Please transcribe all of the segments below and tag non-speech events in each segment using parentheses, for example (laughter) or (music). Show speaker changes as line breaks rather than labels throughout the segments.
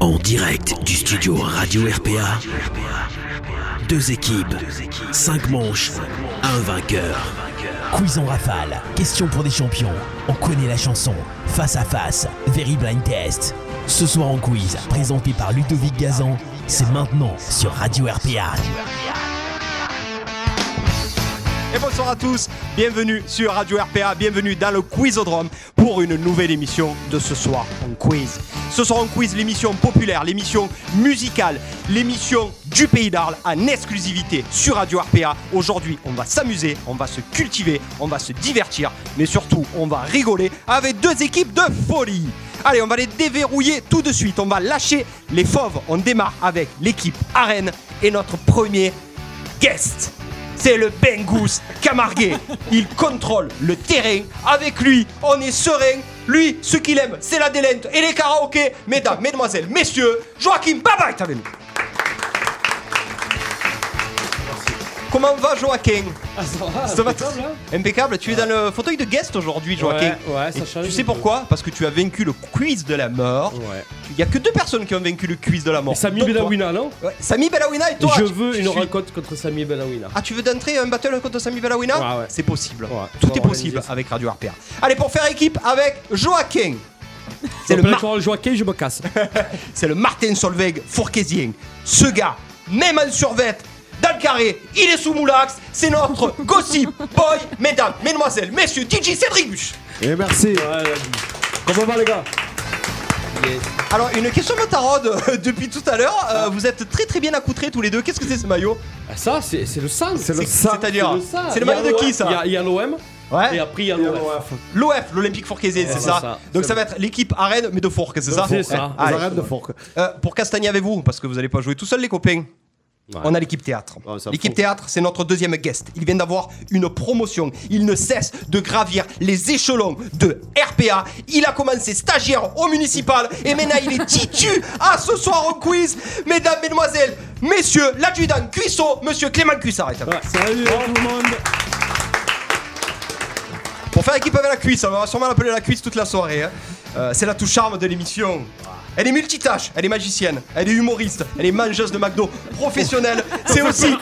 En direct du studio Radio RPA, deux équipes, cinq manches, un vainqueur.
Quiz en rafale, question pour des champions. On connaît la chanson. Face à face, Very Blind Test. Ce soir en quiz, présenté par Ludovic Gazan, c'est maintenant sur Radio RPA.
Et bonsoir à tous, bienvenue sur Radio RPA, bienvenue dans le Quizodrome pour une nouvelle émission de ce soir en quiz. Ce soir en quiz, l'émission populaire, l'émission musicale, l'émission du pays d'Arles en exclusivité sur Radio RPA. Aujourd'hui, on va s'amuser, on va se cultiver, on va se divertir, mais surtout, on va rigoler avec deux équipes de folie. Allez, on va les déverrouiller tout de suite, on va lâcher les fauves. On démarre avec l'équipe Arène et notre premier guest. C'est le Bengus Camarguet. Il contrôle le terrain. Avec lui, on est serein. Lui, ce qu'il aime, c'est la délente et les karaokés. Mesdames, mesdemoiselles, messieurs, Joachim Baba est avec nous. Comment va Joaquin
Ah,
Ça va très- Impeccable. Tu es dans le fauteuil de guest aujourd'hui, Joaquin.
hein. Ouais, ouais, ça
Et
change
tu
un
sais
peu.
pourquoi Parce que tu as vaincu le quiz de la mort.
Ouais.
Il y a que deux personnes qui ont vaincu le quiz de la mort.
Sami
Dont toi.
Belawina, non
Ouais, Sami Belawina et toi.
Je
tu-
veux
tu
une
suis-
rencontre contre Sami Belawina.
Ah, tu veux d'entrer un battle contre Sami Belawina
Ouais, ouais.
C'est possible.
Ouais,
Tout
faut
est possible
organiser ça.
avec Radio RPA. Allez, pour faire équipe avec Joaquin. C'est le,
Après,
mar-
quand je vois Kay, je me casse.
c'est le Martin Solveig fourquésien. Ce gars, même en survette, dans le carré, il est sous Moulax. C'est
(laughs)
notre gossip boy, mesdames, mesdemoiselles, messieurs, DJ Cédric Buche.
Et Eh, merci.
Comment va les gars
Alors, une question me taraude euh, depuis tout à l'heure. Euh, vous êtes très très bien accoutrés tous les deux. Qu'est-ce que c'est ce maillot
Ah, Ça, c'est c'est le sang.
C'est le
C'est-
sang.
C'est-à-dire,
sang.
c'est le
Il y a
maillot de qui
l'O- il y
ça Hein?
a- Il y a l'OM, et
Ouais.
après il y a l'OF.
L'OF, l'Olympique Fourcaisienne, c'est
c'est
ça.
ça.
Donc ça va être l'équipe arène, mais de Fourques, c'est ça
C'est ça.
Allez.
Arrête de fourque.
Euh, pour Castagner avec vous, parce que vous n'allez pas jouer tout seul, les copains. On a l'équipe théâtre.
Ouais, ça
l'équipe
faut.
théâtre, c'est notre deuxième guest. Il vient d'avoir une promotion. Il ne cesse de gravir les échelons de RPA. Il a commencé stagiaire au municipal et maintenant il est titu à ce soir au quiz. Mesdames, mesdemoiselles, messieurs, l'adjudant Cuissot, monsieur Clément Cuissard. est avec nous.
Salut à tout le monde.
Pour faire équipe avec la cuisse, on va sûrement l'appeler la cuisse toute la soirée. hein. Euh, c'est la touche charme de l'émission. Elle est multitâche, elle est magicienne, elle est humoriste, elle est mangeuse de McDo,
(laughs)
professionnelle. C'est aussi.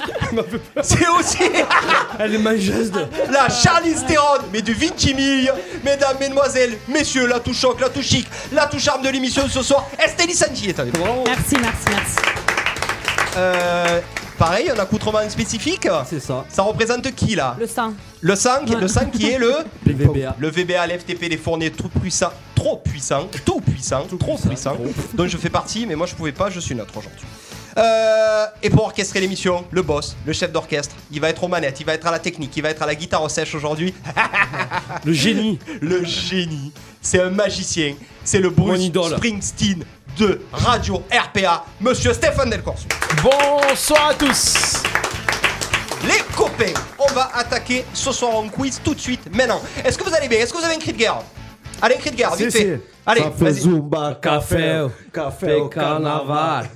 C'est aussi (laughs)
Elle est mangeuse de.
la Charlize Theron, mais du Vinci Mille. Mesdames, mesdemoiselles, messieurs, la touche choc, la touche chic, la touche charme de l'émission ce soir. Estelle Santi est avec nous.
Bravo.
Merci, merci, merci.
Euh, pareil, un accoutrement spécifique.
C'est ça.
Ça représente qui là
Le sang.
Le sang, qui- le sang qui est
(laughs)
le.
Les VBA.
Le VBA, l'FTP, les fournées trop puissants, trop puissants, tout puissants, trop puissants, dont je fais partie, mais moi je pouvais pas, je suis neutre aujourd'hui. Euh, et pour orchestrer l'émission, le boss, le chef d'orchestre, il va être aux manettes, il va être à la technique, il va être à la guitare au sèche aujourd'hui. (laughs)
Le génie.
Le génie, c'est un magicien, c'est le
Mon
Bruce
idole.
Springsteen de Radio RPA, monsieur Stéphane Delcorsu.
Bonsoir à tous
Les copains, on va attaquer ce soir en quiz tout de suite, maintenant. Est-ce que vous allez bien Est-ce que vous avez un cri de guerre Allez, un cri de guerre, vite
Si, si.
fait. Allez,
Ça fait
vas-y.
Zumba,
Café,
café,
café
café,
au carnaval.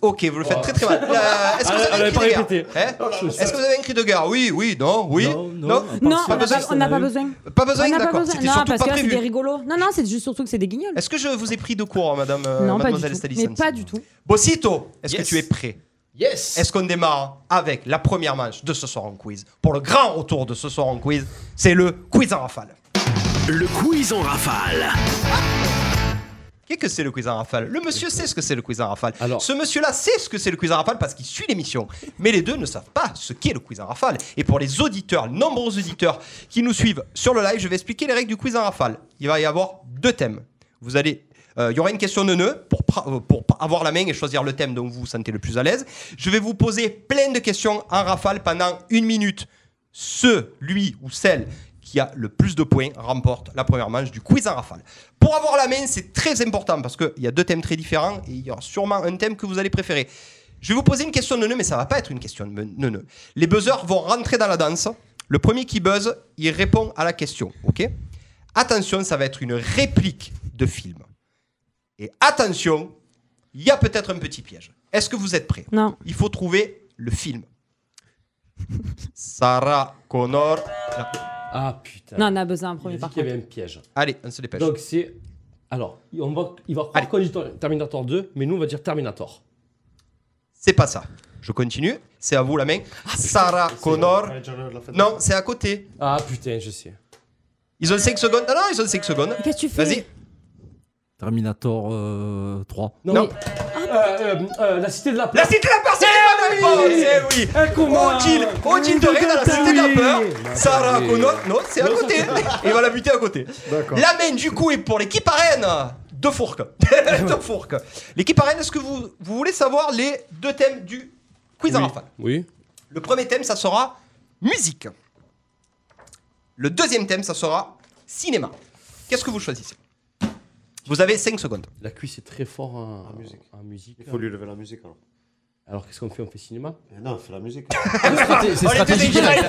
Ok, vous le faites très très mal. Euh, Est-ce que vous
Elle-
avez un
elle
cri
avait
de
pas
guerre Hein Est-ce que vous avez un cri de guerre Oui, oui, non, oui.
Non, non, à part
Non,
si-
on
pas
n'a
besoin.
pas, on n'a pas besoin.
Pas besoin,
on n'a pas
d'accord.
besoin.
C'était
Non,
surtout
parce
pas
que là, c'est des
prévu.
rigolos. Non, non, c'est juste surtout que c'est des guignols.
Est-ce que je vous ai pris de court, madame euh,
non, pas du
mademoiselle
tout.
Stanislas
Mais pas du tout.
Bossito, est-ce
Yes.
que tu es prêt
Yes
Est-ce qu'on démarre avec la première manche de ce soir en quiz Pour le grand retour de ce soir en quiz, c'est le quiz en rafale.
Le quiz en rafale.
Qu'est-ce que c'est le quiz en rafale Le monsieur sait ce que c'est le quiz en rafale.
Alors-
ce monsieur-là sait ce que c'est le quiz en rafale parce qu'il suit l'émission. Mais les deux ne savent pas ce qu'est le quiz en rafale. Et pour les auditeurs, nombreux auditeurs qui nous suivent sur le live, je vais expliquer les règles du quiz en rafale. Il va y avoir deux thèmes. Vous allez. euh, Il y aura une question de nœud pour, pra- euh, pour avoir la main et choisir le thème dont vous vous sentez le plus à l'aise. Je vais vous poser plein de questions en rafale pendant une minute. Ce, lui ou celle qui a le plus de points remporte la première manche du quiz en rafale. Pour avoir la main, c'est très important parce qu'il y a deux thèmes très différents et il y aura sûrement un thème que vous allez préférer. Je vais vous poser une question de nœud, mais ça va pas être une question de nœud. Les buzzers vont rentrer dans la danse. Le premier qui buzz, il répond à la question. Ok Attention, ça va être une réplique de film. Et attention, il y a peut-être un petit piège. Est-ce que vous êtes prêts
Non.
il faut trouver le film. Sarah Connor.
Ah putain.
Non, on a besoin un
J'ai
premier
dit
par
qu'il y
contre.
avait un piège.
Allez, on se dépêche.
Donc c'est Alors, on va, il va
Allez.
croire qu'on dit Terminator 2, mais nous, on va dire Terminator.
C'est pas ça. Je continue. Ah, C'est à vous la main. Sarah Connor. Non, c'est à côté.
Ah putain, je sais.
Ils ont 5 secondes. Ah Non, non, ils ont 5 secondes.
Qu'est-ce que tu fais
Vas-y.
Terminator euh, 3.
Non.
Non.
Euh, euh, euh, la cité de la
La
peur.
cité de la peur, c'est la bonne réponse. Eh oui.
Un combat.
Odile, Odile de Ré dans la cité de la peur. Sarah
oui.
Connor, non, c'est à côté. Il va la buter à côté.
D'accord.
La main du coup est pour l'équipe arène. Deux fourques. deux fourques. L'équipe arène, est-ce que vous, vous voulez savoir les deux thèmes du quiz à rafale
Oui.
Le premier thème, ça sera musique. Le deuxième thème, ça sera cinéma. Qu'est-ce que vous choisissez Vous avez 5 secondes.
La cuisse est très fort en, en musique.
Il faut lui lever la musique alors.
Alors qu'est-ce qu'on fait On
(laughs)
fait cinéma
Mais Eh non, fais la musique.
C'est
Oh, les deux
stratégique.
équipes arène.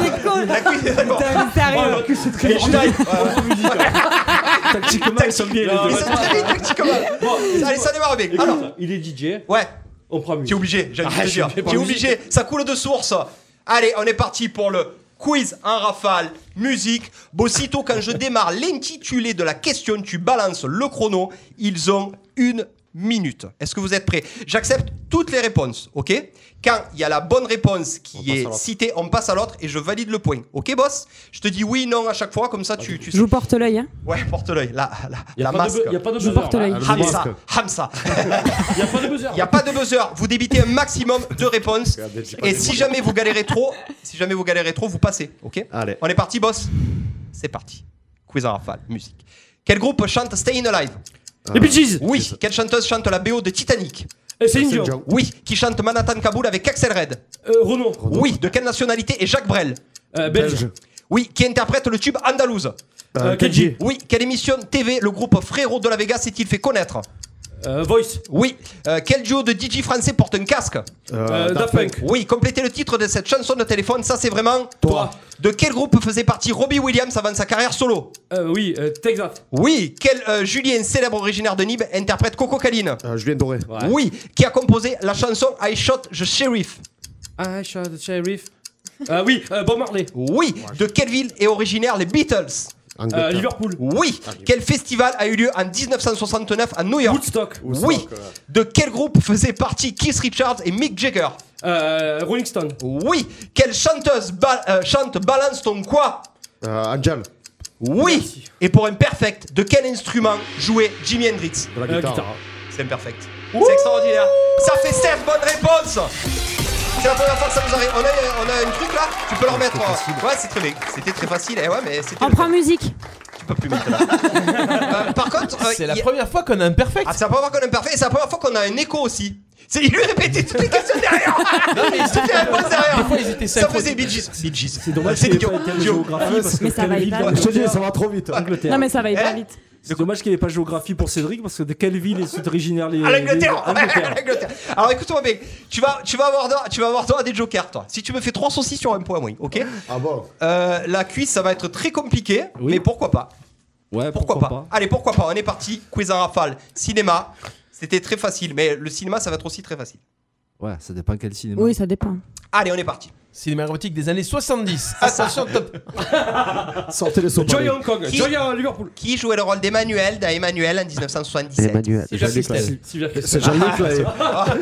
(laughs) Il est con.
La cuisse est d'accord.
(laughs) Putain, mais sérieux.
Oh, cuisse c'est
Et je taille.
(laughs) Tactiquement, ils sont bien
Ils sont très vite, tactiquement. Allez, ça démarre, mec. Alors,
Il est DJ,
ouais.
on prend musique.
T'es obligé, j'ai envie de
Ah,
te
je
dire.
vais pas
T'es
me
obligé, ça coule de source. Allez, on est parti pour le quiz en rafale, musique. Bossito, quand je démarre l'intitulé de la question, tu balances le chrono. Ils ont une minute. Est-ce que vous êtes prêts J'accepte toutes les réponses, ok Quand il y a la bonne réponse qui
passe à
est
l'autre.
citée, on passe à l'autre et je valide le point. Ok, boss Je te dis oui, non à chaque fois, comme ça tu, tu
Je
sais.
vous porte l'œil, hein.
Ouais, porte l'œil, la, la,
Il n'y
la
a, pas de
masque.
bu- y a pas de
Je
buzzer.
porte l'œil.
hein.
Hamza, Hamza.
Il n'y a pas de buzzer.
Il n'y a pas de buzzer, vous débitez un maximum de réponses.
Regardez, Ah, j'ai pas
Et
de
si
buzzer.
jamais vous galérez trop, si jamais vous galérez trop, vous passez, ok
Allez.
On est parti, boss C'est parti. Quiz en rafale, musique. Quel groupe chante Stay in Alive
Les Bee Gees.
Oui. Quelle chanteuse chante la BO de Titanic
Euh, Céline
C'est
Dion.
Joe.
Oui. Qui chante Manhattan Kaboul avec Axel Red
Euh, Renaud.
Oui. De quelle nationalité est Jacques Brel
Euh, Belge.
Oui. Qui interprète le tube Andalouse
Euh, Kenji.
Oui. Quelle émission TV le groupe Frérot de la Vega s'est-il fait connaître
Euh, Voice.
Oui. Euh, quel duo de DJ français porte un casque
Euh, Daft Punk.
Oui, complétez le titre de cette chanson de téléphone, ça c'est vraiment
Toi.
De quel groupe faisait partie Robbie Williams avant sa carrière solo
Euh, oui, euh, Texas.
Oui, quel euh, Julien, célèbre originaire de Nîmes, interprète Coco Caline
Euh, Julien Doré.
Ouais.
Oui, qui a composé la chanson I Shot the Sheriff
I shot the sheriff. Euh, oui, euh, Bob Marley.
Oui, de quelle ville est originaire les Beatles
Euh,
Angleterre.
Liverpool.
Oui, quel festival a eu lieu en 1969 à New York
Woodstock.
Oui,
euh,
de quel groupe faisaient partie Keith Richards et Mick Jagger
Euh, Rolling Stone.
Oui, quelle chanteuse ba- euh, chante Balance ton quoi
Euh, Angel.
Oui
Merci.
Et pour imperfect, de quel instrument jouait Jimi Hendrix
De la
Euh,
guitare.
guitare.
C'est imperfect. C'est extraordinaire. Ça fait 7 bonnes réponses C'est la première fois que ça nous arrive. On a, on a un truc là Tu
Ah,
peux le remettre. euh, Ouais, c'est très bien. C'était très facile. Eh ouais, mais c'était.
On prend musique.
Tu peux plus mettre là. Euh, par contre, euh,
C'est la
y a-
première fois qu'on a un perfect.
Ah, c'est la première fois qu'on a un parfait et c'est la première fois qu'on a un écho aussi. C'est il lui répétait toutes les questions derrière. toutes les réponses derrière.
Des fois, ils étaient
ça
synchro-
faisait Bee Gees. Bee Gees. C'est
dommage
C'est
qu'il ait
idiot.
pas été en
Idiot.
géographie parce que
Mais ça
quelle
va, il
ville
va.
doit-
Je te dis, ça va trop vite.
Non, mais ça va hyper
Eh
vite.
C'est dommage qu'il n'y ait pas géographie pour Cédric parce que de quelle ville est originaire les.
À l'Angleterre
les-
Euh, (laughs) À
Angleterre.
l'Angleterre. Alors écoute-moi bien, tu vas, tu, vas avoir droit- tu vas avoir droit à des jokers, toi. Si tu me fais trois saucisses sur un point, oui, ok
Ah bon
Euh, La cuisse, ça va être très compliqué, mais pourquoi pas
Ouais,
Pourquoi, pas. Allez, pourquoi pas On est parti, quiz en rafale, cinéma. C'était très facile, mais le cinéma, ça va être aussi très facile.
Ouais, ça dépend quel cinéma.
Oui, ça dépend.
Allez, on est parti.
Cinéma érotique des années 70. Attention, top.
Sortez les sopalins.
Joy Hong Kong.
Qui-
Joy à euh, Liverpool.
Qui jouait le rôle d'Emmanuel dans Emmanuel en 1977
C'est Jean-Luc Lahaye.
Sylvia
C'est Jean-Luc (laughs) Lahaye.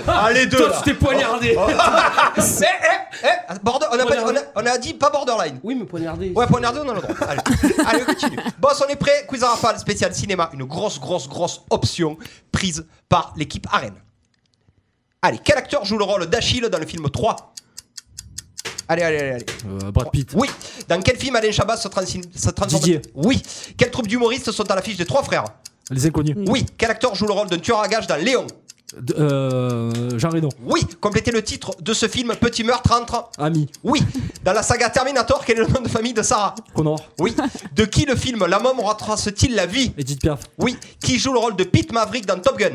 Ah, les deux
Toi,
là.
tu t'es poignardé.
Eh, eh, eh, border- on, a pas dit- on a- on a dit pas borderline.
Oui, mais poignardé.
Ouais, poignardé, on a le droit. Allez, Allez, on continue. Boss, on est prêt. Quiz à rafale spécial cinéma. Une grosse, grosse, grosse option prise par l'équipe Arène. Allez, quel acteur joue le rôle d'Achille dans le film 3 Allez, allez, allez, allez.
Euh, Brad Pitt.
Oui. Dans quel film Alain Chabat se, transi- se transforme
Didier.
Oui. Quelle troupe d'humoristes sont à l'affiche des trois frères
Les inconnus.
Oui. Quel acteur joue le rôle d'un tueur à gages dans Léon
D- euh, Jean Reno.
Oui. Complétez le titre de ce film Petit meurtre entre.
Ami.
Oui. Dans la saga Terminator, quel est le nom de famille de Sarah
Connor.
Oui. De qui le film La Mom retrace-t-il la vie
Edith Piaf.
Oui. Qui joue le rôle de Pete Maverick dans Top Gun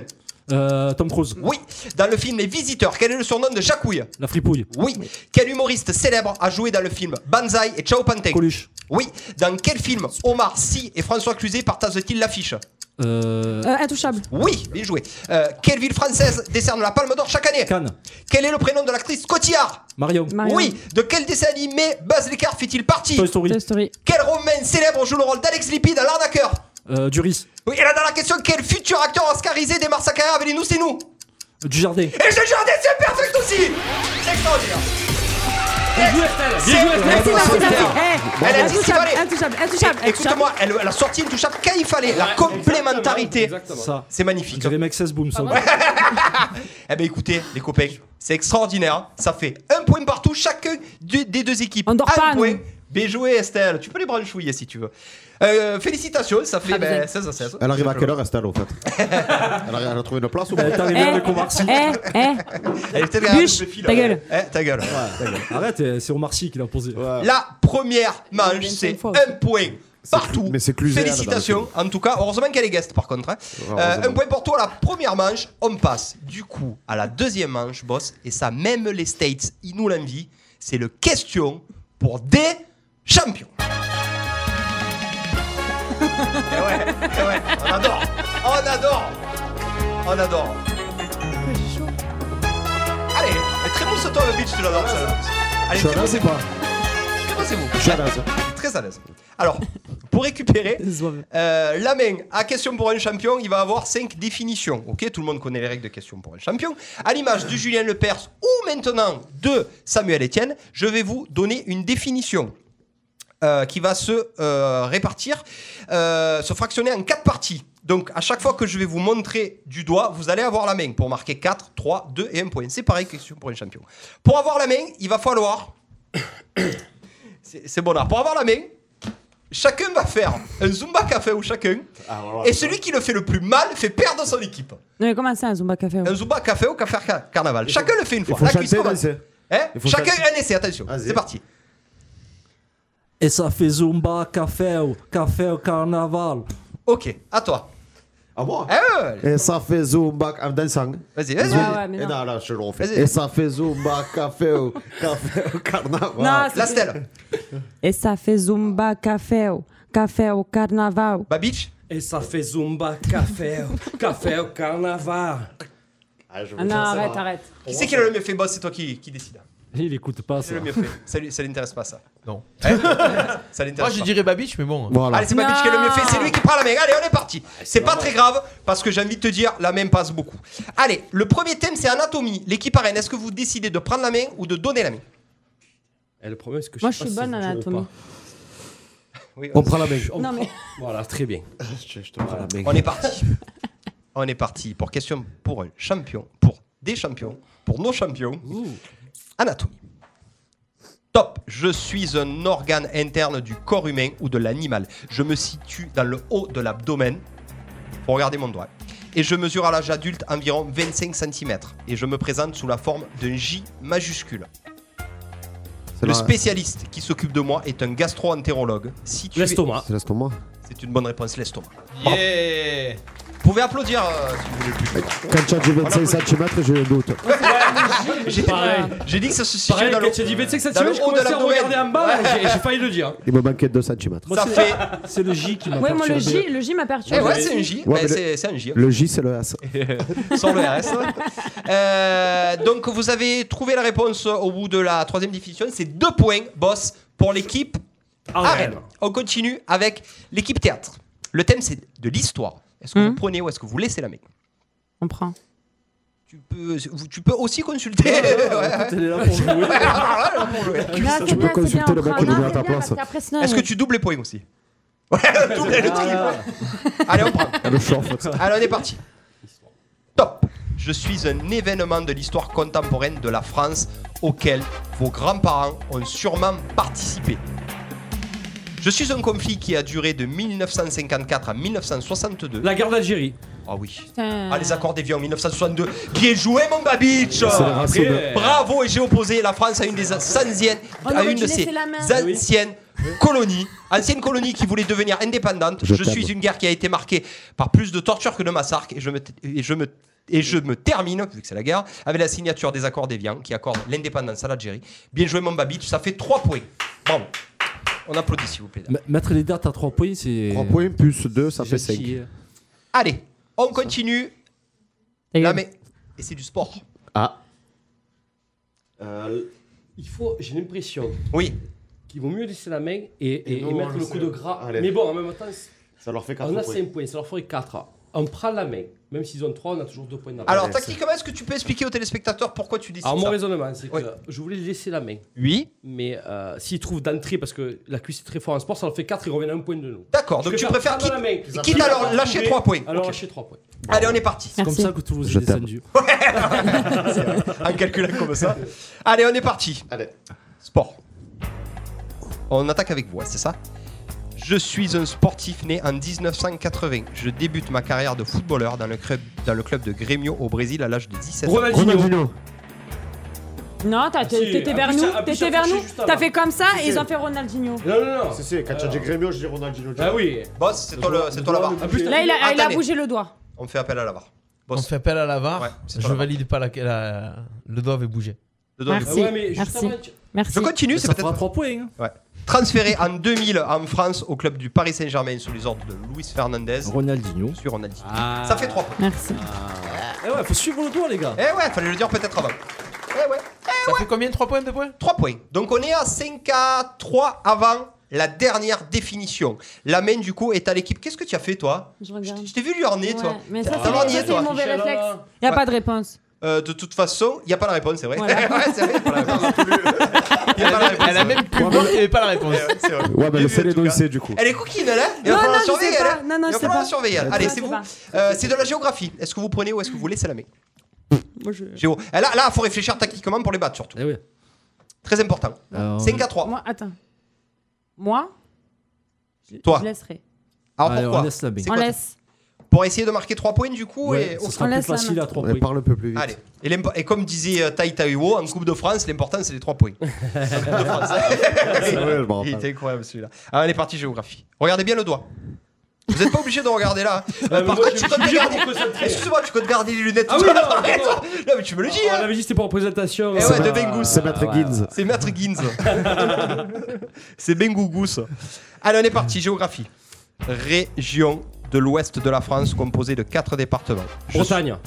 Euh, Tom Cruise.
Oui. Dans le film Les Visiteurs, quel est le surnom de Jacouille
La fripouille.
Oui. Quel humoriste célèbre a joué dans le film Banzai et Ciao Panteng
Coluche.
Oui. Dans quel film Omar Sy et François Cluzet partagent-ils l'affiche
Euh,
Euh, intouchable.
Oui, bien joué. Euh, quelle ville française décerne la Palme d'Or chaque année
Cannes.
Quel est le prénom de l'actrice Cotillard
Marion.
Marion.
Oui. De quel dessin animé Buzz l'écart fait-il partie
Toy Story.
Toy Story.
Quel romain célèbre joue le rôle d'Alex Lippi dans L'Arnaqueur
euh, Duris,
Oui, et là, dans la question, quel futur acteur oscarisé démarre sa carrière avec les nous, c'est nous
Dujardin.
Et je jure, c'est perfect aussi C'est extraordinaire C'est-
Merci, merci, merci. Eh,
Elle a dit ce qu'il
intouchable,
fallait. Eh,
intouchable, intouchable.
Écoute-moi, elle, elle a sorti une touche quand il fallait, la complémentarité.
Ça.
C'est
Je
magnifique.
dirais Maxes Boom,
Ah,
ça.
Eh ben écoutez, les copains, c'est extraordinaire. Ça fait un point partout, chacun du- des deux équipes.
On dort
un
pas, nous.
point. Bien joué, Estelle. Tu peux les branchouiller si tu veux. Euh, félicitations, ça fait
Ah, vous
ben,
êtes-
16 à 16.
Elle arrive à quelle heure, Estelle, au (laughs) fait elle, a, elle a trouvé une place ou pas
Elle est arrivée avec Omar Sy.
Eh, eh,
Elle est peut-être
eh,
derrière
bûche,
le fil,
ta
là.
gueule.
Eh, ta gueule.
Arrête, euh, c'est Omar Sy qui l'a posé.
La première
Il
manche,
vient de
c'est
cinq fois
un point partout.
clu- mais Euh, c'est Cluzel,
Félicitations, en tout cas. Heureusement qu'elle est guest, par contre. hein. Euh, un
heureusement.
point pour toi, la première manche, on passe du coup à la deuxième manche, boss. Et ça, même les States, ils nous l'envient. C'est le question pour des champions. (laughs) Eh ouais, eh ouais, on adore, on adore, on adore. Allez, très bon ce toi le beach, tu l'adores ça. Allez,
Je
très bon,
sais pas.
c'est vous
Je suis à l'aise.
très à l'aise. Alors, pour récupérer, euh, la main à question pour un champion, il va avoir 5 définitions. Ok, tout le monde connaît les règles de question pour un champion. À l'image de Julien Lepers ou maintenant de Samuel Etienne, je vais vous donner une définition. euh, qui va se euh, répartir, euh, se fractionner en quatre parties. Donc à chaque fois que je vais vous montrer du doigt, vous allez avoir la main pour marquer 4, 3, 2 et 1 point. C'est pareil question pour un champion. Pour avoir la main, il va falloir (coughs) c'est c'est bon art. Pour avoir la main, chacun va faire un Zumba café ou chacun.
Ah, voilà.
Et celui qui le fait le plus mal fait perdre son équipe.
Non, mais comment ça, un Zumba Café
Un Zumba café ou café ca- carnaval. Chacun le fait une
Il
fois.
faut
La cuisse
chanter,
commence.
danser.
Hein
Il faut
chacun
chanter.
un essai, attention.
Vas-y.
C'est parti.
Et ça fait Zumba, café, café, carnaval.
Ok, à toi.
Ah bon
Hein, ouais, ouais.
Et ça fait zumba en dansant.
Vas-y, vas-y.
Ah ouais, mais
Et
non.
non, là, je le refais.
Vas-y.
Et ça fait zumba, café au, café au
Non,
carnaval.
La stèle.
Et ça fait Zumba Café, Café au Carnaval.
Babich.
Et ça fait Zumba, café, café au carnaval.
(laughs) Ah, je
Ah non,
veux dire, ça
arrête,
va.
arrête.
Qui c'est qui l'a le mieux fait Boss, c'est toi qui, qui décide.
Il écoute pas
C'est
ça.
le mieux fait. Ça, lui- ça l'intéresse pas, ça.
Non.
Hein (laughs) ça l'intéresse
Moi, je
pas.
dirais Babiche, mais bon.
Voilà.
Allez, c'est Babich qui a le mieux fait, c'est lui qui prend la main. Allez, on est parti. C'est pas très grave parce que j'ai envie de te dire, la main passe beaucoup. Allez, le premier thème c'est anatomie. L'équipe arène, est-ce que vous décidez de prendre la main ou de donner la main
Et Eh, le problème, c'est que je
Moi,
sais
je suis
pas si
bonne
c'est
en
dur ou
anatomie.
pas.
Oui,
On prend la main.
Non, mais
Voilà, très bien.
Je je te prends.
Voilà, bien.
on est parti. on est parti pour question pour un champion, pour des champions, pour nos champions. Anatomie. Top, je suis un organe interne du corps humain ou de l'animal. Je me situe dans le haut de l'abdomen. Faut regarder mon doigt. Et je mesure à l'âge adulte environ 25 cm. Et je me présente sous la forme d'un J majuscule.
C'est
Le
la-
spécialiste qui s'occupe de moi est un gastro-entérologue. situé-
L'estomac.
C'est l'estomac.
C'est une bonne réponse, l'estomac.
Yeah
Vous pouvez applaudir euh, si vous voulez le public.
Quand tu as du 25 cm, j'ai un doute.
J'ai-
Pareil.
J'ai dit que ça se situe
Pareil,
dans le
quand tu as dit 25
dans le
cm, je
haut de
commençais à
l'abdomen.
regarder en bas, et j'ai j'ai failli le dire.
Il me manquait 2 cm.
Moi,
Ça
c'est-
fait.
C'est le J qui m'a
ouais, moi, le
perturbé.
J, le J m'a perturbé.
Eh ouais, c'est un J.
Ouais,
Ben,
mais le-
c'est c'est un J. hein.
Le J, c'est le (laughs) S.
Sans le RS. (laughs) Euh, donc, vous avez trouvé la réponse au bout de la troisième définition. C'est deux points, boss, pour l'équipe
Ah
arène. On continue avec l'équipe théâtre. Le thème, c'est de l'histoire. Est-ce que
Mhm.
vous prenez ou est-ce que vous laissez la main
On prend.
tu peux, vous- tu peux aussi consulter. (laughs) Ouais.
Elle est là pour jouer.
Non,
Tu peux
bien,
consulter
bien,
le mec
on
qui
prend.
est venu à
Non,
ta
c'est bien,
place.
parce qu'après, sinon,
Est-ce que
euh,
tu doubles les points aussi Ouais, (laughs) double et le triple. Allez, on prend.
Le chauffe.
Allez, on est parti. Top. Je suis un événement de l'histoire contemporaine de la France auquel vos grands-parents ont sûrement participé. Je suis un conflit qui a duré de 1954 à 1962.
La guerre d'Algérie.
Ah oui.
putain.
Ah, les accords d'Évian en 1962. Bien joué, mon Babich
L'accélération de-
Après,
Bravo, et j'ai opposé la France à une des anciennes,
Oh, non,
à
mais
une
tu
de
laissais
ses
la main.
anciennes colonies, anciennes colonies qui voulaient devenir indépendantes. Je,
Je t'aime.
suis une guerre qui a été marquée par plus de tortures que de massacres, et je me, et je me et je me termine, vu que c'est la guerre, avec la signature des accords d'Évian qui accordent l'indépendance à l'Algérie. Bien joué, mon Babich, ça fait 3 points. Bravo. On applaudit, s'il vous plaît.
M- Mettre les dates à 3 points, c'est.
3 points plus 2, ça
c'est
fait 5.
gentil, euh.
Allez, on continue.
Ta
Là,
gueule.
mais... Et c'est du sport.
Ah,
euh, il faut, j'ai l'impression
Oui.
qu'ils vont mieux laisser la main et, et-
Et nous,
et
on
mettre
le
le
sait.
coup de gras.
Allez.
Mais bon, en même temps, c'est-
Ça leur fait 4
On a
points.
5 points, ça leur ferait 4. On prend la main. Même s'ils ont 3, on a toujours 2 points d'avance.
Alors,
Ouais,
tactiquement, est-ce que tu peux expliquer aux téléspectateurs pourquoi tu décides
Bah, Alors, mon
ça
raisonnement, c'est que
Oui.
je voulais laisser la main.
Oui.
Mais euh, s'ils trouvent d'entrée, parce que la cuisse est très fort en sport, ça leur fait 4, ils reviennent à un point de nous.
D'accord,
Je
donc tu préfères
préfère prendre la
quitte,
main.
quitte alors lâcher 3 points.
Alors,
Ok.
lâcher 3 points.
Allez, on est parti.
C'est comme
Merci.
ça que Toulouse
Je
est
t'aime.
descendu.
(laughs) Un calcul comme ça. (laughs) Allez, on est parti.
Allez.
Sport. On attaque avec vous, hein, c'est ça Je suis un sportif né en 1980. Je débute ma carrière de footballeur dans le, club, dans le club de Grêmio au Brésil à l'âge de 17 ans.
Ronaldinho.
Non, t'as-
si,
t'étais
appuie
vers
ça,
nous,
appuie
t'étais
ça,
vers
touchez
nous.
juste
T'as
avant.
fait comme ça
Si,
et ils
si.
ont fait Ronaldinho.
Non, non, non.
Si, si, quand tu as dit Grémio, je dis Ronaldinho.
Ah oui.
Boss, c'est toi, le- c'est toi la barre.
En plus,
Là, il a, il a
Attendez.
bougé le doigt.
On fait appel à la barre.
On
Boss,
fait appel à la VAR.
Ouais, c'est
je
toi la
valide pas la, la- le doigt avait bougé.
le doigt du
Merci.
bout.
Ah ouais, mais juste
Merci.
avant, tu-
Merci.
Je continue, c'est
Ça fera
peut-être
3 points. hein.
transféré en 2000 en France au club du Paris Saint-Germain sous les ordres de Luis Fernandez.
Ronaldinho.
Sur Ronaldinho.
Ah.
Ça fait 3 points.
Merci.
Eh ouais, faut suivre le doigt, les gars.
Eh ouais, fallait le dire peut-être avant. Eh ouais.
Ça fait combien 3 points 2 points
3 points. Donc on est à 5 à 3 avant la dernière définition. La main du coup est à l'équipe. Qu'est-ce que tu as fait toi
Je
Je t-
regarde.
je t'ai vu lui orner
Ouais,
toi.
Mais
T'as
ça, c'est
vraiment
les-
nié,
ça, c'est
toi. hein.
les mauvais
Inch'Allah.
réflexes. Il n'y a
Ouais.
pas de réponse.
Euh, de toute façon, il n'y a pas la réponse, c'est vrai. (laughs)
Voilà.
ouais, c'est vrai, il n'y a pas la réponse. Y a pas la réponse.
Elle a même pu voir qu'il n'y avait pas la réponse.
Ouais, c'est vrai.
Ouais, bah
J'ai
le
vu,
c'est
en
les
tout cas.
dossiers du coup.
Elle est coquine, elle, hein Il va
Non,
falloir
non, je
surveiller,
sais
elle,
pas.
hein
Non, non,
Il va
je sais
falloir la
pas.
surveiller, elle.
Je
Allez,
sais
c'est vous.
pas.
Euh, c'est de la géographie. Est-ce que vous prenez ou est-ce que vous laissez la main
Moi, je-
Géo. Eh, Là, là, il faut réfléchir tactiquement pour les battre, surtout.
Eh ouais.
Très important.
Alors,
5 à 3.
Moi, attends. Moi je-
Toi.
Je laisserai.
Alors
allez,
pourquoi
on laisse la baie.
C'est
On
quoi
laisse.
Pour essayer de marquer 3 points, du coup,
Ouais,
et
ce
on
sera plus
laisse la
facile
main.
à 3
Ouais,
points.
Parle un peu plus vite.
Allez. Et, l'impo- et comme disait euh, Tai Taiwo en Coupe de France, l'important c'est les 3 points.
Oh,
La Coupe de France.
C'est vrai, je
(laughs)
m'en
Il
rappelle.
était incroyable celui-là. Ah, allez, partie géographie. Regardez bien le doigt. Vous n'êtes pas obligé de regarder là.
(laughs)
hein.
Bah,
Euh, par contre, tu comptes garder. Excuse-moi, tu comptes garder les lunettes.
Ah
tout (laughs)
oui,
le
non,
temps.
non, non.
Non, mais tu me le dis.
On
hein.
l'avait dit, c'était pas en présentation.
Eh
euh,
ouais, de
euh,
Bengouz.
C'est Maître
ouais.
Gibbs.
C'est Maître (laughs) Ginz. c'est Bengougous. Allez, on est parti. Géographie. Région de l'ouest de la France composée de 4 départements. Je,
Bretagne.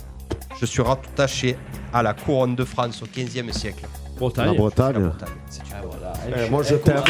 je suis rattaché à la couronne de France au 15e siècle.
La
Bretagne.
La
Ah, Bretagne.
Bretagne. C'est une-
Ah, voilà.
Eh, Moi Eh, je t'aime.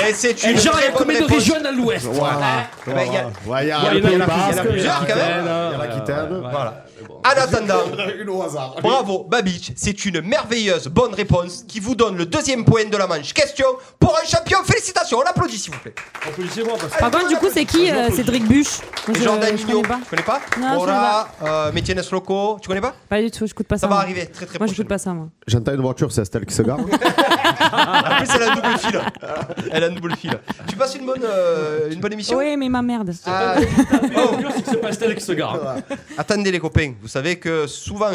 Et Eh, c'est une
Et genre,
très
il y a
bonne
combien de
réponse.
régions à l'ouest
Voilà.
Eh ben, il y a-
Ouais, il y
Ouais,
a Ah, le
il y en a
Pays
qui-
Basque,
il y en a plusieurs, quand même.
Il y
Euh,
en a qui t'aiment.
Voilà. En (laughs) attendant,
Une au hasard.
bravo Babich, c'est une merveilleuse bonne réponse qui vous donne le deuxième point de la manche. Question pour un champion, félicitations, on l'applaudit s'il vous plaît.
Applaudissez-moi parce que.
Par contre, du coup, c'est qui euh, Cédric Buche Moi,
Et
je-
Jordan
je
Mignon,
connais pas.
tu connais pas
Non, je
Ora, euh, Métienne Sloko, tu connais pas
Pas du tout, je coûte pas ça.
Ça va
moi.
arriver très très
Moi, je
prochainement.
coûte pas ça, moi.
J'entends une voiture, c'est Estelle qui se gare.
En plus, elle a un double
(laughs)
fil. Elle a un double fil. Tu passes une bonne, euh, une bonne émission
Oui, mais ma merde.
Ah,
Le pire, c'est que c'est pas Estelle qui se gare.
Attendez les copains, vous savez que souvent,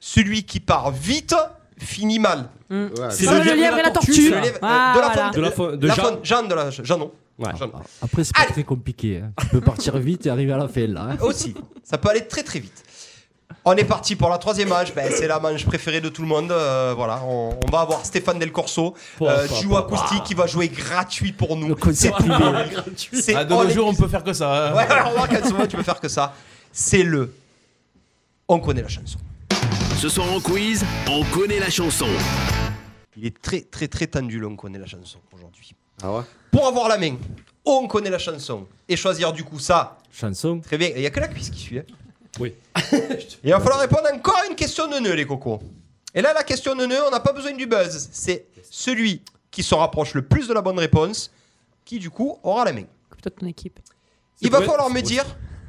celui qui part vite finit mal.
C'est
Ah, le lièvre et la tortue.
Le lièvre-
Ah,
de la
voilà.
fonte-
De la faune. De
la
Jean.
faune- Jeanne de la Jeannon.
Ouais.
Jeanne.
Après, c'est pas
Allez.
très compliqué. hein. Tu peux partir vite et arriver à la fin, là. hein.
Aussi, ça peut aller très très vite. On est parti pour la troisième manche. Ben, c'est la manche préférée de tout le monde. Euh, voilà, on, on va avoir Stéphane Del Corso, euh,
Pouah,
duo
pouah,
acoustique qui va jouer gratuit pour nous.
Le concert
(laughs) C'est
privé.
tout pour lui. C'est
Ah, de nos
est-
jours, on peut faire que ça. hein.
Ouais, alors, on voit qu'à ce moment, tu peux faire que ça. C'est le. On connaît la chanson.
Ce soir en quiz, on connaît la chanson.
Il est très très très tendu. Le on connaît la chanson aujourd'hui.
Ah ouais
Pour avoir la main, on connaît la chanson et choisir du coup ça.
Chanson.
Très bien. Il y a que la cuisse qui suit. hein.
Oui.
Il va falloir répondre encore à une question de nœud, les cocos. Et là, la question de nœud, on n'a pas besoin du buzz. C'est celui qui se rapproche le plus de la bonne réponse qui, du coup, aura la main.
Occupe-toi de ton équipe.
Il va
vrai,
falloir
c'est
me
vrai.
dire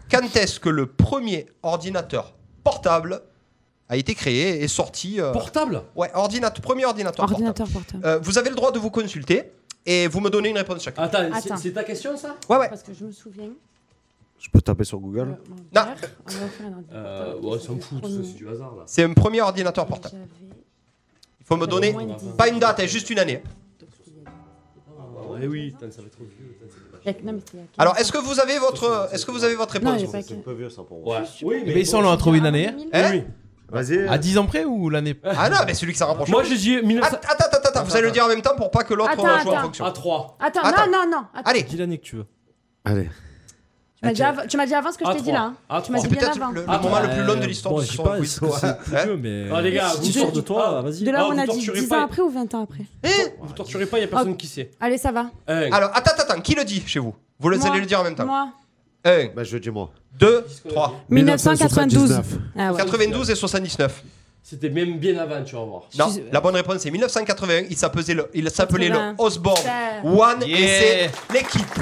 quand est-ce que le premier ordinateur portable a été créé et sorti. euh,
Portable.
ouais, ordinateur, premier ordinateur,
Ordinateur portable.
portable. Euh, vous avez le droit de vous consulter et vous me donnez une réponse chacun.
Attends, c'est-
Attends.
c'est ta question ça
Ouais, ouais.
Parce que je me souviens.
Je peux taper sur Google.
Non.
Euh, ouais, ça me fout, tout ça, c'est du hasard là.
C'est un premier ordinateur portable. Il faut me donner pas une date, hein, juste une année.
Eh oui, putain, ça va être trop vieux. putain, c'est dommage.
Alors, est-ce que vous avez votre, est-ce que vous avez votre réponse
il y a
vous
pas
C'est un peu vieux ça pour moi.
Ouais. Oui,
Eh ben, ils sont là, on a trouvé une année. hein.
Hein
Vas-y.
Ah,
À 10 ans près ou l'année
Ah non, mais celui qui s'en rapproche.
Moi j'ai dit
Attends,
1900.
attends, attends, attends, vous allez le dire en même temps pour pas que l'autre
Attends,
euh, joue en
attends.
fonction.
À 3.
Attends,
Attends.
non, non, non. Attends,
Allez,
Dis l'année que tu veux.
Allez.
tu m'as dit av- tu m'as dit avant ce que je
À
t'ai dit
3.
là. hein.
À
Tu m'as
3.
c'est
dit bien
peut-être
avant.
le, le moment le plus long de
Euh,
l'histoire
bon,
de
je
ce
sais
soir.
pas,
oui.
est-ce que c'est plus
Hein,
vieux, mais.
Euh,
Ah, les gars,
si
vous
tu sors de
sortez-
toi,
Ah.
vas-y.
De là,
Ah,
on
vous
a dit
torturez
10
pas.
ans après ou 20 ans après.
Eh
Vous torturez pas, il y a personne qui sait.
Allez, ça va.
Un.
Alors, hein. attends, attends, qui le dit chez vous Vous le-
Moi.
allez le dire en même temps.
Moi.
1,
Bah, je dis moi.
2, 3.
1992. Ah ouais.
92 et 79.
C'était même bien avant, tu vas voir.
Non, la bonne réponse c'est 1981. Il s'appelait le, il s'appelait le
80.
Osborne
Ça.
One et
Yeah.
c'est l'équipe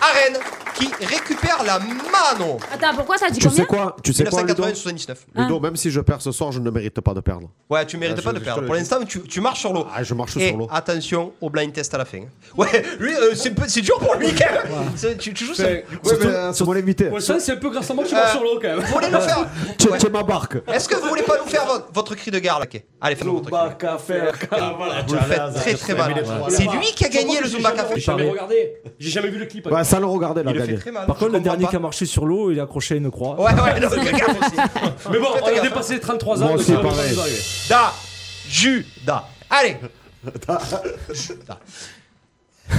Arène qui récupère la mano.
Attends, pourquoi t'as dit
Tu
combien
sais quoi Tu sais quoi, Ludo
1981 79.
Ludo, même si je perds ce soir, je ne mérite pas de perdre.
Ouais, tu mérites
Ah, je-
pas de
je
perdre.
te
Pour
le
l'instant, tu, tu marches sur l'eau.
Ah, je marche
Et
sur l'eau.
attention au blind test à la fin. (laughs) Ouais, lui, euh, c'est peu- c'est dur pour lui quand même. C'est- Tu, tu joues ça.
Fait-
Ouais,
Surtout,
mais, euh,
c'est moi l'invité.
Pour le sens, c'est un peu grâce à moi que tu marches
Euh,
sur l'eau quand même.
vous
(laughs)
voulez nous faire
Tu tu es ma barque.
Est-ce que vous voulez pas nous faire votre, votre cri de gare là Ok. Allez, faites-nous votre cri. de
Zumba Ah, Café.
bah,
gare. Vous le faites très très mal. C'est lui qui a gagné le Zumba Café.
J'ai jamais regardé. J'ai jamais vu le clip.
Ouais, ça le regardait, la
Il le fait
gagne.
très mal.
Par
je
contre, le
comprends
dernier
pas.
qui a marché sur l'eau, il est accroché à une croix.
Ouais, ouais, non, regarde aussi.
Mais bon, on a
gaffe.
dépassé les 33 ans.
Moi
donc
aussi,
on va
pareil.
nous arriver.
Da, Judas. Allez. Da.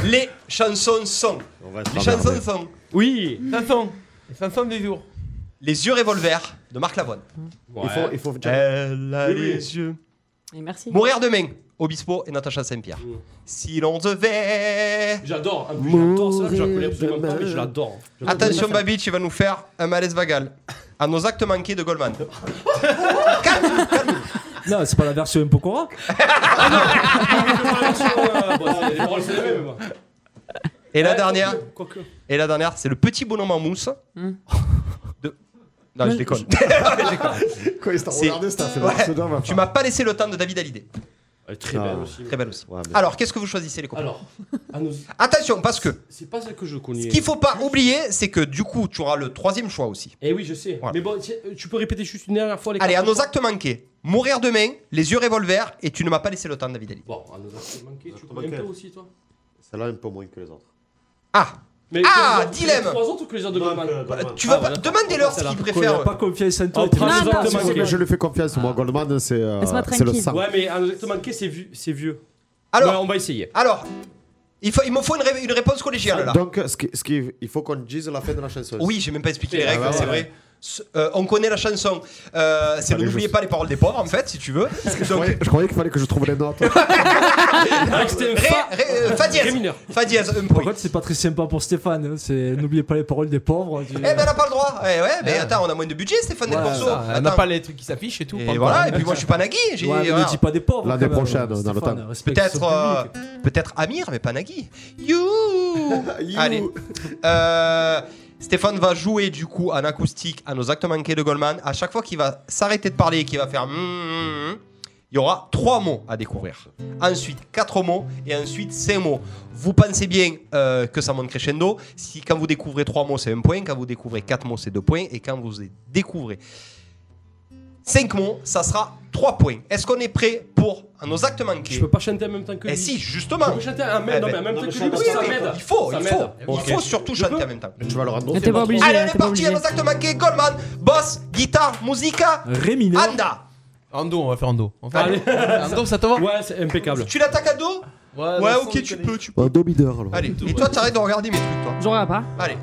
Les chansons sont.
On va
Les
se
chansons
emmerder.
sont.
Oui.
Chanson. Chanson du jour.
Les yeux revolver de Marc Lavoine.
Ouais.
Il faut, il faut
Elle a
Oui, oui.
les yeux.
Et merci.
Mourir demain. Obispo et Natacha Saint-Pierre. Si l'on devait.
J'adore. En plus, j'adore ça. Je la connais absolument pas, mais je l'adore. Je l'adore.
Attention, Babi, tu vas nous faire un malaise vagal. À nos actes manqués de Goldman. Calme, calme.
Ah, Non, c'est pas la
(laughs)
version Impokora.
Ah, bon, c'est- les paroles, c'est les mêmes.
Et la
Ouais,
dernière.
quoique- quoique.
Et la dernière, c'est le petit bonhomme en mousse.
Hmm.
De... Non, je déconne.
Quoi, il t'a
C'est-
regardé, ça fait
Ouais.
mal. C'est dingue, ma
tu
femme.
m'as pas laissé le temps de David Hallyday.
Elle est très belle
Ah.
aussi.
Très belle aussi.
Ouais, mais-
Alors, qu'est-ce que vous choisissez, les copains
Alors, à nous-
Attention, parce que
c'est pas celle que je connais.
ce qu'il faut pas oublier, c'est que du coup, tu auras le troisième choix aussi.
Eh oui, je sais.
Voilà.
Mais bon, tiens, tu peux répéter juste une dernière fois les
Allez, à
quatre
nos actes manqués. Mourir demain, les yeux revolver, et tu ne m'as pas laissé le temps, David Hallyday.
Bon, à nos actes manqués, tu
Actes
connais un peu
manqués.
aussi, toi
Celle-là, un peu moins que les autres.
Ah,
Mais
Ah,
que les autres-
dilemme.
que les trois autres ou que les autres de Goldman
tu vas
Ah,
pas.
ouais,
Demandez-leur ce
celle-là.
qu'ils
Quoi, il a
préfèrent.
pas confiance en toi.
Oh,
il était
prends
là.
les actes
C'est
Laisse-moi
que
manqués.
Je lui fais confiance,
Ah.
moi. Goldman, c'est euh,
Laisse-moi
c'est le
tranquille.
sang.
Ouais, mais à nos actes manqués, c'est vieux. C'est vieux. Ouais,
Alors,
on va essayer.
alors, il, faut, il me faut une, ré- une réponse collégiale là.
Donc, ce qui- ce qui- il faut qu'on dise la fin de la chanson.
Oui, j'ai même pas expliqué les
Ah,
règles,
bah,
c'est
voilà.
vrai. Ce- euh, on connaît la chanson. Euh, c'est
Allez,
N'oubliez
je-
pas les paroles des pauvres, en fait, si tu veux.
Je
Donc,
croyais, je croyais qu'il fallait que je trouve les notes.
Ah, C'était
ré,
un fa.
ré- euh, fa dièse.
Ré mineur.
Fa dièse, un
Par
point.
contre, c'est pas très sympa pour Stéphane. hein, C'est n'oubliez pas les paroles des pauvres. hein,
Eh ben, elle a pas le droit. Eh ouais, mais attends, on a moins de budget, Stéphane
Ouais, ça,
Delporso.
On n'a
Ah, Attends.
pas les trucs qui s'affichent et tout. pas
Et
le
voilà,
temps.
et puis moi je suis pas Nagui. j'ai-
Ouais, mais
voilà.
ne dis pas des pauvres.
L'année
quand même,
prochaine, dans le
Stéphane,
temps.
respecte
Peut-être
son
euh,
public.
peut-être Amir, mais pas Nagui. You Allez. Euh, Stéphane va jouer du coup en acoustique à nos actes manqués de Goldman. À chaque fois qu'il va s'arrêter de parler et qu'il va faire. hum, hum, hum, Il y aura trois mots à découvrir. Ensuite, quatre mots et ensuite cinq mots. Vous pensez bien euh, que ça monte crescendo. Si quand vous découvrez trois mots, c'est un point. Quand vous découvrez quatre mots, c'est deux points. Et quand vous les découvrez cinq mots, ça sera trois points. Est-ce qu'on est prêt pour nos actes manqués
Je peux pas chanter en même temps que lui.
et euh, Eh si,
Je
justement.
peux chanter en
Eh
même, non,
ben,
mais en même
non,
temps
mais
que
ça
lui,
va,
parce que
ça
ça
m'aide.
m'aide.
Il faut,
Ça
il
m'aide.
faut.
Ok.
Il faut surtout chanter en même temps.
tu vas le
Mais
rendre.
t'es pas obligé.
Allez,
hein,
on est
t'es pas
parti, à
obligé.
nos actes manqués. Goldman, boss, guitare, musica,
Réminé.
anda.
En dos, on va faire en dos. On va
Allez.
faire- En dos, ça te va
Ouais, c'est impeccable.
Tu l'attaques à dos Ouais,
Vincent,
ok,
il
tu
connaît.
peux, tu peux.
Un demi-heure alors.
Allez, et toi, t'arrêtes de regarder mes trucs, toi.
J'en regarde pas.
Allez.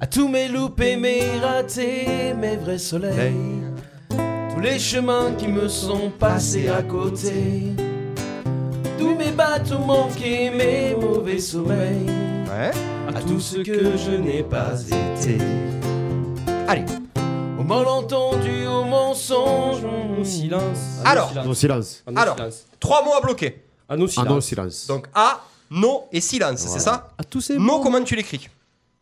À tous mes loupés, mes ratés, mes vrais soleils. Tous les chemins qui me sont passés à côté. Tous mes bateaux manqués, mes mauvais sommeils.
Ouais.
À tout ce que je n'ai pas été.
Allez.
Au malentendu, au mensonge,
Au silence.
Alors.
À
Nos
nos silence.
silences.
À nos
Alors.
silences.
Trois mots à bloquer.
À nos
Ah non,
silences.
silence.
Donc A, non et silence, c'est ça
À tous ces
Non,
mots.
comment tu l'écris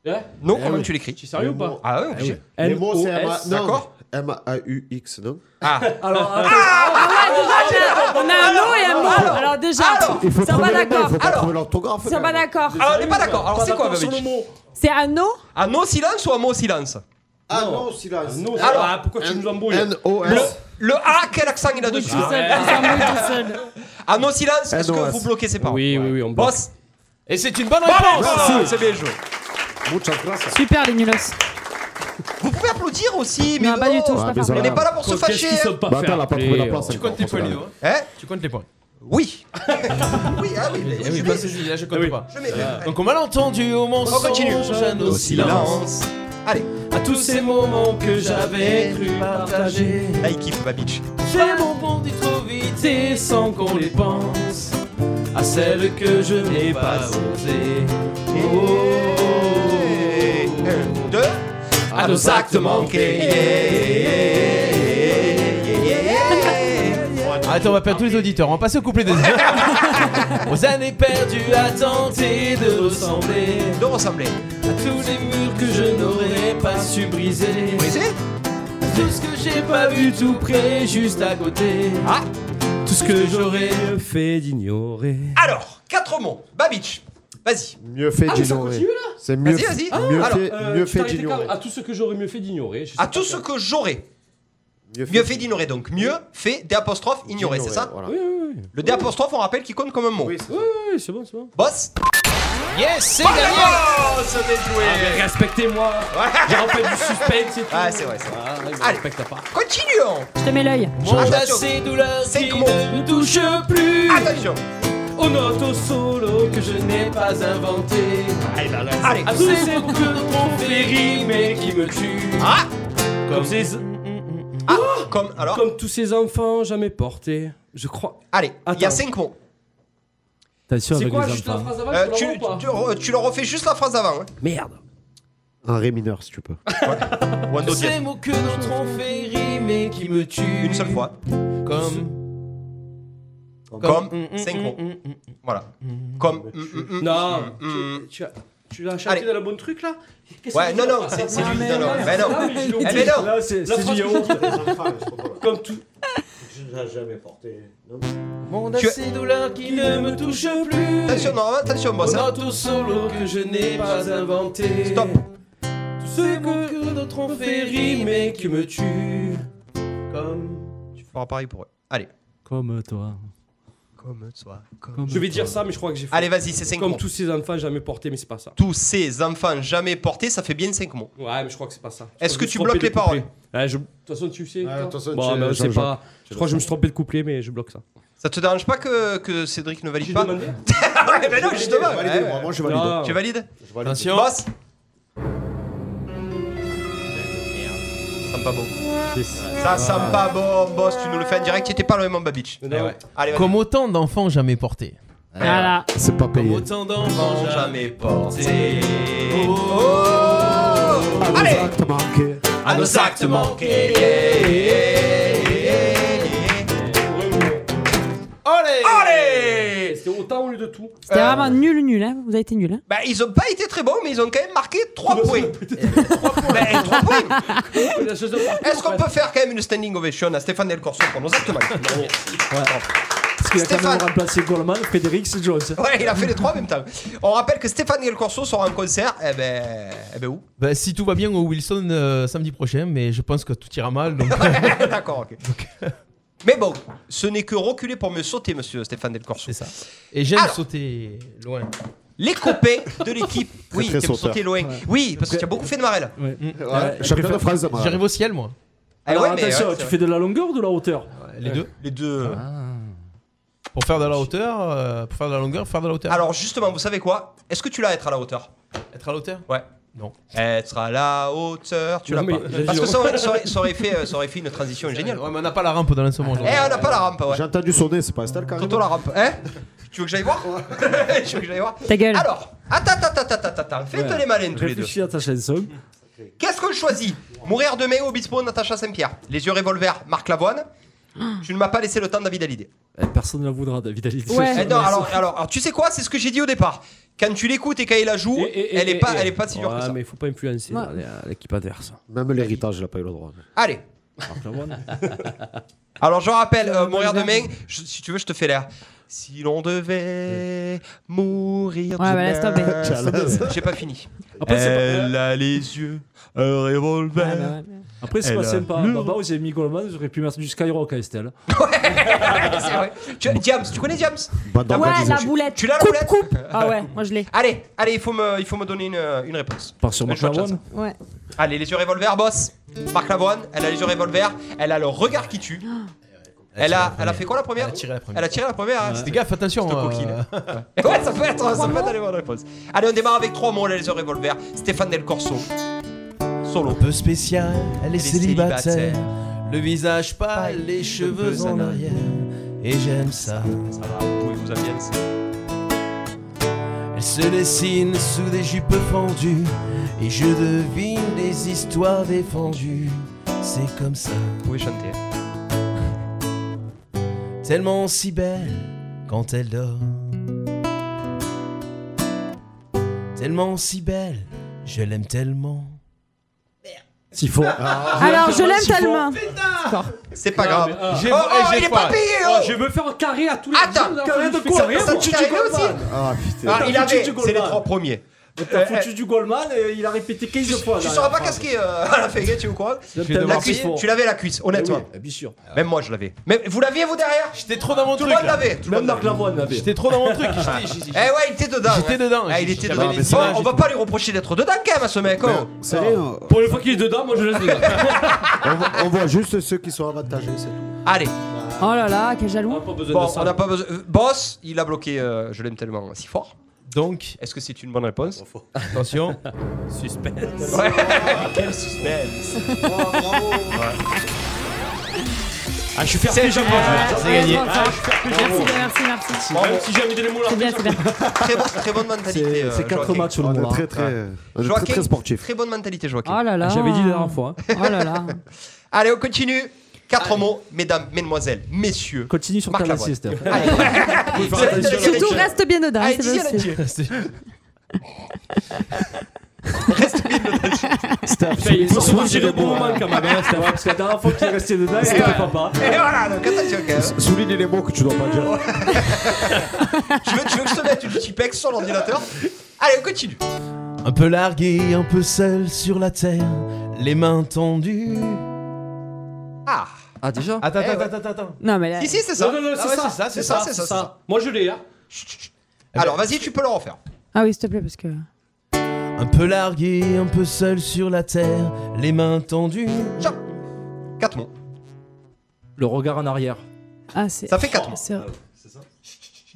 Ouais.
Non,
Eh
comment
oui.
tu
Tu Eh
l'écris
es sérieux ou pas
Ah ouais, obligé.
Les mots, c'est
N-O-S.
M-A- non,
d'accord.
M-A-U-X, non
(laughs)
Ah,
Alors, attends,
Ah ouais, déjà, on a- on a un mot et un mot. Alors, déjà,
Il faut
ils sont
trouver
pas
les mots, il
d'accord.
faut pas
Alors.
trouver l'orthographe.
Ils sont pas d'accord.
Ah, on n'est pas d'accord. Alors, c'est quoi,
d'accord sur
Babic
le mot.
C'est un nom
Un non silence ou un mot silence
Ah non, silence.
Non,
Alors.
ah, pourquoi tu nous embrouilles
le,
N-O-S.
le A, quel accent il a
Ils
dessus
sont
Ah.
seuls, ils sont embrouillés tout seuls.
Un non silence, est-ce que
NOS.
vous bloquez ses paroles
Eh, Oui, oui, oui, on bloque.
Boss
Et c'est une bonne réponse
Balance Ah, C'est bien joué.
Muchas gracias.
Super, les nulos.
Vous pouvez applaudir aussi, mais
Non, pas du tout,
Ouais,
je
désolé.
préfère.
On n'est pas là pour se
Qu'est-ce
fâcher. Ah,
qu'ils
hein.
savent pas faire
Bah attends, elle a pas trouvé la
appeler,
place.
Tu comptes les points, Ludo. hein
Hein
Tu comptes les points.
Oui. (laughs) oui, ah oui, Euh. mais
Eh oui,
je
bah,
mets-
c'est celui là, je
Ah
compte
oui.
pas.
je mets-
Donc au malentendu, au
On
mensonge,
continue.
à nos silences.
Allez,
À tous ces moments que j'avais cru partager.
là il kiffe ma bitch.
Ces bonbons dit trop vite et sans qu'on les pense. à celle que je n'ai pas osée. Oh.
Ah,
à nos actes
Eh,
manqués.
eh,
Attends, on va perdre tous les auditeurs. On va passer au couplet des (laughs)
Aux années perdues à tenter de ressembler De ressembler À tous les murs que je n'aurais pas su briser Briser Tout ce que j'ai pas vu tout près, juste à côté Ah Tout ce que j'aurais
Mieux fait d'ignorer.
Alors, quatre mots. Babich, vas-y.
Mieux fait
Ah, mais ça
d'ignorer.
continue, là
C'est mieux,
Vas-y, vas-y.
f- mieux
Ah,
fait,
alors, euh,
mieux
tu
fait
t'arrêtais
d'ignorer.
quand À tout ce que j'aurais mieux fait d'ignorer.
À tout ce que j'aurais. Mieux fait, d'ignorer, donc mieux fait D' apostrophe ignorer, c'est ça
voilà.
Le D' apostrophe, on rappelle qu'il compte comme un mot. Oui,
c'est bon, c'est bon.
Boss
Yes, c'est
Bonne
gagné.
réponse, bien joué
Respectez-moi. J'ai rappelé du suspense et tout.
Ah, c'est vrai, c'est vrai.
Allez, respecte pas.
Continuons
Je te mets
Euh.
l'œil.
Monde à ces douleurs qui ne me touchent plus
Ah,
Attention
Aux notes au solo que je n'ai pas inventées
Allez,
À tous ces mots que l'on fait rimer qui me tuent
Ah
Comme ces.
Ah Comme, alors
Comme tous ces enfants jamais portés, je crois.
Allez, il y a
Attends.
5 mots.
Attention avec les
juste la
enfants.
phrase avant
Euh,
je
tu,
te la rends ou Ah, pas
tu, re- tu leur refais juste la phrase avant. hein.
Merde.
Un ré mineur, si tu peux.
One note, yes.
Ces mots que notre ont fait rimer qui me tuent
Une seule fois.
Comme
Comme
Mm, mm,
5
mm,
mots.
mm, mm.
Voilà. Comme. mm, mm, mm,
Non.
mm, mm.
Tu, tu as- tu l'as acheté
Allez.
dans le bon truc là Qu'est-ce
Ouais,
que
non,
tu
non,
as
c'est c'est
Ah,
juste.
mais
Non, non, mais non.
Ah, mais je l'ai
Eh,
oublié.
mais non
La phrase que je dis, Comme tout.
J'ai jamais porté. Non.
Monde à
Tu-
ces douleurs qui ne me touchent plus
Attention, non, attention,
Aux
boss. hein.
notes au solo que je n'ai pas inventées
Stop.
Tous ces mots que notre ont fait rimer qui me tuent Comme
Tu feras pareil pour eux. Allez.
Comme toi.
Comme toi.
Comme
Je vais
toi.
dire ça, mais je crois que j'ai fait.
Allez, vas-y, c'est 5
Comme
mots.
tous ces enfants jamais portés, mais c'est pas ça.
Tous ces enfants jamais portés, ça fait bien 5 mots.
Ouais, mais je crois que c'est pas ça.
Est-ce que
Je crois je me
tu
suis trompé
bloques
de
les paroles
couplet. Ouais, je- De toute façon, tu sais.
Ouais,
toi
de toute façon,
Bon,
tu-
mais je sais
je-
pas.
je-
Je crois que je me suis trompé de couplet, mais je bloque ça.
Ça te dérange pas que, que Cédric ne valide
J'ai
pas
demandé.
Ouais, (laughs) mais non, justement.
Validé,
Ouais,
Ah, moi,
ouais.
moi, je valide.
Non.
Ah.
Tu valides
Je valide.
Attention.
Boss Ça me pas bon.
Ah.
Ça sent pas bon, boss. Tu nous le fais en direct. Tu étais pas loin, mon babitch.
Mais non.
Allez, vas-y.
Comme autant d'enfants jamais portés.
Voilà.
C'est pas
Comme
payé.
autant d'enfants jamais portés
Oh. Allez
Acte manqué.
à nos actes manqués
Allez Allez
Eh, C'était autant au lieu de tout.
C'était
Euh.
vraiment nul, nul, hein. Vous avez été nul, hein.
Bah, ils ont pas été très bons, mais ils ont quand même marqué 3 points. 3 points. Bah, 3
(laughs)
points. Est-ce
Est-ce
qu'on peut faire quand même une standing ovation à Stéphane Del Corso pour nos
(laughs)
actes manqués
Parce qu'il a quand
Stéphane.
même remplacé Goldman, Frédéric Jones.
Ouais, il a fait les trois en même temps. On rappelle que Stéphane Del Corso sera en concert. Eh ben, eh ben où (laughs)
Bah, si tout va bien au Wilson euh, samedi prochain, mais je pense que tout ira mal. Donc...
D'accord, ok. Mais bon, ce n'est que reculer pour me sauter, monsieur Stéphane Del Corso.
C'est ça. Et
Ah.
j'aime
Alors.
sauter loin.
Les copains de l'équipe. Oui,
très
t'aimes
sauteur.
sauter loin. Oui, parce que tu as beaucoup fait de Marel.
Ouais.
Ouais, Champion de France, moi.
J'arrive au ciel, moi.
Eh
Alors
ouais, mais
attention,
ouais, c'est
tu
vrai.
fais de la longueur ou de la hauteur
Les deux.
les deux.
Pour faire de la hauteur, euh, pour faire de la longueur, faire de la hauteur.
Alors justement, vous savez quoi Est-ce que tu l'as être à la hauteur
Être à la hauteur
Ouais.
Non.
Être à la hauteur, tu l'as
Non,
pas.
mais j'ai
Parce que
dit-
ça aurait, ça aurait- ça aurait fait, euh, ça aurait fait une transition géniale.
Ouais, mais on n'a pas la rampe dans l'instant
Eh,
aujourd'hui.
on n'a pas la rampe, ouais.
J'ai entendu sonner, c'est pas Estelle carrément.
Tonton la rampe. Hein Tu veux que j'aille voir (laughs) Tu veux que j'aille voir
Ta gueule.
Alors, attends, attends, attends, attends, attends. Faites
Ouais.
les malines hein, tous les deux.
Réfléchis à ta chanson.
Qu'est-ce qu'on choisit Mourir de mai au Bispo, Natacha Saint-Pierre. Les yeux revolver, Marc Lavoine. Tu ne m'as pas laissé le temps, David Hallyday.
Euh,
Eh, Personne ne la voudra, David Hallyday.
Ouais.
Eh non, alors, alors, alors, tu sais quoi C'est ce que j'ai dit au départ. Quand tu l'écoutes et quand il la joue,
Et- et- et-
elle, est
et-
pas,
et-
elle est pas si dure
Ouais,
que ça.
mais il faut pas influencer
Ouais.
là, les- euh, l'équipe adverse.
Même l'héritage, il a pas eu le droit.
Allez. (laughs) Alors je rappelle, euh, mourir demain, je- si tu veux, je te fais l'air. Si l'on devait mourir
Ouais, bah, laisse tomber.
demain. (laughs) J'ai pas fini.
Après, c'est pas-
Elle a les yeux, un revolver.
Ouais, bah ouais.
Après, c'est
Elle euh,
pas
a
sympa.
le-
Bah,
Là-bas où j'ai mis Goldman, j'aurais pu mettre du Skyrock à Estelle.
C'est vrai. Ah Tu, James, tu connais James
Bande
Ah,
Ouais,
organisée.
la boulette.
Tu l'as, la
Coupe,
boulette (laughs)
coupe. Ah ouais, moi je l'ai.
Allez, allez, il faut me, il faut me donner une, une réponse.
Par sur
Ouais,
Marc
je vois
Lavoine.
Ouais.
Allez, les yeux revolver, boss. Marc Lavoine, elle a les yeux revolver, elle a le regard qui tue. Elle
tiré la
a, elle a
première.
fait quoi la première
Elle a tiré la première.
Elle a tiré la première. hein,
Fais
c'était-
gaffe, attention.
Cette
euh,
coquine. Ouais, ça peut être, ça peut être aller voir la réponse. Allez, on démarre avec trois mots, les yeux revolver. Stéphane Del Corso.
Un
Solo.
peu spécial, elle est
célibataire,
célibataire. Le visage pâle, les cheveux en arrière.
et j'aime ça.
Ça va, vous pouvez vous aviez
Elle se dessine sous des jupes fendues et je devine des histoires défendues. C'est comme ça.
Vous pouvez chanter.
Tellement si belle quand elle dort. Tellement si belle, je l'aime tellement.
S'il faut.
Ah,
Ah
Alors, je l'aime tellement.
C'est pas grave.
J'ai-
Oh,
eh,
oh,
j'ai
il est
froid.
pas payé
Oh,
oh
je vais me faire un carré à tous les
Attends,
jours, là,
carré
faut
de
que je
quoi
fasse rien,
Ça,
quoi.
tu
Carré
Goldman.
aussi
Ah putain.
Ah,
T'as
Il
foutu
avait,
du
c'est les
Goldman.
trois premiers.
T'as
Euh,
foutu du Goldman et il a répété 15
Ah,
fois.
Tu
derrière.
seras pas casqué euh, (laughs) à la fête, tu ou quoi
vais
La
devoir
cuisse, tu l'avais la cuisse,
Eh
honnêtement.
eh, Bien sûr.
Même moi je l'avais. Mais vous l'aviez vous derrière
J'étais trop dans mon
Tout le
truc.
monde
là.
l'avait. tout le
Même
monde l'avait.
Marc Lavoine
eh
l'avait.
J'étais trop dans mon
(laughs)
truc. j'étais- j'étais-
Eh ouais, il était dedans.
J'étais
ouais.
dedans.
Ah, il était
J'avais
dedans.
les
Bon,
images.
on va pas lui reprocher d'être dedans quand même à ce mec. hein.
Sérieux, on,
Pour une fois qu'il est dedans, moi je
(laughs)
laisse dedans.
voit- on voit juste ceux qui sont avantagés, c'est tout.
Allez,
Oh là là, quel jaloux.
pas besoin
bon, on n'a pas besoin. euh, Boss, il a bloqué. euh, je l'aime tellement si fort.
Donc,
Est-ce que c'est une bonne réponse
attention.
(laughs) Suspense. (laughs)
Ouais. Quel suspense.
Ah, je suis fier
C'est
que
je
j'ai
pense.
C'est gagné.
Merci, merci, merci.
Même si j'ai mis des mots là.
C'est bien, c'est bien.
Très, bon- très bonne mentalité.
C'est
euh,
c'est quatre
Joaquin.
matchs euh, sur le
On est
mois.
très très, on est très,
Joaquin,
très sportif.
Très bonne mentalité, Joaquin.
Oh là là.
Ah, J'avais dit la dernière fois. hein.
Oh
(laughs)
là là.
Allez, on continue. Quatre mots, mesdames, mesdemoiselles, messieurs.
Continue sur
Marc
ta
Lavoine.
sieste.
Allez. Vous êtes
attention.
les
Surtout,
riches.
reste bien dedans.
Allez,
c'est
dis-y à la
pas possible.
tire.
C'est-
Il faut se tirer
le
au bon moment quand même. hein, c'était-
Parce que la dernière fois qu'il est resté dedans,
Et
c'était
ouais.
papa.
Et voilà, donc attention quand même.
Euh, Souligne les mots que tu dois pas dire.
Tu veux, tu veux que je te mette une chipex sur l'ordinateur Allez, on continue.
Un peu largué, un peu seul sur la terre, les mains tendues.
Ah,
Ah déjà
Attends,
Eh
attends,
ouais.
attends, attends, attends.
Non, mais là.
si, si, c'est ça.
Non, non, non,
Ah
c'est
ouais,
ça,
c'est ça, c'est
c'est ça,
ça,
c'est
c'est ça.
ça. Moi je l'ai, hein.
Alors, vas-y, tu peux le refaire.
Ah oui, s'il te plaît, parce que.
Un peu largué, un peu seul sur la terre, les mains tendues.
Tiens, quatre mots.
Le regard en arrière.
Ah, c'est.
Ça fait quatre mots.
C'est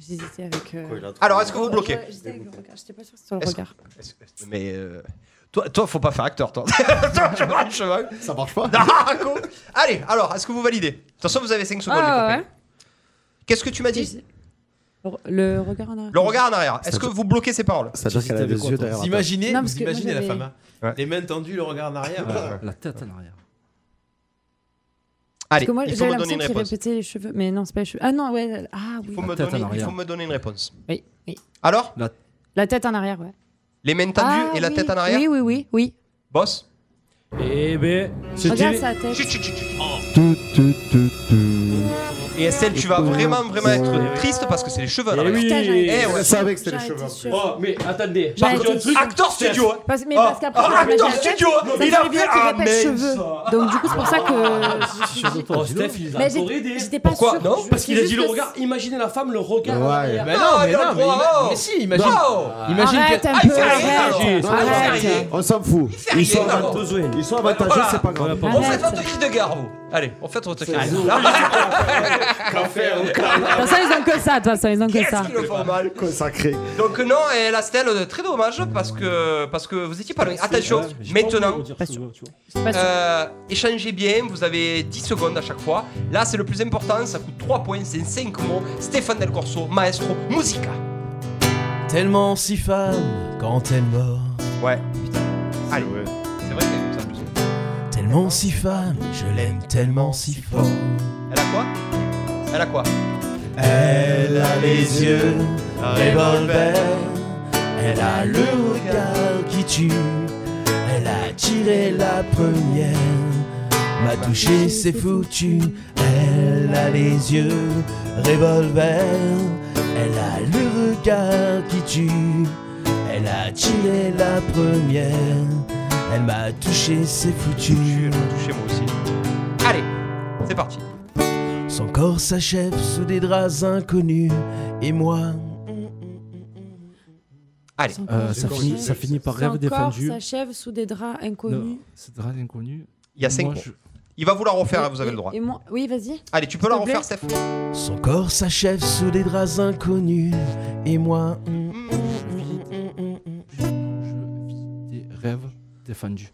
J'hésitais avec. euh,
Ah,
Alors, est-ce que vous bloquez
Ouais, J'hésitais avec le regard. J'étais pas sûre que c'était le
Est-ce-
regard.
Mais euh, toi, toi, faut pas faire acteur, toi. (laughs) toi, tu vois le cheval.
Ça marche pas.
(laughs) Ah, con. Allez, alors, est-ce que vous validez De toute façon, vous avez 5 secondes,
Ah,
les
ouais.
copains. Qu'est-ce que tu m'as dit
J'hésitais. Le le regard en arrière.
Le regard en arrière. Est-ce que vous bloquez ces paroles
C'est-à-dire qu'elle a des yeux derrière.
Vous imaginez,
Non,
vous
parce que moi,
imaginez la
j'avais-
femme. hein.
Ouais.
Les mains tendues, le regard en arrière.
La tête en arrière.
Allez,
Parce que moi,
il faut
j'avais
me donner
l'impression
une
qu'il
réponse.
répétait les cheveux. Mais non, c'est pas les cheveux. Ah non, ouais. Ah
Il
oui.
faut, me
La tête en
donner, il
arrière.
faut me donner une réponse.
Oui, oui.
Alors,
La tête en arrière, ouais.
les mains tendues
Ah,
et la
oui.
tête en arrière
Oui, oui, oui. oui.
Boss
Eh ben,
Regarde
c'était
sa tête.
Chut, chut, chut, chut.
Tu, tu, tu, tu.
Et Estelle, tu vas vraiment, vraiment être triste parce que c'est les cheveux. en
Eh
arrière.
oui.
Putain, j'aurais
Eh
été
ouais.
Je savais que c'était les
J'aurais
hein.
cheveux.
été sûre.
Oh, mais attendez,
Bah,
J'aurais
j'ai un
été
truc.
Acteur studio, hein.
Parce- mais
Ah,
parce qu'après,
ah,
je me
acteur
la tête,
studio,
ça
il a
serait bien
fait
qu'il
un
répète cheveux. Donc, du coup, c'est pour ça que.
Oh, Steph, il a
Mais
encore aidé.
Bah,
j'ai- j'étais pas
Pourquoi
sûre.
Non,
Je me
Parce qu'il a
suis
dit
juste
le
que-
regard, imaginez la femme, le regard.
Ouais.
en arrière.
Mais
Non,
non, mais
il a
non,
le
mais,
droit,
ima-
oh.
mais si, imagine.
Oh.
Imagine
Arrête
que-
un
Ah, il
peu,
fait rien,
arrête.
alors.
Arrête.
Arrête.
On s'en fout.
rien,
Ils sont
non.
avantagés.
besoin.
Ils sont avantagés,
Voilà.
c'est pas grave.
On fait
Arrête.
votre cri de gare, vous. Allez, on fait votre cri de
Allez.
gare.
De toute façon, ils ont que ça. De toute façon, ils ont que
Qu'est-ce
ça.
qu'ils le font mal
Consacré.
Donc non, et la stèle, euh, très dommage parce que parce que vous étiez pas loin. Attention, maintenant,
C'est pas sûr.
euh, échangez bien, vous avez 10 secondes à chaque fois. Là, c'est le plus important, ça coûte 3 points, c'est 5 mots. Stéphane Del Corso, maestro, musica.
Tellement si femme quand elle mord.
Ouais, putain. Allez, c'est vrai que ça me plaît.
Tellement si femme, je l'aime tellement si fort.
Elle a quoi Elle a quoi
Elle a les yeux revolver, elle a le regard qui tue, elle a tiré la première, m'a touché c'est foutu. Elle a les yeux revolver, elle a le regard qui tue, elle a tiré la première, elle m'a touché c'est foutu.
Touchez euh, moi aussi. Allez, c'est parti.
Son corps s'achève sous des draps inconnus et moi.
Allez.
Son
Euh,
corps
ça
s'achève-
finit- ça finit par
son
rêve défendu.
corps s'achève sous des draps inconnus.
Non, C'est drap inconnu.
Il y a cinq
Moi,
mots.
je-
Il va vous la refaire,
Et-
hein, vous avez le droit.
et moi- Oui, vas-y.
Allez, tu peux la
S'il te plaît.
refaire, Steph.
Son corps s'achève sous des draps inconnus et moi.
je vis des rêves défendus.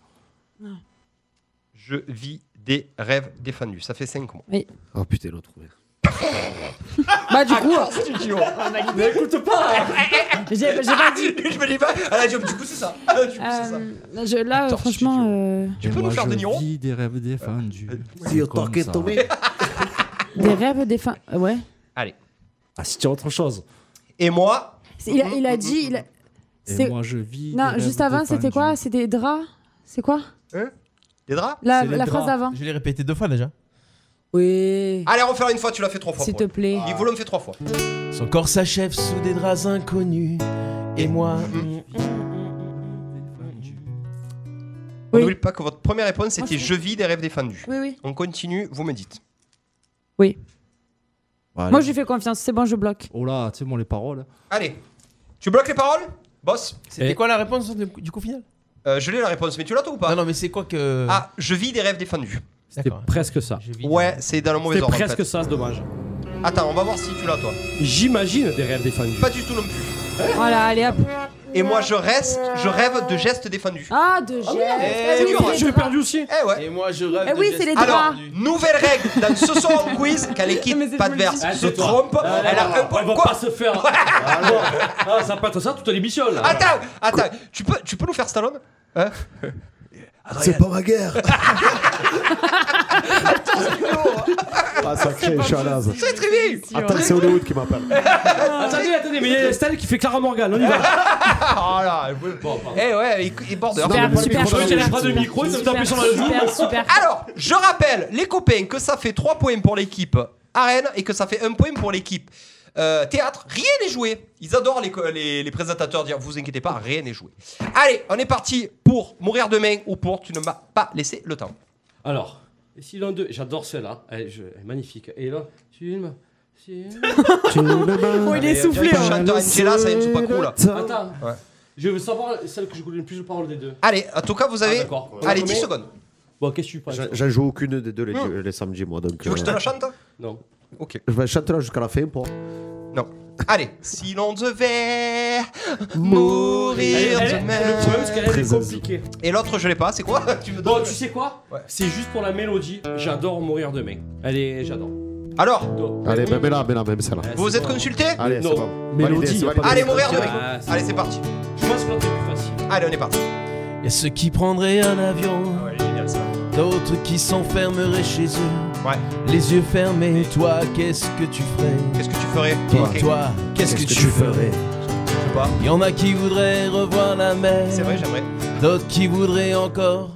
Je vis des rêves défendus. Ça fait 5 mois.
Oh putain, l'autre trouvé.
Bah, du coup.
Mais écoute pas
J'ai j'ai pas dit.
Ah, Je me dis pas Elle a dit, du coup, c'est ça Ah, Du coup, c'est ça
(laughs) Euh, je- là, franchement. euh,
Tu peux nous faire des Niro
Vis des rêves défendus.
Euh,
Si on t'en qu'est tombé.
Des rêves, des fins. euh, Ouais.
Allez.
Ah, si tu as autre chose.
Et moi
C'est- Il a, il a dit. il a-
Et
c'est-
moi je vis.
Non,
des
juste
rêves
avant, c'était quoi
défendus.
C'était des draps C'est quoi
Des draps
La,
C'est les
Ah, la phrase
draps.
d'avant.
Je l'ai répété deux fois déjà.
Oui.
Allez, refaire une fois, tu l'as fait trois fois.
S'il
pour
te
lui.
plaît.
Il vous le fait trois fois.
Son corps s'achève sous des draps.
Pas inconnu. Et moi,
Oui.
N'oubliez pas que votre première réponse c'était
Moi, je-
Je vis des rêves défendus.
Oui, oui.
On continue, vous me dites.
Voilà.
Moi, je lui fais confiance. C'est bon, je bloque.
Oh là, tu sais, moi les paroles.
Allez, tu bloques les paroles Boss
C'était quoi la réponse du du coup final
Euh, Je l'ai la réponse, mais tu l'as toi ou pas
Non, non, mais c'est quoi que.
Ah, je vis des rêves défendus.
C'était
D'accord.
presque
Ah,
ça.
Je vis-
Ouais, c'est dans le mauvais
C'était
ordre. en
presque ça, c'est dommage.
fait. Attends, on va voir si tu l'as toi.
J'imagine des rêves défendus.
Pas du tout non plus.
Voilà, allez hop.
Et moi, je reste, je rêve de gestes défendus.
Ah, de
mais c'est
gestes. Oui,
dur,
c'est
J'ai
des
perdu aussi.
Eh ouais.
et moi je rêve.
Eh
de
oui,
gestes
c'est les
Alors,
draps.
nouvelle règle dans ce soir en
(laughs)
quiz, quand
Mais
l'équipe
c'est
pas
ce que je
adverse
Ah,
se
c'est toi.
trompe,
Ah,
elle a un point.
Elle va
Quoi
pas se faire. Ah, bon. Ah, ça peut être ça toute l'émission là.
Attends, attends, tu peux, tu peux nous faire Stallone Hein
C'est pas ma guerre. Ah, sacré, je suis à l'aise.
C'est très bien
Attends, c'est Hollywood qui m'appelle.
(laughs)
Ah, Attendez, attendez, mais il y a Estelle qui fait Clara Morgan. On y
(laughs)
va.
Ah là, elle veut- Eh ouais, il- il border.
Super, super.
Je tiens pas de micro, il me taper
Super,
sur la joue.
super, super.
Alors, je rappelle, les copains, que ça fait 3 points pour l'équipe arène et que ça fait 1 point pour l'équipe euh, théâtre. Rien n'est joué. Ils adorent les, co- les, les présentateurs dire vous inquiétez pas, rien n'est joué. Allez, on est parti pour mourir demain ou pour tu ne m'as pas laissé le temps.
Alors, et si l'un d'eux, j'adore celle-là, elle, est- je- elle est magnifique. Et là, film, film.
Oh, il est soufflé.
Le chanteur Angela, ça aime pas cool.
Attends,
Ouais.
je veux savoir celle que je connais le plus de paroles des deux.
Allez, en tout cas, vous
Ah,
avez.
d'accord.
Allez,
Ouais.
10 secondes.
Bon, qu'est-ce que tu penses
J'en joue aucune des deux les, les samedis, moi. Donc,
Tu veux que je te
euh,
la chante
Non.
Ok.
je vais chanter là jusqu'à la fin pour.
Non. Allez, si l'on devait mourir
Elle- elle- Le
demain.
problème, c'est qu'elle est
Très
compliquée.
Et l'autre, je l'ai pas, c'est quoi Tu me
Bon,
donnes.
tu sais quoi
Ouais.
C'est juste pour la mélodie. J'adore mourir demain. Elle est, j'adore.
Alors,
Do.
Allez, ben, mets-la, mets-la, même celle-là.
Ah, c'est
vous êtes
bon.
consultés
Allez,
Non.
c'est bon.
Mélodie,
Validé, c'est
y a
validé.
pas de-
Allez, mourir
Ah,
demain.
c'est
Allez, c'est parti.
Je pense que l'autre est plus facile.
Allez, on est parti.
Il y a ceux qui prendraient un avion,
Ah
d'autres qui s'enfermeraient chez eux.
Ouais.
Les yeux fermés, toi, qu'est-ce que tu ferais
Qu'est-ce que tu ferais Ok,
Et toi, qu'est-ce que, tu ferais
Je sais pas.
Il y en a qui voudraient revoir la mer,
C'est vrai, j'aimerais.
d'autres qui voudraient encore.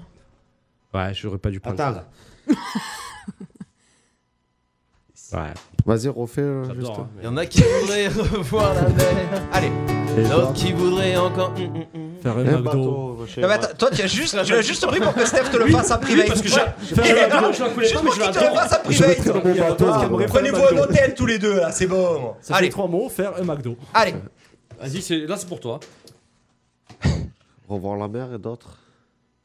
Ouais, j'aurais pas dû prendre
Attends.
ça. Ouais,
Vas-y, refais. euh, juste.
j'adore. hein, mais-
Il y en a qui voudraient (laughs) revoir la mer,
Allez.
Et
d'autres
toi
qui voudraient encore. Hum, hum, hum.
Faire
Eh
Un
bah,
un McDo.
bateau, je sais
Non,
euh,
mais
pas.
attends, toi, tu as juste, tu l'as juste pris pour que Steph te le fasse en privé.
parce que j'ai-
Ouais.
je l'adore, je la connais
Juste
pas, mais
pour
je
qu'il te le
l'adore.
fasse en privé.
Il y a d'autres qui aimeraient faire
Prenez-vous un
McDo.
hôtel tous les deux, là, c'est bon.
Ça fait
Allez,
trois mots, faire un McDo.
allez.
Vas-y, c'est- là c'est pour toi.
Revoir la mer et d'autres.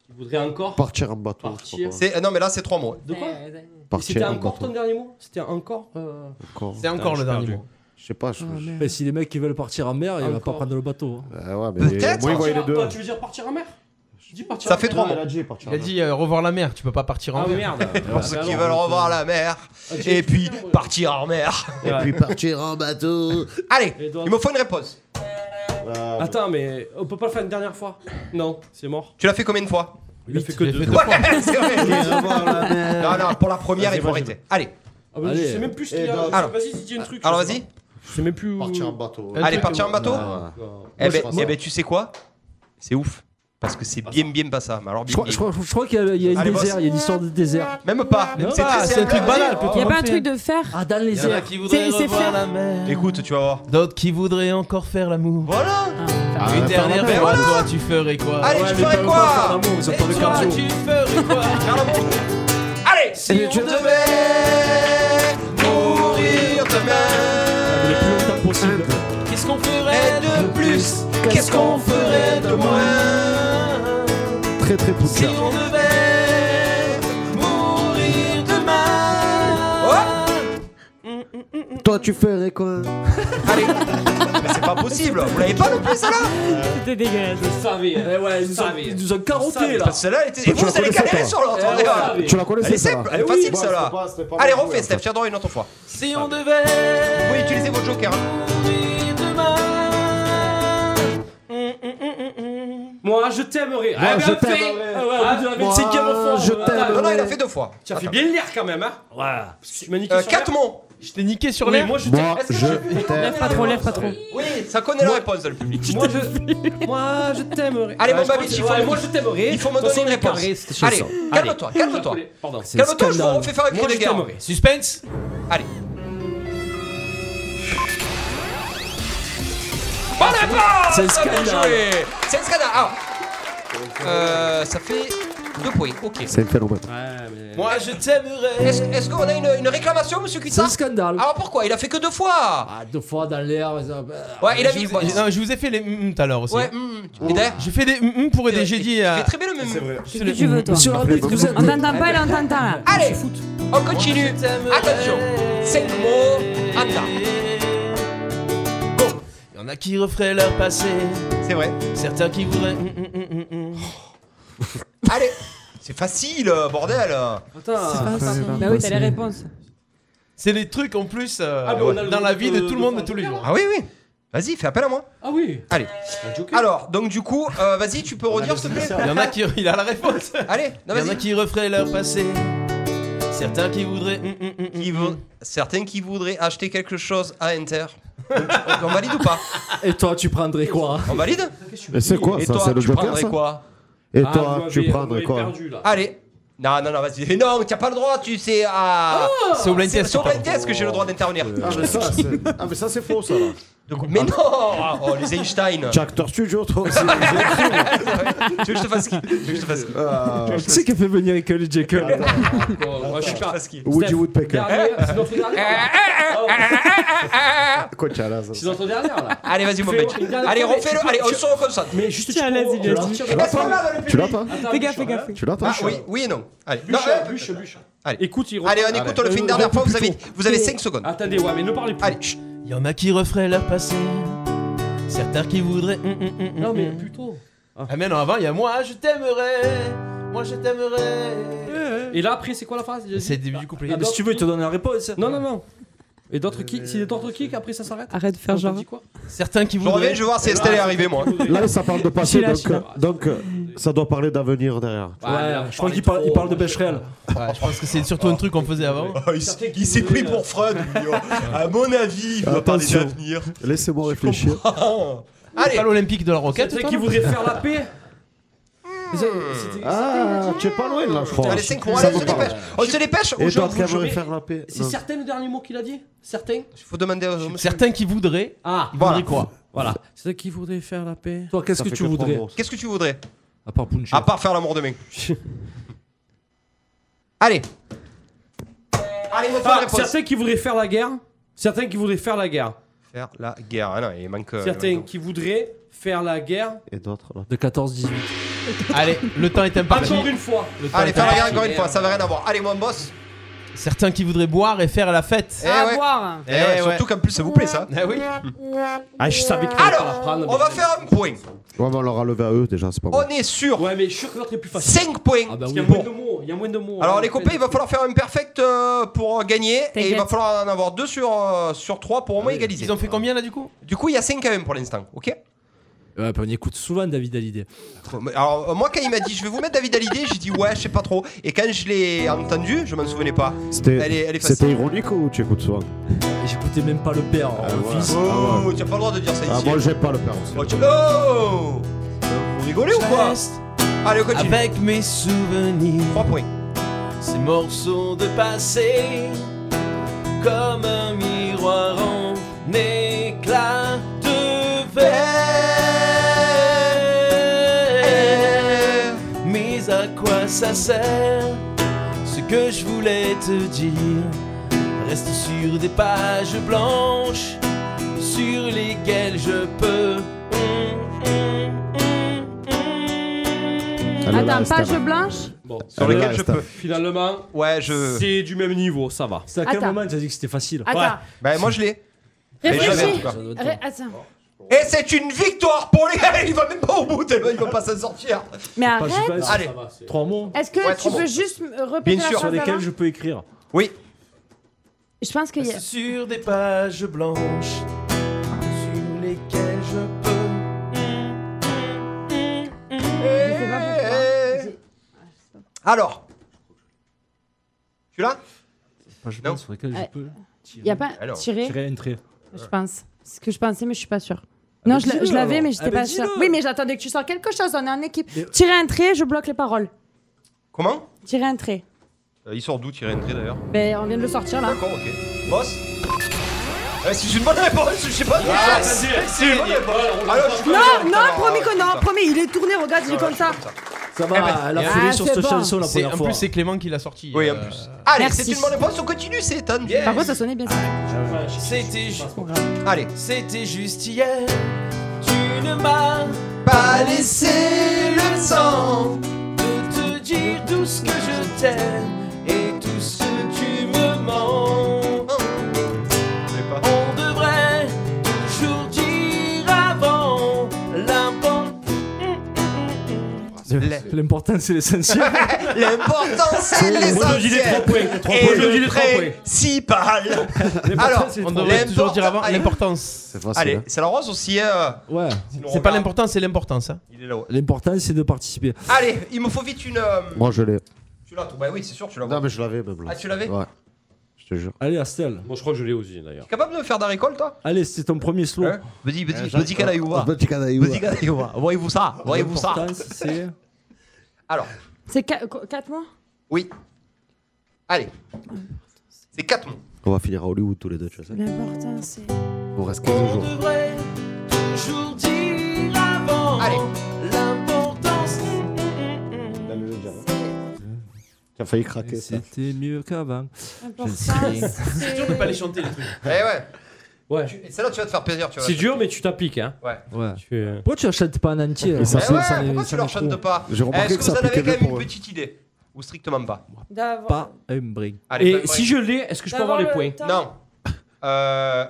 Tu voudrais encore
Partir en bateau. je sais
Partir.
pas quoi.
C'est- euh, Non, mais là, c'est trois mots.
De quoi C'était
Partir en
encore ton
bateau.
dernier mot C'était encore euh,
Encore.
C'est encore
Putain,
le
j'ai
dernier
perdu.
mot.
Je sais pas. Je...
Mais si les mecs qui veulent partir en mer, ils vont pas
Encore.
prendre le bateau. hein.
Ah,
Euh, ouais, mais
Peut-être,
moi, ils voient les
partir-
deux.
toi, Tu veux dire partir en mer Dis partir
Ça
en
fait
mer.
trois mots.
Elle a dit partir
Il
en
a
mer.
dit euh, revoir la mer, tu peux pas partir en
Ah
mer.
merde (laughs)
Pour ceux qui veulent revoir la mer. Et puis, partir en mer.
Et puis partir en bateau.
Allez,
Et donc-
il me faut une réponse.
Ah,
Attends, mais on peut pas le faire une dernière fois Non, c'est mort.
Tu l'as fait combien de fois
Il a fait que
Il a
deux.
fait deux
Ouais,
fois.
(laughs) c'est vrai. Non, non, pour la première, il faut arrêter. Allez,
Ah bah, je
Allez.
sais même plus ce qu'il y
Et
a.
donc-
Je- Vas-y, dis un truc.
alors
je sais
vas-y.
pas. Je sais même plus où.
Partir en bateau.
Un
Allez,
truc,
partir en bateau
Ah, ouais.
Eh
je
ben,
pense
eh
pas.
ben, tu sais quoi C'est ouf. Parce que c'est bien, bien pas ça. Mais alors,
Je
bien,
crois,
bien.
je crois- je crois qu'il y a, il y a une
Allez, boss.
désert, il y a une histoire de désert.
Même pas.
Non,
C'est
bah,
très
c'est un
simple.
truc banal,
Il y a pas un truc de fer
Ah, dans
Il
les
y en a
airs.
qui voudraient
C'est- c'est
revoir
faire-
la mer,
Écoute, tu vas voir.
d'autres qui voudraient encore faire l'amour.
Voilà.
Ah,
Une dernière
ben
fois,
voilà.
toi, tu ferais quoi
Allez,
Ah,
Ouais,
tu
mais
ferais
pas- pas
quoi
d'amour, ils ont pas le
Toi,
cardio.
tu ferais (laughs) quoi
Faire la bouffe. Allez Si
Et
on
tu-
devait mourir demain,
Le plus longtemps possible.
Qu'est-ce qu'on ferait
et de plus, qu'est-ce qu'on ferait de moins
Très très
si
poussé.
on devait mourir demain
Toi, toi tu ferais quoi
Mais c'est pas possible. Vous l'avez pas non plus celle-là
C'était dégueulasse. Je savais. hein.
ouais,
Je
ils nous ont-
savez.
ils nous ont carotté
Vous
là.
Parce que celle-là, elle était... et
Tu
vous,
la
vous allez
connaissais
galérer
pas.
sur l'autre.
Eh, on
les gars.
savait.
Tu la connaissais
Elle est
celle-là
simple, elle est
Eh oui,
facile
bah,
celle-là.
c'est pas- c'est pas
Allez,
mal joué,
hein.
refais, Steph, tiens dans une autre fois.
Si on devait
Vous pouvez utiliser votre joker. hein.
mourir demain. Hum, hum, hum, hum, hum.
Moi, je t'aimerais. Ah,
je
bien fait.
t'aimerais.
Ah, ouais, on dirait avec
Moi,
ses gammes au fond.
je
Ah,
t'aimerais.
attends,
Non, non, il a fait deux fois.
Tu as fait bien l'air quand même, hein Voilà. Tu m'as niqué
Euh,
sur l'air.
Catmon.
Je t'ai niqué sur
Oui,
l'air.
moi, je
Moi,
t'aime. Est-ce que
je
Lève pas trop, lève pas trop.
Oui, ça connaît la réponse, le public.
Moi je, moi, je t'aimerais. Ouais,
Allez,
Ah,
mon
je
Babi,
pense-
il faut-
ouais, moi je t'aimerais.
Il faut me donner une réponse. Allez, calme-toi, calme-toi.
Pardon.
Calme-toi, je vous refais faire un cri
Moi,
de
je
guerre.
t'aimerais.
Suspense
Allez.
C'est
Bonne
un
réponse Bien
scandale.
joué C'est un scandale Alors, euh, ça fait deux points, ok.
C'est un phénomène.
Ouais, mais...
Moi je t'aimerais.
Est-ce est-ce qu'on a une, une réclamation, monsieur
C'est un
Cuissard
scandale.
Alors pourquoi Il a fait que deux fois
Ah, deux fois dans l'air. mais ça-
Ouais, il a
je
mis...
vous, ai-
Ouais,
non, je vous ai fait les hum tout à l'heure aussi.
ouais hum, hum.
Oh.
et d'ailleurs...
J'ai fait des hum hum pour aider. J'ai dit.
Il
euh,
fait très bien le même.
Qu'est-ce que tu veux, toi
Monsieur Landry,
On
nous aide.
t'entend pas, il entend pas.
Allez, on continue. Attention, cinq mots, attends.
Y en a qui referaient leur passé.
C'est vrai.
Certains qui voudraient.
Mm,
Hum, hum, hum, hum, hum.
Allez, c'est facile, bordel.
Attends.
Bah oui, t'as les réponses.
C'est les trucs en plus euh,
Ah, mais on a le
dans la
droit
vie de
de-
tout le
de
monde de
faire
tous les
un
jours.
Ah oui, oui. Vas-y, fais appel à moi.
Ah oui.
Allez.
Un joker.
Alors, donc du coup, euh, vas-y, tu peux redire s'il te plaît
Il y en a qui. Il a la réponse.
Allez, non,
Y en a
vas-y.
qui referaient leur passé. Certains qui voudraient. Hum, hum, hum, hum.
Qui vou- Certains qui voudraient acheter quelque chose à Inter. Donc, on, on valide ou pas
Et toi, tu prendrais quoi hein
On valide
Mais c'est quoi
Et
ça
toi,
C'est le
tu
Joker
prendrais
ça
quoi
Et
Ah,
toi
vous
tu
m'avez-
prendrais
vous m'avez
quoi
perdu, là.
Allez. Non, non, non, vas-y. Non, mais t'as pas le droit, tu sais. à
Oh,
C'est au blind
C'est
test.
sur
par
blind test que j'ai le droit d'intervenir.
ah mais, ça, c'est... ah mais ça c'est faux ça là.
De quoi Mais non Oh, les
(laughs)
Einstein
T'es acteur studio toi aussi.
Tu veux que je te fasse qui Tu veux que je te fasse qui
Euh,
Tu sais qui a fait venir Michael Jekyll
Bon, moi, je suis pas.
Woody
Steph,
Woodpecker.
Dernier,
Eh,
c'est notre dernière.
Quoi t'as là Ah, ça
C'est notre dernière là.
Allez, vas-y, mon
Fais
mec.
une dernière
Allez,
fois,
refais-le.
tu-
Allez, on se reconcentre.
Mais juste
Tiens,
tu
allez,
peux-
vas-y, vas-y.
sortir de-
Eh,
Tu l'as pas Tu l'as pas
Attends,
Fais gaffe,
Bouchard,
fais gaffe.
Tu l'as pas
Ah, oui, oui et non. Allez, non,
Bûche,
euh,
bûche, bûche.
Allez.
Écoute, il Ah
allez, on écoute, on le fait une dernière fois. Vous avez, vous avez 5 secondes.
Attendez, ouais, mais ne parlez plus.
Allez, chut.
Y en a qui referaient leur passé. Certains qui voudraient. Hum, hum, hum, hum,
Non, mais
hum.
plutôt.
Ah, mais non, avant, il y a moi.
Moi je t'aimerais. Moi je t'aimerais.
Et là, après, c'est quoi la phrase il a dit
C'est le début du couplet.
Ah,
Si tu veux, il te donne la réponse.
Non, non, non. Et d'autres qui Si d'autres qui après ça s'arrête
Arrête de faire
On
genre.
dit quoi
Certains qui
bah. Je reviens,
voudraient.
je vais voir si Estelle est arrivée, moi.
Là ça parle de passé
Je
donc,
suis là,
euh, donc euh, ça doit parler d'avenir derrière.
Ouais, mais
Ouais,
on
je crois
parlait
qu'il parle,
trop,
Ah, il parle de
moi, je-
Becherel.
Ouais, je pense que c'est surtout un truc qu'on faisait avant.
Ah, il s- il s'est pris pour Freud. lui, oh. À mon avis, il doit parler
Attention.
d'avenir.
Laissez-moi réfléchir.
Allez,
Pas l'Olympique de la
C'est
roquette.
vrai
toi,
qui
non
voudrait faire la paix C'était-
Ah tu es pas loin là je crois.
allez, 5 mois.
Ça
Allez, on se
me parle.
dépêche. On se dépêche ou
Et
je
toi
vous
qui
jure
aimerais faire la paix.
C'est
Non.
certain le dernier mot qu'il a dit Certain
Faut demander aux hommes.
Certains qui voudraient.
Ah
Ils
Voilà.
voudraient quoi
Voilà. C'est vrai qui voudrait faire la paix
Toi, qu'est-ce
Ça
que
fait
tu
que trois
voudrais
mots.
Qu'est-ce que tu voudrais
À part Puncher.
À part faire l'amour demain. Allez. Allez, on
Ah,
faire la réponse.
Certains qui voudraient faire la guerre Certains qui voudraient faire la guerre
Faire la guerre. Ah non, il manque. euh, il
Certains
manque-
qui voudraient faire la guerre
Et d'autres là.
De 14-18.
Allez, le temps est imparti.
Encore une fois
Le temps
Allez,
est
faire la
imparti.
guerre encore une fois, ça va rien avoir. Allez, mon boss.
Certains qui voudraient boire et faire la fête.
Eh
À
ouais.
voir.
Eh ouais,
Eh ouais.
Surtout qu'en plus, ça vous plaît ça.
Ah oui.
Ah, je savais qu'il fallait pas la
Alors,
prendre.
on va faire un point.
Ouais mais on leur a levé à eux déjà c'est pas bon.
On est sur
Ouais, mais je suis sûr que l'autre est plus facile.
5 points.
Ah bah
Parce
oui.
qu'il y a moins de mots, il y a moins de mots.
Alors
Ouais,
les
on
copains,
fait-
il va falloir faire un perfect euh, pour euh, gagner et il va
T'inquiète.
falloir en avoir deux sur, euh, sur 3 pour au moins
Ah
égaliser.
Ils ont fait combien là du coup
Du coup, il y a 5 quand même pour l'instant, ok
Ouais, puis on écoute souvent David Hallyday.
Alors euh, moi quand il m'a dit je vais vous mettre David Hallyday, j'ai dit ouais, je sais pas trop. Et quand je l'ai entendu, je m'en souvenais pas.
C'était,
Elle est- elle est facile.
c'était ironique ou tu écoutes souvent
Et J'écoutais même pas le père, le
voilà.
fils.
Ah
Oh, tu as pas le droit de dire ça
Ah
ici.
moi j'aime pas le père aussi.
Oh, tu- Oh Vous rigolez ou quoi
Reste
Allez,
Ah
on continue.
avec mes souvenirs.
3 points.
Ces morceaux de passé, comme un miroir en éclat de verre. Mais à quoi ça sert Ce que je voulais te dire reste sur des pages blanches sur lesquelles je peux. Hum, hum, hum, hum.
Elle est là,
Attends,
Estelle.
page blanche
Bon,
Sur lequel je peux.
Finalement,
ouais, je...
c'est du même niveau, ça va.
C'est à quel Attends. moment tu as dit que c'était facile
Ouais.
Attends.
Bah, moi, je l'ai. Mais je l'avais, en
Réfléchis.
tout cas.
Ré- Attends.
Et c'est une victoire pour les gars. Il va même pas au bout, tellement il va pas s'en sortir.
Mais arrête.
Ah,
Allez,
trois mots.
Est-ce que
Ouais,
tu
trop
peux
bon.
juste me répéter la
sur
phrase
lesquels
d'avant
je peux écrire.
Oui.
Je pense qu'il y a.
Sur des pages blanches sur lesquelles je peux.
Eh, Alors. Tu l'as
Page blanche sur laquelle je
Ouais.
peux.
Il y a pas
Alors,
tiré.
tirer un trait.
Je pense. C'est ce que je pensais, mais je suis pas sûre. non,
ben
je, l'a-
dis-le,
je l'avais,
alors.
mais
Ah
j'étais
ben
pas sûre.
dis-le.
Oui, mais j'attendais que tu sors quelque chose. On est en équipe. Tirer un trait, je bloque les paroles.
Comment
Tirer un trait.
Euh, Il sort d'où tirer entrée d'ailleurs
Ben, on vient de le sortir là.
D'accord, ok. Boss euh, Si c'est une bonne réponse, je sais pas.
Ah,
Je-
si,
c'est une bonne réponse. Alors, tu-
Non, non,
Attends,
promis que non,
attends.
promis, il est tourné, regarde, il est comme ça.
Ça
Eh ben,
va, elle a
bien.
foulé
Ah,
sur
c'est
cette
bon.
chanson la
C'est-
première
en
fois.
plus, c'est Clément qui l'a sorti.
Oui, en
euh,
plus. Allez,
Merci.
c'est une bonne réponse, on continue, c'est étonnant.
Yes.
Par contre, ça sonnait bien. ça.
C'était juste.
Allez.
C'était juste hier. Tu ne m'as
Pas
laissé le temps de te dire tout ce que je t'aime et tout ce que tu me manques. On devrait toujours dire avant l'important.
L'important, c'est l'essentiel.
L'important, c'est l'essentiel.
Moi, je dis les trois points. Trois
Et
points, je dis
le
les trois points.
principal. Alors,
L'important, c'est les
On
trois.
devrait toujours dire avant
Allez.
l'importance. C'est
Allez,
hein.
c'est la rose aussi. euh,
(laughs)
sinon
Ouais.
on
C'est pas
regarde.
l'importance, c'est l'importance. hein.
Il est là-haut.
L'important, c'est de participer.
Allez, il me faut vite une. euh,
Moi, je l'ai.
Tu l'as, toi Bah oui, c'est sûr, tu l'as.
Non, mais je l'avais même là.
Ah, tu l'avais
Ouais. Je te jure.
Allez, Astel.
Moi, je crois que je l'ai aussi, d'ailleurs.
T'es capable de me faire de la récolte, toi
Allez, c'est ton premier slow.
Hein Vas-y,
Eh,
vas-y,
Jacques,
vas-y, Kanaïwa.
Ah, Petit Canaïwa.
Vas-y, Kanaïwa. Voyez-vous ça, voyez-vous ça.
L'important, c'est.
Alors,
C'est 4 mois
oui. Allez. C'est 4 mots.
On va finir à Hollywood tous les deux, tu sais.
L'important, c'est.
On reste 15 jours.
devrait toujours dire avant
Allez.
Oh.
l'importance.
T'as failli craquer, ça.
C'était mieux qu'avant.
L'important,
C'est
c'est.
dur de pas les chanter les trucs.
Eh ouais.
Ouais.
Tu- et Celle-là, tu vas te faire plaisir, tu vois.
C'est dur, mais tu t'appliques, hein.
Ouais.
Ouais.
Tu, euh,
Pourquoi tu achètes pas en entier
Et ça,
Eh
c'est-
ouais,
ça
n'est-
pourquoi
hein, ça
tu
n'est
leur chantes
trop.
pas
J'ai remarqué
Est-ce
que
que
ça
vous en
appliquait
avez quand
mieux
même
pour
une
eux.
petite idée Ou strictement pas
D'avoir.
Pas un brin.
Allez,
Et
pas-
si je l'ai, est-ce que je peux avoir les
d'avoir
points
le temps-
Non. Euh.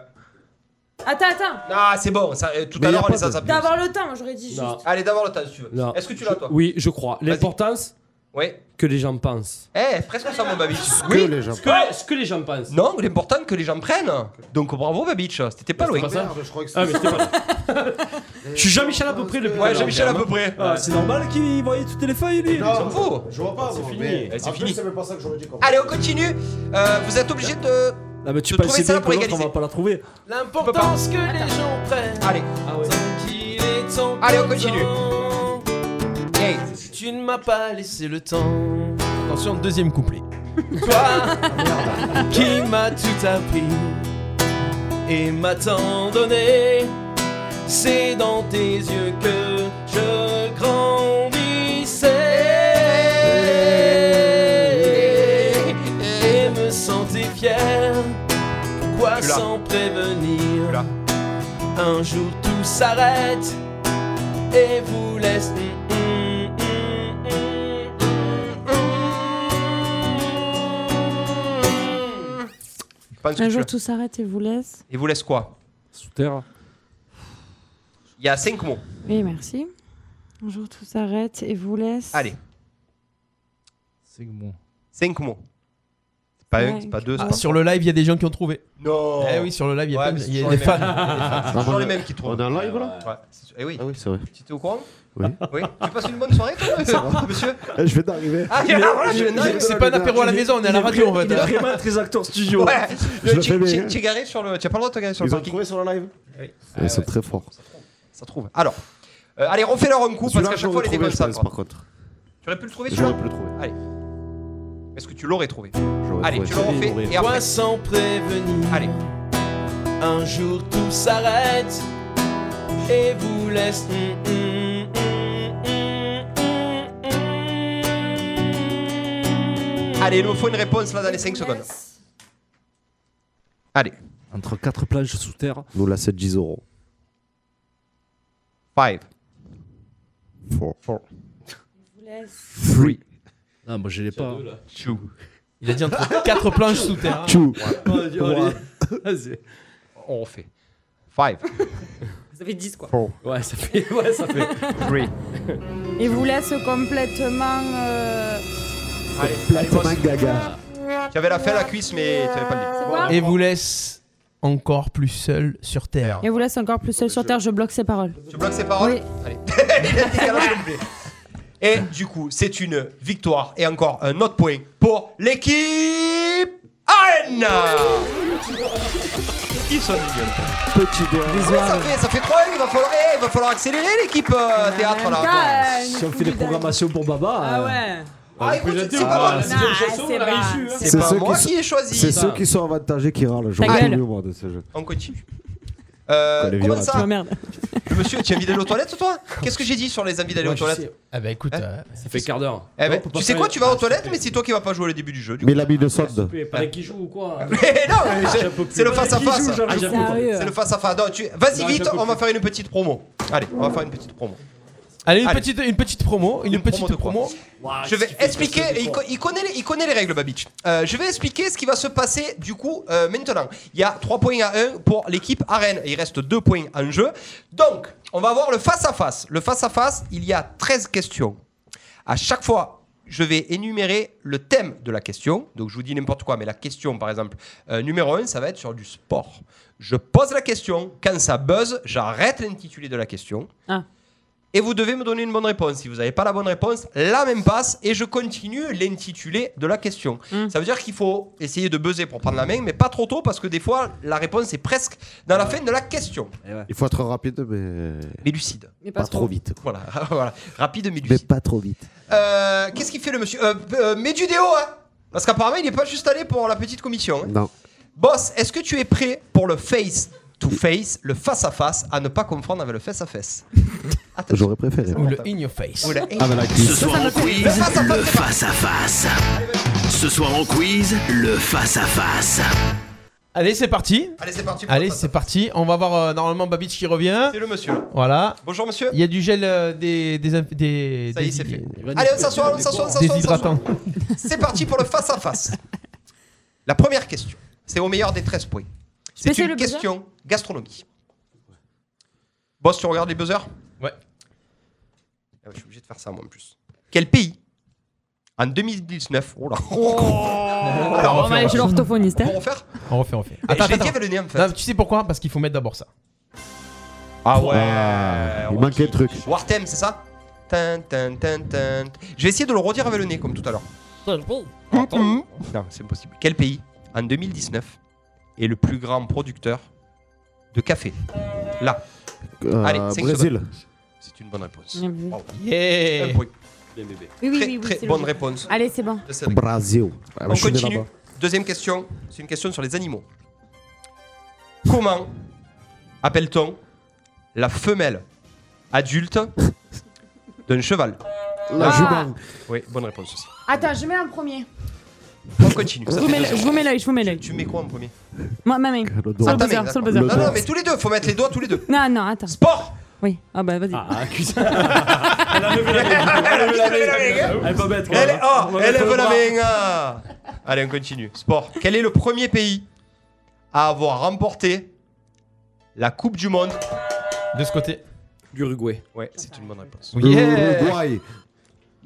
Attends, attends.
Ah, c'est bon, ça, euh, tout à
Mais y a
l'heure, on
pas
les a
de-
zappés.
D'avoir le temps, moi, j'aurais dit juste.
Non.
Allez, d'abord le tas, si tu veux.
Non.
Est-ce que tu l'as, toi
Oui, je crois.
Vas-y.
L'importance
Ouais.
que les gens pensent. Ah.
Eh, presque ça, mon Babich.
Que les gens.
Ce que, ce que les gens pensent.
Non, l'important que les gens prennent. Donc bravo, Babich. C'était pas loin.
Pas ça
Je crois que
Ah, mais c'était pas (laughs) Je suis Jean-Michel à peu près depuis.
Ouais, Jean-Michel à peu près.
Ah, c'est normal qu'il voyait toutes les feuilles, lui.
On s'en fout.
Je vois pas, c'est
fini.
Eh, c'est fini.
c'est même pas ça que j'aurais dit comme
Allez, on continue. Euh, vous êtes obligés de.
Ah, mais tu
Je
penses
trouvais ça
bien
pour
que l'autre, on
égaliser.
va pas la trouver.
L'importance que les gens prennent.
Allez,
Ah ouais.
Tant qu'il est temps.
Allez, on
que
continue.
temps.
hey.
Tu ne m'as pas laissé le temps. Attention, deuxième couplet. Toi, (laughs) qui m'as tout appris et m'as tant donné, c'est dans tes yeux que je grandissais et me sentais fier. Pourquoi
Tu l'as.
sans prévenir
Tu l'as.
Un jour tout s'arrête et vous laisse. Mm, mm, mm, mm, mm, mm.
Je pense que
Un
tu
jour,
l'as.
tout s'arrête et vous laisse.
Et vous laisse quoi
Sous terre.
Il y a 5 mots.
Oui, merci. Un jour, tout s'arrête et vous laisse.
Allez,
C'est bon.
5 mots. C'est pas un,
Cinq.
c'est pas deux, c'est
Ah,
pas
sur le live, il y a des gens qui ont trouvé.
Non
Eh oui, sur le live, il y a,
Oh.
plein
Ouais,
de-
mais c'est
il y a
toujours
des
les mêmes.
fans.
C'est toujours les mêmes qui trouvent.
On est en
(laughs)
live là
Ouais, c'est sûr. Eh oui,
Ah oui, c'est vrai.
tu étais au courant
Oui.
Oui. Tu passes une bonne soirée, toi, monsieur
Eh, Je vais d'arriver.
Ah, il est là, voilà, je viens de
C'est-
dire.
C'est pas un apéro à la maison, on est à la radio en fait.
Il est vraiment très acteur studio.
Ouais,
Je le
tu
fais bien.
tu- tu es garé sur le. Tu as pas le droit de te garer sur le
Ils ont
parking
trouvé sur le live
Oui.
Ils sont très forts.
Ça trouve. Alors, euh, allez, refais-leur un coup parce
Celui-là,
qu'à
je
chaque fois,
l'aurais
les déconnes
trouvé, je
ça.
pense, par contre.
Tu aurais pu le trouver celui-là
J'aurais pu le trouver.
Est-ce que tu l'aurais trouvé
J'aurais
Allez,
trouvé.
tu le refais et après.
Toi sans prévenir.
Allez.
Un jour tout s'arrête et vous laisse. Mm, mm, mm, mm, mm, mm.
Allez, il nous faut une réponse là dans les 5 secondes. Allez,
Entre quatre plages sous terre.
Nous, là, c'est 10 euros.
5,
Four.
3,
Non, moi je l'ai pas.
Tchou.
Il a dit entre (laughs) quatre planches sous terre.
Tchou.
Vas-y, allez. Vas-y.
On refait. 5,
Ça fait 10, quoi.
4,
Ouais, ça fait. Ouais, ça fait.
3.
Il vous laisse complètement. euh,
Allez, allez, boss. J'avais la fin à la cuisse, mais tu n'avais pas le
quoi
dit.
Et vous laisse encore plus seul sur Terre.
Et vous laisse encore plus seul sur Terre, je bloque ses paroles.
Tu bloques ses paroles
Oui.
Allez. Il a dit qu'elle allait le faire. (laughs) Et du coup, c'est une victoire et encore un autre point pour l'équipe Anne Ils sont nuls.
Petit doigt.
ça, fait, ça fait 3 il va falloir, eh, il va falloir accélérer l'équipe euh, théâtre là.
Si on fait des programmations pour Baba.
Ah
euh,
ouais.
Ah, écoute, c'est pas
Ah,
moi.
c'est une chanson, on a réussi. hein.
C'est pas moi qui ai choisi.
C'est
ça.
ceux qui sont avantagés qui râlent. J'en
Ta
ai
gueule.
eu moi de ce jeu.
On continue. Euh,
Quelle
comment
violence.
ça
Oh, merde.
Monsieur, tu as envie d'aller aux toilettes toi Qu'est-ce que j'ai dit sur les envies d'aller
Ouais,
aux
je
toilettes
sais.
Ah bah écoute,
Hein
euh,
Ça fait quart d'heure.
Eh ben,
Non, on peut pas
tu sais
faire
quoi,
les-
tu vas aux
Ah,
toilettes,
s'il te
mais c'est toi qui vas pas jouer au début du jeu. Du coup. (laughs)
Mais l'ami de sonde.
plaît, Pas les qui jouent ou quoi
Mais non, mais c'est-
J'en peux plus.
c'est le face à
Qui
face.
joue, j'en
Ah,
peux
j'avoue.
plus.
Sérieux.
C'est le face à face. Non, tu- Vas-y
Non,
vite,
j'en peux
on va
plus.
faire une petite promo. Allez, on va faire une petite promo.
Allez, une,
Allez.
Petite, une petite promo. Une,
Une promo
petite
de quoi
promo.
Ah,
Je vais expliquer. Il, co- il connaît les, il connaît les règles, Babich. Euh, je vais expliquer ce qui va se passer du coup euh, maintenant. Il y a 3 points à 1 pour l'équipe arène. Et il reste 2 points en jeu. Donc, on va voir le face-à-face. Le face-à-face, il y a 13 questions. À chaque fois, je vais énumérer le thème de la question. Donc, je vous dis n'importe quoi, mais la question, par exemple, euh, numéro 1, ça va être sur du sport. Je pose la question. Quand ça buzz, j'arrête l'intitulé de la question.
Ah.
Et vous devez me donner une bonne réponse. Si vous n'avez pas la bonne réponse, la même passe et je continue l'intitulé de la question.
Mm.
Ça veut dire qu'il faut essayer de buzzer pour prendre la main, mais pas trop tôt parce que des fois, la réponse est presque dans la fin de la question.
Il faut être rapide, mais
Mais lucide.
Mais
pas trop vite.
Voilà, (laughs) Ah, voilà. rapide mais
Mais
lucide.
pas trop vite.
Euh, Qu'est-ce qu'il fait le monsieur euh, euh, Mets du déo, hein Parce qu'apparemment, il n'est pas juste allé pour la petite commission. hein.
Non.
Boss, est-ce que tu es prêt pour le face to face, le face à face, à ne pas confondre avec le face à face Attention.
J'aurais préféré.
Ou le in your face.
Ou le-
Ah, mais la
Ce
cuisse.
soir en
Le
quiz,
face à face,
le
c'est pas-
face à face. Ce soir en quiz, le face à face.
Allez, c'est parti.
Allez, c'est parti. pour
Allez,
le face à
c'est parti. On va voir euh, normalement Babich qui revient.
face. C'est le monsieur. là.
Voilà.
Bonjour monsieur.
Il y a du gel euh, des, des, inf- des,
Ça y est,
des-
c'est fait.
des-
Allez, on s'assoit, on s'assoit, on s'assoit, on s'assoit.
Déshydratants.
C'est parti pour le face à face. La première question, c'est au meilleur des 13 points. C'est
Spécial
une
le buzzer
question gastronomie. Boss, tu regardes les buzzers
Ouais.
Ah ouais, Je suis obligé de faire ça moi en plus. Quel pays en 2019 Oh là Alors,
On va aller chez l'orthophoniste. hein.
pour refaire
On refait, on refait.
Eh,
Oh. Attends,
Je l'ai
attends,
dit avec le nez en fait.
attends. Non, tu sais pourquoi Parce qu'il faut mettre d'abord ça.
Ah
Ah, il manquait un truc.
Wartem, c'est ça Tin, tin, tin, tin. Je vais essayer de le redire avec le nez, comme tout à l'heure. Non, c'est impossible. Quel pays, en 2019, est le plus grand producteur de café Là,
Euh,
Allez, cinq
Brésil.
c'est une bonne réponse.
Bien vu.
Bravo. Un
Yeah
point.
Bien bébé.
Oui, oui,
Très,
oui, oui,
très
c'est
bonne
logique. Ah.
réponse.
Allez, c'est bon.
de cette équipe.
Brésil. Ouais,
On
Ah, bah, je suis né
continue.
là-bas.
Deuxième question, c'est une question sur les animaux. Comment appelle-t-on la femelle adulte d'un cheval
La
Ah.
jument.
Oui, bonne réponse aussi.
Attends, je mets en premier.
On continue. ça
Je vous
fait
mets
deux
l'œil,
secondes.
je vous mets l'œil, je vous mets l'œil.
Tu mets quoi en premier
Moi, ma main.
Le
Sur
doigt.
le
ta main,
buzzer, sur le
d'accord.
buzzer.
Non, non,
doigt.
mais tous les deux, faut mettre les doigts tous les deux.
Non, non, attends.
Sport
Oui. Ah bah vas-y.
Ah, cuisse.
Allez, levez la main.
Elle est pas bête. quoi.
Elle est-
On
oh,
va
elle
mettre
lève
le
la
bras.
main. ah. Allez, on continue. Sport. Quel est le premier pays à avoir remporté la Coupe du Monde
De ce côté.
L'Uruguay.
Ouais, c'est une bonne réponse.
Yeah
L'Uruguay.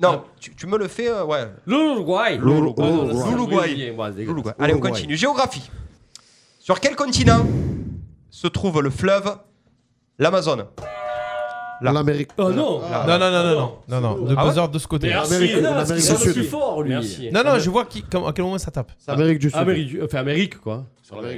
Non, tu, tu me le fais, euh, ouais.
L'Uruguay.
L'Uruguay.
Ah, non, non, c'est
L'Uruguay.
brésilien, moi, c'est dégueulasse.
L'Uruguay. Allez, on
Uruguay.
continue. Géographie. Sur quel continent se trouve le fleuve l'Amazone Là.
L'Amérique.
Oh non.
Là.
Non, non, non, non, non, non, non. Le
Ah ouais
buzzer de ce côté.
Ah. Merci.
L'Amérique,
Non,
l'Amérique
parce qu'il
du
est
Sud.
plus fort, lui. Merci.
Non, non, je vois qui, comme- à quel moment ça tape.
Amérique du Sud.
Amérique, du- enfin Amérique quoi.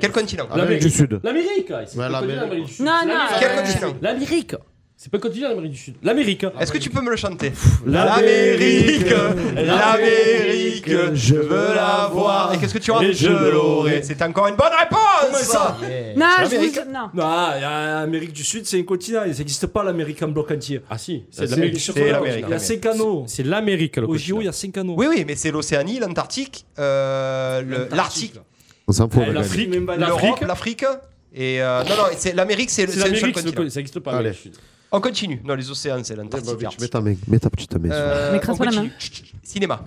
Quel continent
Amérique du Sud.
L'Amérique, là, c'est
Ouais,
pas le continent,
l'Amérique.
l'Amérique du Sud.
Non, non.
L'Amérique.
Quel
Euh,
continent
L'Amérique. C'est pas le continent l'Amérique du Sud. L'Amérique. hein.
Est-ce que tu peux me le chanter
L'Amérique,
l'Amérique,
je veux la voir.
Et qu'est-ce que tu as
Et je l'aurai.
C'est encore une bonne réponse
Non,
C'est
je
l'Amérique.
vous... Non.
Non, ah, l'Amérique du Sud, c'est un continent. Il n'existe pas l'Amérique en bloc entier.
Ah si, c'est de
C'est-
l'Amérique.
sur-
c'est
sur-
l'Amérique,
Il y a
l'Amérique.
5 canaux.
C'est l'Amérique le
Au JO, il y
continent.
a 5 canaux.
Oui, oui, mais c'est l'Océanie, l'Antarctique, euh, le- l'Arctique,
On s'en fout.
Eh,
la gagne.
L'Afrique, même pas
l'Europe,
l'Afrique.
l'Afrique. Et euh, non, non, c'est- l'Amérique, c'est le, c'est
C'est
le seul
l'Amérique, c'est le
continent.
co- ça n'existe pas. l'Amérique du Sud.
On
Eh ben,
continue. Non, les océans, c'est l'Antarctique.
Mets ta main. Mets ta petite main.
Euh,
Mais crasse
on
pas la
continue. Chut, chut, chut. Cinéma.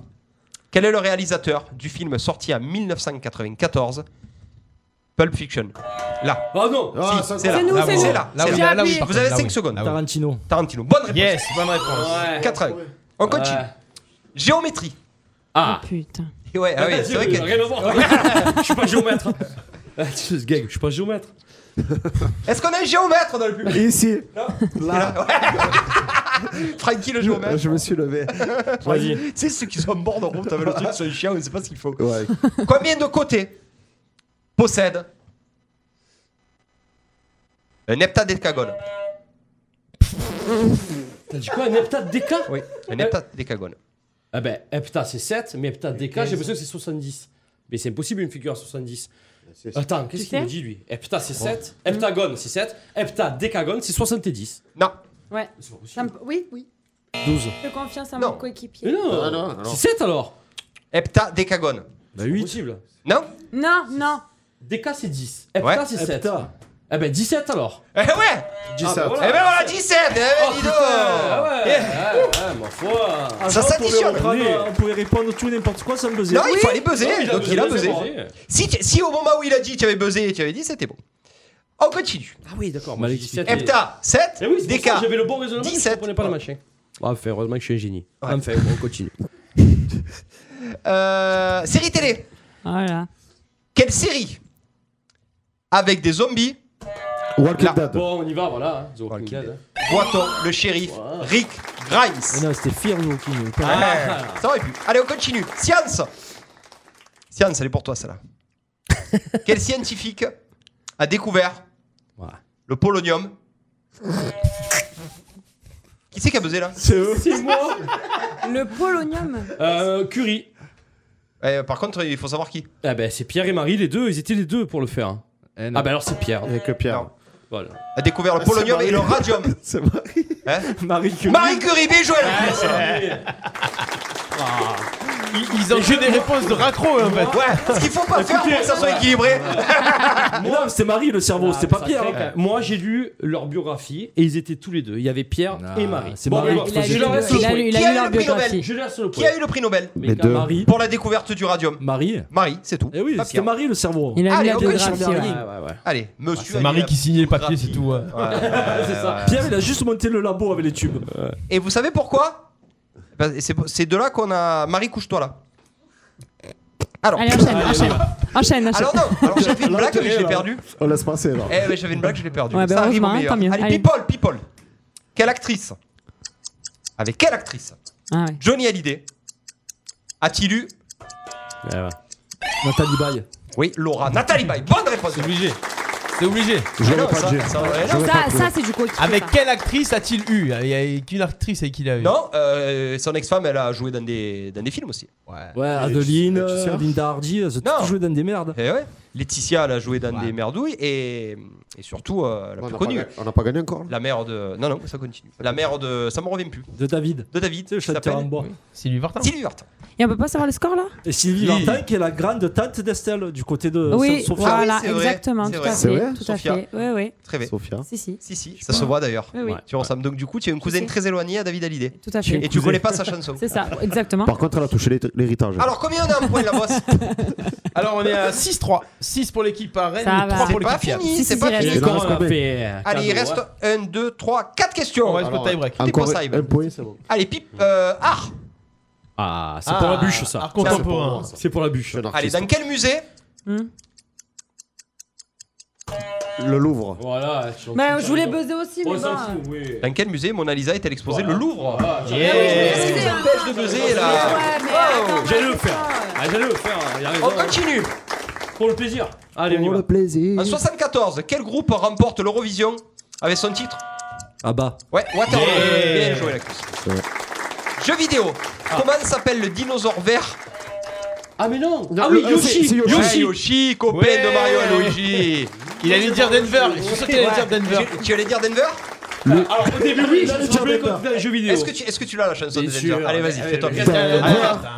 Quel est le réalisateur du film sorti en 1994 Pulp Fiction. Là.
Oh non
Ah,
Si,
ça,
c'est là.
c'est nous,
Là,
c'est
oui.
nous.
C'est là. Là,
J'ai
oui. Là, oui,
appuyé.
Vous avez
Là,
5
oui.
secondes.
Tarantino.
Tarantino. Bonne réponse.
Yes, bonne réponse.
Ouais.
4 On continue.
Ouais.
Géométrie.
Ah
Putain.
Ouais, ah oui, c'est vrai que.
Rien à voir. (laughs) Je suis pas géomètre. Ah, tu sais, ce gag, je suis pas géomètre.
Est-ce qu'on a un géomètre dans le public
Ici.
Non
Là.
(laughs) Ouais. Frankie le géomètre.
Je me suis levé.
Vas-y.
Tu sais, ceux qui sont morts en route avec le truc, c'est un chien, on ne sait pas ce qu'il faut.
Ouais.
Combien de côtés possède un heptadécagone
T'as dit quoi Un heptadéca
Oui, Euh. un heptadécagone.
Ah ben, hepta c'est 7, mais heptadéca, j'ai l'impression que c'est 70. Mais c'est impossible une figure à 70. Attends, qu'est-ce
Tu
qu'il
sais
me dit lui Hepta c'est 7, heptagone c'est 7, heptadécagone c'est 70.
Non.
Ouais.
C'est pas
Ça
possible.
me- Oui, oui.
12.
Je fais confiance à
Non.
mon coéquipier.
Mais non, C'est 7 alors
Heptadécagone.
Bah
C'est
8.
possible.
Non
Non, non.
Déca c'est 10. Hepta
Ouais.
c'est 7. Ah ben 17 alors.
Eh ouais
Dis
Ah, bah
ça.
voilà. Oh,
Eh ben voilà, 17 Eh ben dis donc Ah,
Ah ouais,
Eh,
ouais, ouais, ma foi.
Ça s'additionne
On pouvait répondre tout et n'importe quoi, ça me buzzait.
Non, il fallait buzzer,
Non,
donc il a
buzzé,
buzzé.
c'est bon.
Si, tu- si au moment où il a dit tu avais buzzé et tu avais dit, c'était bon. On continue.
Ah oui, d'accord.
Mal
moi, j'ai
expliqué.
17 et-
Hepta, 7,
Eh oui, c'est pour ça
Déca.
que j'avais le bon raisonnement, mais je
17.
comprenais pas le machin. Ah, fait, heureusement que je suis un génie.
Ouais.
Enfin, on continue.
Euh, série télé.
Voilà.
Quelle série Avec des zombies,
Walking Dead.
(laughs) Bon, on y va, voilà. hein. The Walking
Walking
Dead, hein.
voit-on le shérif
Wow.
Rick Grimes.
Non, c'était Fear Walking.
Ah.
Ouais, Ça aurait pu. Allez, on continue. Science. Science, elle est pour toi, celle-là. Quel scientifique a découvert
Voilà.
le polonium Qui c'est qui a buzzé là
C'est eux.
C'est moi
Le polonium.
euh, Curie.
Eh, Par contre, il faut savoir qui.
Ah ben, c'est Pierre et Marie, les deux, ils étaient les deux pour le faire. hein. Ah ben alors c'est Pierre.
Avec le Pierre.
Voilà.
A découvert le polonium et le radium.
C'est vrai.
Hein
Marie Curie.
Marie Curie, bien joué la réponse.
Ah,
Ils, ils ont que des réponses de raccro
hein,
en fait.
Ouais, ce qu'il faut pas faire pour que ça soit équilibré.
Mais non, c'était Marie le cerveau,
Ah,
c'était pas
ça
Pierre.
craque,
hein.
hein. Moi j'ai lu leur biographie et ils étaient tous les deux. Il y avait Pierre
Ah,
et Marie.
c'est
Bon,
Marie.
mais bon,
Il a
je
lu
leur
le-
laisse
il
le
a lu
point.
il a
Qui a
lu
eu
leur
le prix Nobel
biographie.
Je laisse le
Qui a
point.
eu le prix Nobel
Mais
Les
quand
deux.
Marie-
Pour la découverte du radium.
Marie.
Marie, c'est tout.
Eh oui,
Pas
c'était
Pierre.
Marie le cerveau.
Il a lu
Allez,
la
on continue.
biographie.
Ouais,
ouais.
ouais, Ah, ouais.
Allez, monsieur.
Ah,
Ah,
C'est Marie
Aguilar.
qui signait les papiers, c'est tout. hein.
(laughs)
ouais.
Ouais, ouais,
C'est ça.
ouais.
Pierre, il a juste monté le labo avec les tubes.
Et vous savez pourquoi Parce- C'est c'est de là qu'on a Marie couche-toi là. Alors,
Allez, enchaîne, enchaîne. Enchaîne, enchaîne.
alors non, alors j'avais fait une blague mais je l'ai
là.
perdue.
On laisse passer là.
Eh mais j'avais une blague, je l'ai perdue.
Ouais, bah,
Ça arrive au
heureusement,
meilleur.
tant mieux.
Allez,
Allez.
people, people. Quelle actrice Avec quelle actrice
Ah ouais.
Johnny Hallyday a-t-il eu
Nathalie Baye.
Oui, Laura Nathalie Baye. Bonne réponse. Ah
C'est obligé. C'est obligé.
Je
Non,
l'aurais pas
ça-
dit.
ça aurait-
J'aurais pas
Ça,
cru.
ça c'est du coéquipier.
Avec
ça.
quelle actrice a-t-il eu Il y a qu'une actrice avec qui il a eu.
Non, euh, son ex-femme, elle a joué dans des, dans des films aussi.
Ouais.
Ouais, Adeline,
tu sais-
euh, Linda Hardy, elles ont
Non.
toutes joué dans des merdes.
Eh ouais. Laetitia, elle a joué dans
Ouais.
des merdouilles et, et surtout euh, la
On
plus
n'a
connue.
pas- On n'a pas gagné encore. là
La mère de. Non, non, ça continue. La mère de. Ça me revient plus.
De David.
De David.
Tu sais, le
qui
chanteur en
s'appelle
bois.
Sylvie Vartan.
Sylvie Vartan.
Et on peut pas savoir le score là
Et Sylvie
Oui.
Vartan, qui est la grande tante d'Estelle, du côté de
Oui,
Sophie.
Ah oui,
voilà,
c'est vrai,
exactement,
c'est
tout
vrai.
à
C'est
fait,
vrai
tout à
Sophia.
fait. Oui, oui,
Très bien.
Sophia.
si, si,
Si, si, ça se voit d'ailleurs.
oui, oui,
Tu vois, ça me- donc du coup, tu es une cousine
sais.
très éloignée à David Hallyday.
tout à
Et
fait.
tu connais pas
(laughs)
sa chanson.
C'est ça, exactement.
Par contre, elle a touché l'hé- l'héritage.
Alors, combien on a en point,
(laughs)
la bosse
Alors on est à 6-3. 6 pour l'équipe à Rennes
Ça
et
va.
3 pour
C'est pas
l'équipe Fiat.
fini,
Si,
c'est
si,
pas
si,
fini.
reste- Comment on
Allez,
Allez, il reste 1, 2, 3, 4 questions.
On reste au
Alors,
tie-break.
Pipo
Encore
Saib.
un point, c'est bon.
Allez, pipe, euh, art.
Ah, c'est pour la bûche ça.
Art contemporain.
C'est pour la bûche.
Je suis un
Allez,
artiste.
dans quel musée
Hum.
Le Louvre.
Voilà. tu en
Mais
fous,
Bah,
Oh,
je voulais
ça,
buzzer aussi,
On
mais
s'en
bon.
fout, oui.
Dans quel musée Mona Lisa est-elle exposée Le Louvre.
Ah, j'ai-
Qu'est-ce qui nous empêche de buzzer là
Ouais, mais
Oh.
attends,
J'allais le faire.
attends.
Ah, J'allais le faire. hein, il a
Oh,
raison.
On continue.
Pour le plaisir. Allez, on y
Pour
va.
le plaisir.
En 74, quel groupe remporte l'Eurovision avec son titre
Ah bah.
Ouais, Waterloo.
Yeah.
Bien joué, la cuisse.
Ouais.
Jeu vidéo. Comment s'appelle le dinosaure vert
Ah, mais non.
Non,
Ah oui,
le-
Yoshi. Ah,
c'est- c'est Yoshi.
Ouais,
Yoshi.
Yoshi, copain
Ouais.
de Mario et Luigi.
Il allait dire Denver. Je suis sûr qu'il allait dire Denver.
Tu, tu allais dire Denver
Alors, au début, oui, je voulais continuer les jeux vidéo.
Est-ce que tu, est-ce que tu l'as la chanson
Bien
de Denver
sûr.
Allez, vas-y,
Allez,
fais-toi
allez,
plaisir.
allez,
Allez,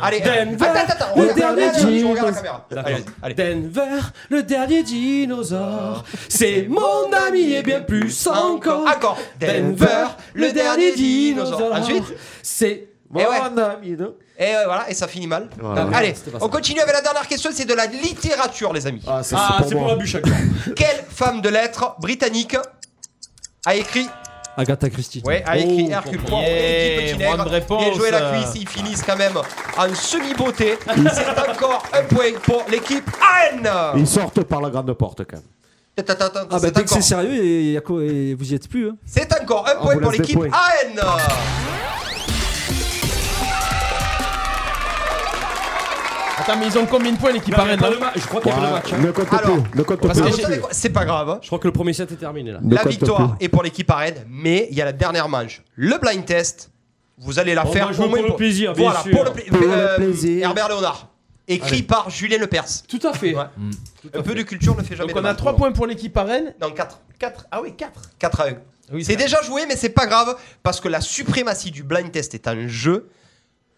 Allez, attends,
Denver.
attends, attends,
Le
regarde,
dernier
regarde, tu
Jim.
regardes la caméra. Allez,
D'accord.
vas-y, allez.
Denver, le dernier dinosaure, c'est mon ami et bien plus encore.
Ah, Encore. Denver, le dernier dinosaure. Ensuite,
c'est
Et ouais. Et ouais, voilà, et ça finit mal.
Voilà.
Donc, Allez,
C'était pas
on
ça.
continue avec la dernière question, c'est de la littérature, les amis.
ça,
Ah,
c'est Ah, pour c'est moi. pour la bûche, chacun.
Quelle femme de lettres britannique a écrit
Agatha Christie.
Ouais, a écrit
Oh,
Hercule
pour-
Poirot et Petit Nègre.
bonne réponse.
Bien joué la
euh.
cuisse, ils finissent quand même en semi-beauté. C'est encore un point pour l'équipe AN.
Ils sortent par la grande porte quand même.
Ah bah dès que c'est sérieux, et, y a quoi- et vous y êtes plus. Hein.
C'est encore un
On
point
vous
pour
laisse des
l'équipe
points.
AN.
Attends, mais ils ont combien de points l'équipe
Non, il y a
arène
pas
là
de ma- je crois qu'il y a pas de match. hein. Alors, parce que j'ai-
C'est pas grave. hein.
Je crois que le premier set est terminé là.
La victoire est pour l'équipe Arène, mais il y a la dernière manche. Le blind test, vous allez la
On
faire
va jouer
au moins
bah, pour le plaisir, bien
Voilà,
sûr.
pour le, pla-
Pour le
euh,
plaisir.
Herbert Léonard, écrit
Allez.
par Julien Lepers.
Tout à fait.
Un peu de culture ne fait jamais
Donc on a 3 points pour l'équipe arène.
Non, 4. 4. Ah oui, 4. 4 à 1. c'est déjà joué, mais c'est pas grave parce que la suprématie du blind test est un jeu.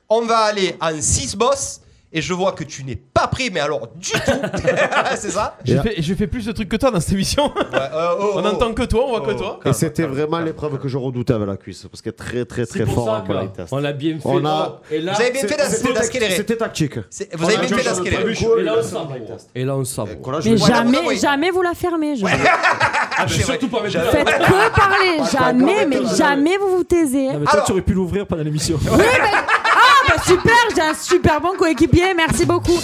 On va aller en 6 boss et je vois que tu n'es pas prêt, mais alors du tout. (laughs) c'est ça euh, oh,
J'ai Oh. fait, j'ai fait plus de trucs que toi dans cette émission. (laughs) on entend que toi, on voit que toi.
Et c'était vraiment l'épreuve que je redoutais avec la cuisse, parce qu'elle est très très très
pour
fort
ça
en
que-
blind test.
on l'a bien
On
fait.
a-
Oh, et là-
Vous avez bien
C'est-
fait d'as-
c'était
d'accélérer.
tac- C'était tactique.
C'est- vous avez bien fait d'accélérer.
Et là, on sabre. Et là, on sabre.
Mais jamais, jamais vous la fermez. je-
Ah, mais surtout pas mettre
Faites que parler.
Ouais,
Jamais,
ouais,
mais
ouais.
jamais vous vous taisez.
Non, mais Euh, toi, tu aurais pu l'ouvrir pendant l'émission.
Ah, bah super, j'ai un super bon coéquipier. Merci beaucoup.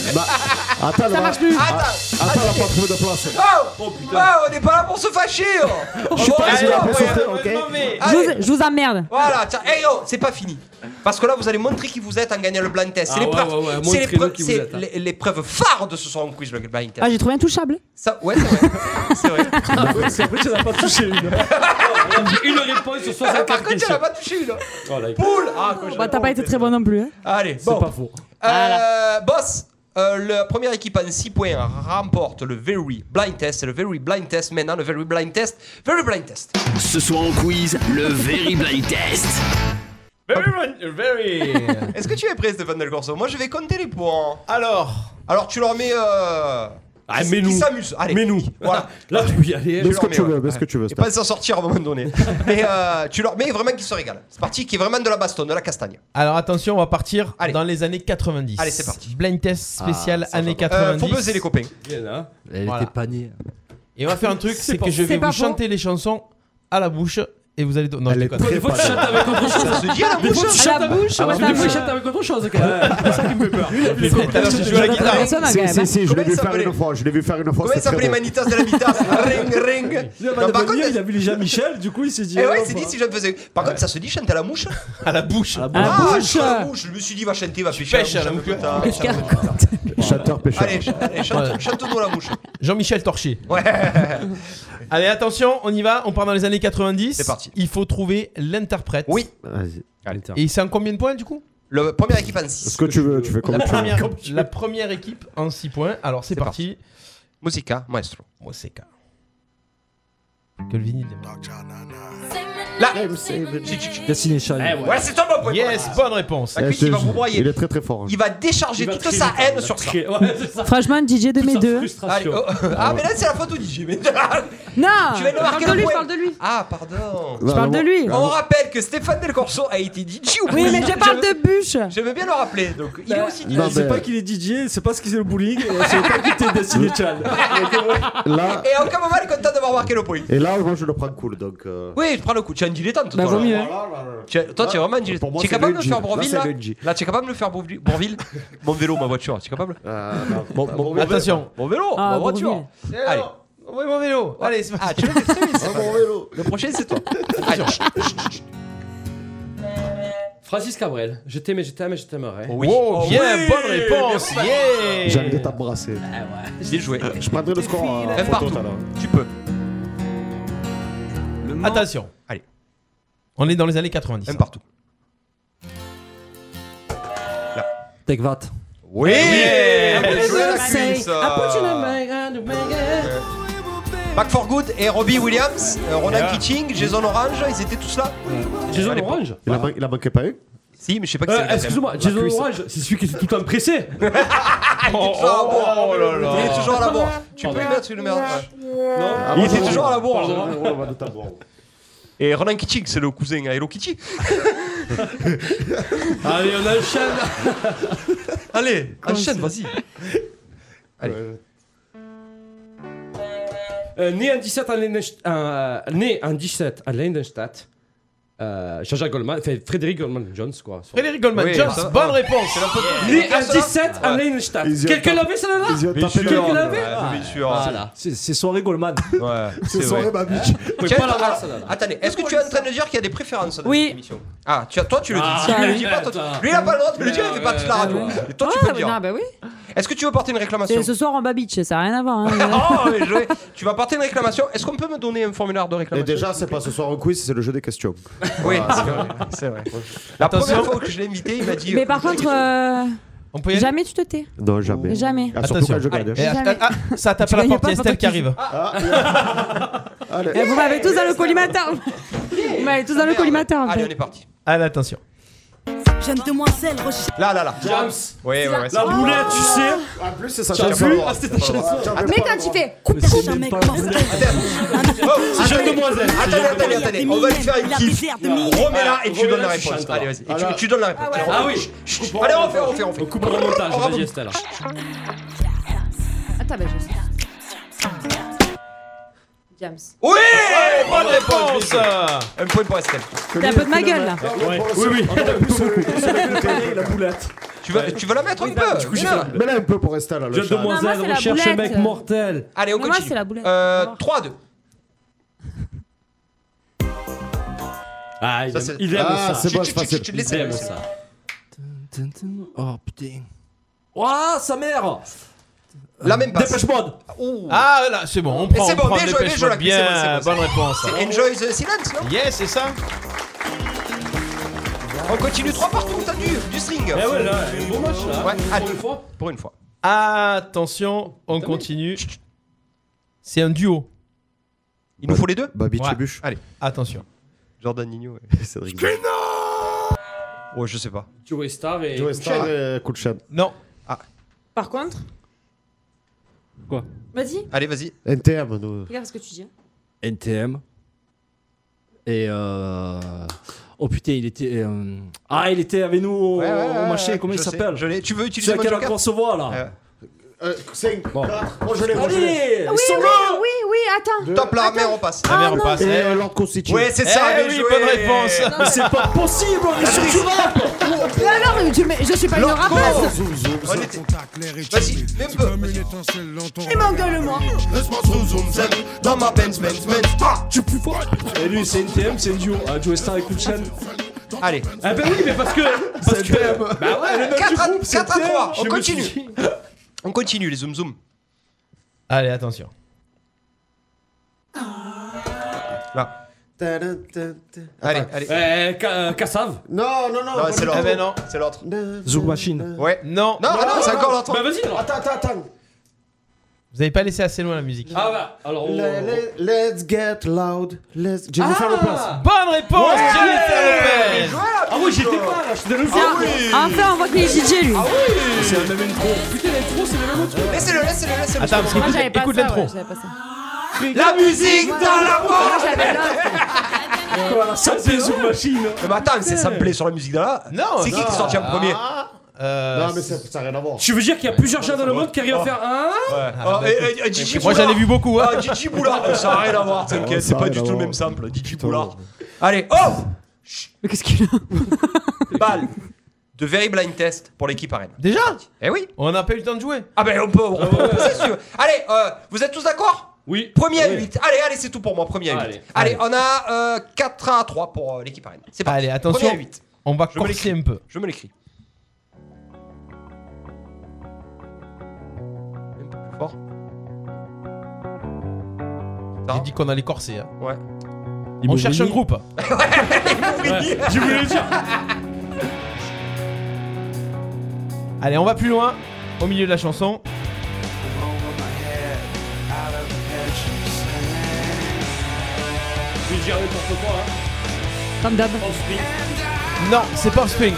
Attends,
Ça
là,
marche plus.
Attends, elle a pas trouvé de place.
Oh, Oh, on n'est pas là pour se fâcher hein.
Je suis
On
pas
reste
là
là,
pour
ouais.
sauter, ok.
Je
Allez.
vous, je vous emmerde.
Voilà, tiens, hey yo, c'est pas fini. Parce que là, vous allez montrer qui vous êtes en gagnant le blind test. C'est
Ah ouais,
l'épreuve,
ouais, ouais,
c'est
montrez-nous
l'épreuve-
qui vous
c'est
êtes, hein.
l'é- l'épreuve phare de ce soir en quiz, le blind test.
Ah, j'ai trouvé un touchable.
Ça, ouais, c'est vrai. c'est vrai.
(laughs)
tu n'as pas touché une.
une réponse sur
Ah,
64
Par contre, tu
questions.
n'as pas touché une. hein.
Oh là,
Poule Ah, quoi, j'ai-
Bah, t'as pas été très bon non plus. hein.
Allez, bon.
pas faux.
Euh, boss, euh, la première équipe en 6 points remporte le Very Blind Test. C'est le Very Blind Test maintenant, le Very Blind Test. Very Blind Test.
Ce soir en quiz, le Very Blind Test.
Very, very.
Est-ce que tu es prêt, Stéphane Del Corso Moi, je vais compter les points.
Alors,
(laughs) Alors, tu leur mets. Euh...
Ah,
qui-
mets-nous.
Qui s'amuse. Allez.
Mais nous.
Voilà.
Là, tu peux y aller.
Mais ce que
leur mets,
tu veux,
ouais.
mais ce que tu veux.
Et
Stan.
pas s'en sortir à un moment donné. Mais euh, tu leur mets vraiment qu'ils se régalent. C'est parti, qui est vraiment de la baston, de la castagne.
alors attention, on va partir
Allez.
dans les années 90.
Allez, c'est parti.
Blind test spécial années
Euh,
90.
faut buzzer
(laughs)
les copains.
Bien, là.
Elle
Voilà.
était pas née.
Et on va faire un truc,
C'est
c'est
pas
que je
faux.
vais
C'est
vous
pas
chanter les chansons à la bouche et vous allez. do- Non, je déconne.
Des fois, tu chantes avec autre chose.
Ça se dit à la
Des
bouche.
fois, tu
À la
chantes avec-
bouche,
Ah,
ouais,
parce que des
t'as-
fois, tu chantes avec autre chose quand même. C'est ça qui me fait peur.
Tout à l'heure, j'ai joué à la guitare.
Ça sonne,
Si,
quand
si,
même. hein.
si, je
Comment
l'ai vu
il
faire
s'appelait
une fois. Je l'ai vu faire une fois.
Comment
Oh, c'est
il s'appelait
très bon.
Manitas de la Vitas Ring, ring.
Il a
Non, par contre,
il a vu les Jean-Michel, du coup il s'est dit.
eh
oh,
ouais, il
bah.
s'est dit si je le faisais. Par contre, ça se dit chanter à la mouche.
À la bouche.
Ah,
bouche.
chanter à la mouche. Je me suis dit, va chanter, va pêcher.
pêches à la mouche.
putain.
Qu'est-ce qu'il raconte
Chanteur pêcheur.
Allez, ch- allez, chante- chante-nous la mouche.
Jean-Michel Torché.
Ouais.
(laughs) Allez, attention, on y va. On part dans les années 90.
C'est parti.
Il faut trouver l'interprète.
Oui,
Vas-y.
Et c'est en combien de points du
(laughs)
coup
le premier équipe en
Ce
6.
que tu veux, tu fais comme
la
tu veux.
première, la première équipe en 6 points. Alors c'est
C'est
parti.
Musica, maestro.
Moi c'est K. Que le vinyle démarre.
Là,
Eh,
Destiné Child.
ouais, c'est toi, mon point.
Yes, bonne réponse.
La cuisse, il
c'est-
va vous broyer.
Il est très très fort.
Il va décharger toute sa haine sur ça.
Ouais, c'est ça.
Franchement, DJ de mes
Sa
deux.
Allez,
frustration.
oh, ah, mais là, c'est la faute au DJ. Mais... (laughs) tu
Non
vas nous
Parle
marquer
de
un
lui,
point.
parle de lui.
Ah, pardon.
Je parle de lui.
On rappelle que Stéphane Del Corso a été DJ ou
Ah Oui,
bully.
mais je parle de bûche.
Je veux bien le rappeler. Donc, il est aussi DJ.
Non,
Il sait
mais-
pas qu'il est DJ, il sait pas ce qu'il c'est le bowling, et il sait pas qu'il était Destiné Child.
Là,
Et à aucun moment, il est content d'avoir marqué le point.
et là, moi je le prends cool donc. euh,
Oui, je prends le coup. Tu es un dilettante.
Bah,
toi,
vaut
là.
mieux.
Tu es- Toi, tu es vraiment un dilettante.
Pour moi,
Tu es
c'est
capable de
le
me faire
G.
Bourville
Là,
là
c'est le G.
Là, tu es capable de me faire Bourville- Bourville Mon vélo, ma voiture, tu es capable
euh, non, bon, bon, bon,
Attention.
Mon vélo,
Ah,
ma voiture.
Bourville.
Allez.
Oui, mon vélo. Allez, c'est parti.
Ah, tu l'as fait, c'est
bon,
pas
bon
grave.
vélo.
Le prochain, c'est toi. Allez.
Francis Cabrel. Je t'aimais, je t'aimais, je t'aimerais.
Oui.
Oh, bien,
oui.
bonne réponse. Yeah.
J'ai envie de t'embrasser.
Bien joué.
Je prendrai le score. euh,
Un
photo,
partout.
tout à l'heure.
Tu peux.
Attention.
Allez.
On est dans les années 90.
Un partout.
Tekvat.
Eh Oui. Bien joué, la
Say,
cuisse.
I put you in my hand, baby.
Back for Good et Robbie Williams, euh, Ronan Keating, Jason Orange, ils étaient tous là.
Jason
Allez, bon.
Orange.
Il, a man- il a manqué pas eu
Si, mais je sais pas qui
Euh,
c'est. le quatrième.
Excuse-moi, Jason Orange, c'est celui qui était tout le temps pressé.
Oh, là là. Il est toujours à la bourre. Tu peux le mettre, tu le mets. en- ouais. Il était toujours à la bourre.
Ouais, ouais, ouais, de ta bourre.
Et Ronan Keating, c'est le cousin à Hello Kitty.
Allez, on enchaîne.
Allez, enchaîne, vas-y.
Allez. Euh, né en 17 à Lindenst- euh, né en 17 à Lindenstadt, euh, Jean-Jacques Goldman, enfin, Frédéric Goldman Jones, quoi.
Frédéric Goldman Jones, bonne réponse.
Né en 17 à Lindenstadt.
Ils y ont
Quelqu'un
tapé-
l'avait, celle-là
ils y ont Bien tapé sûr.
Ah. Quelqu'un
dedans.
l'avait
Ah,
Ouais, bien sûr.
Voilà.
C'est c'est soirée
(laughs)
Goldman.
Ouais,
c'est
c'est
soirée
vrai.
ma biche.
Vous pouvez
Tiens,
pas l'avoir,
alors,
celle-là.
Ah, Attendez, est-ce que tu es en train de dire qu'il y a des préférences dans
Oui.
cette émission Ah, tu as- toi tu le dis.
Ah,
Si tu le dis pas, toi, tu-
attends.
lui il a pas le droit de le dire, il fait pas
Ouais,
toute la radio.
ouais.
Et toi tu peux le
Ouais,
dire.
non, bah oui.
Est-ce que tu veux porter une réclamation
C'est ce soir en babitch, ça n'a rien à voir. hein.
(laughs) Oh, mais joué. Tu vas porter une réclamation. Est-ce qu'on peut me donner un formulaire de
Et
réclamation
déjà, c'est pas ce soir au quiz, c'est le jeu des questions.
Oui,
Voilà.
c'est vrai. c'est vrai. (laughs) La première fois que je l'ai invité, il m'a dit.
Mais par contre, euh,
On peut y aller
jamais tu te tais.
Non, jamais.
Jamais.
Ah, surtout quand je gagne.
Allez. Jamais.
ah.
ça tape
Tu
à la
gagnes
porte,
pas
il y a
pendant
Estelle qui
qu'ils-
arrive.
Eh, vous m'avez tous dans le collimateur.
(laughs)
Vous m'avez tous dans le collimateur. en
Ah, euh, Allez,
fait.
on est parti.
Allez, attention.
J'aime de moi celle recherche.
Là, là, là.
James.
Oui, oui, oui.
La boulette, tu sais.
En plus, c'est ça.
T'as
j'ai pas
vu
le droit.
Ah, c'était ta
J'ai pas le droit.
chanson.
J'ai
Mais
pas
quand
le
tu
droit.
fais coupe ta mec
C'est jeune demoiselle. Attendez, attendez,
Des
attendez.
milliers,
On va lui faire une
la
kiff.
misère de milliers.
Remets-la et tu
Remets-la,
donnes la
tu
réponse.
chantes.
Allez, vas-y. Et tu-
Ah
tu donnes la réponse. Allez,
Ah
remets.
oui.
Chut, chut. Allez, on fait, on fait, on fait.
On coupe le montage,
Oh, bravo.
vas-y, Estelle.
Attends, ben je sais. James.
Oui Bonne réponse Un point pour Estelle.
T'as un peu de ma gueule là.
Oui, oui.
(laughs)
La boulette.
Tu veux, tu veux la mettre un
bah,
peu
du coup, j'ai
Mets-la.
fait
Mais là, un peu pour Estelle. là, le
Jeune
chat.
Non,
demoiselle,
moi, c'est la
recherche un
boulette.
mec mortel.
Allez, on
Non, moi,
continue.
c'est la boulette.
Euh,
Au revoir.
3-2.
Ah, il
Ça,
aime-
c'est-
il aime
Ah,
ça.
c'est
Chut,
bon, c'est
chut, chut,
facile.
chut,
Il
laissez-le,
aime
laissez-le.
ça.
Tin, tin. Oh putain.
Ouah, Oh, sa mère
La même passe.
Dépêche mode
Ouh.
Ah, là, c'est bon, on prend,
Et c'est
on
bon,
prend
bien
des
joué, bien
pêches
joué,
mode.
Jacques, c'est bon,
Bien,
c'est bon,
bonne réponse.
Enjoy the silence, non
Yes, c'est ça
On continue 3 partout, t'as du, du string.
Eh ouais, là, un beau match là.
Ouais, allez.
Pour une fois.
Pour une fois.
Attention, on continue. C'est un duo.
Il nous faut les deux
Babi
Ouais.
Tchebuche.
Allez,
Attention.
Jordan Nino
Cédric.
Oh, je sais pas.
Joey Star et.
Joe Star et Kulchen.
Non.
Par contre.
Quoi
Vas-y,
Allez, vas-y.
NTM, nous.
regarde ce que tu dis.
NTM. Et euh... Oh putain, il était. euh,
Ah, il était avec nous au,
Ouais, ouais,
au
ouais,
machin,
ouais,
comment il
je sais,
s'appelle
je l'ai. Tu veux
Celui
utiliser
à
mon
quel
joker
accord on se voit là
Euh,
5, 4. Ah, Moi, je l'ai, moi, je l'ai.
Allez
Oui,
Solo
oui, oui, oui, attends.
Top
euh
là, mère, on passe.
La mère,
Ah,
on passe.
Et
Eh,
euh, Lord Constitution.
Ouais, c'est ça,
eh
bien
oui,
joué.
bonne réponse.
Mais c'est pas possible,
Ah,
on est sur du rap
Mais alors, mais tu- mais je suis pas une rapace.
On était- Vas-y, mets un peu. vas-y.
Il m'engueule, moi.
Dans ma Benz, Benz, Benz. Ah
Tu plus fort Et lui, c'est NTM, c'est un duo. Ah, Joe Star et Kulchen.
Allez,
Ah ben oui, mais parce que. Parce que. Bah ouais
4 à,
groupe, c'est
4 à
bien.
3,
Je
on
me suis
continue. On continue les zoom zoom.
Allez, attention.
Là.
Tadam, tadam, tadam.
Allez, allez.
Euh, Ka- euh, Kassav
Non, non, non.
Non, c'est l'autre.
Eh ben non.
C'est l'autre.
Zouk Machine.
Ouais.
Non,
Non, non, c'est encore l'autre.
Bah vas-y alors
Attends, attends, attends.
vous avez pas laissé assez loin la musique.
Ah bah, alors. on-
Le- le- Let's get loud. Let's. Jennifer Lopez.
Bonne réponse, Jennifer Lopez
Ah oui, j'étais pas là, je te le fais
Ah
Enfin, on voit qu'il est DJ lui.
C'est la même intro.
Putain, l'intro, c'est le même truc
Laissez-le, laissez-le, laissez-le.
Attends, parce
Moi,
qu'écoute
j'avais pas
écoute
ça,
l'intro.
ouais, j'avais pas ça.
La musique dans la
Moi,
boîte
j'avais l'autre.
Voilà, Ah, ça c'est Zouk Machine.
Mais attends, c'est samplé sur la musique dans la.
Non,
C'est qui
non.
qui est sorti en premier
Euh,
Non, mais ça ça a rien à voir.
Tu veux dire qu'il y a plusieurs gens dans le monde qui arrivent à faire un
Ah, et- et- et Gigi
moi j'en ai
Boula.
vu beaucoup. Hein.
Ah, Gigi Boula, (laughs) euh, ça n'a rien à voir, t'inquiète, c'est
ça a
pas
rien
du
à
tout le
voir.
même sample. Gigi
Putain,
Boula.
ouais.
Allez, oh
Mais qu'est-ce qu'il a
(laughs) Balle de Very Blind Test pour l'équipe arène.
Déjà
Eh oui
On n'a pas eu le temps de jouer.
Ah ben on peut, on peut c'est sûr. Allez, euh, vous êtes tous d'accord
Oui.
Premier à
Oui.
8. Allez, allez, c'est tout pour moi, premier à 8. Allez,
Allez.
on a euh, 4 à 3 pour euh, l'équipe arène. C'est parti.
Allez, attention.
Premier à 8.
On va
Je me
corser
l'écris.
un peu.
Je me l'écris. Un peu plus fort.
J'ai dit qu'on allait corser. hein.
Ouais.
On cherche un groupe.
Ouais, (laughs) Je voulais le dire
Allez, on va plus loin. Au milieu de la chanson.
Je vais dire n'importe quoi, hein.
Comme d'hab.
Offspring.
Non, c'est pas Offspring.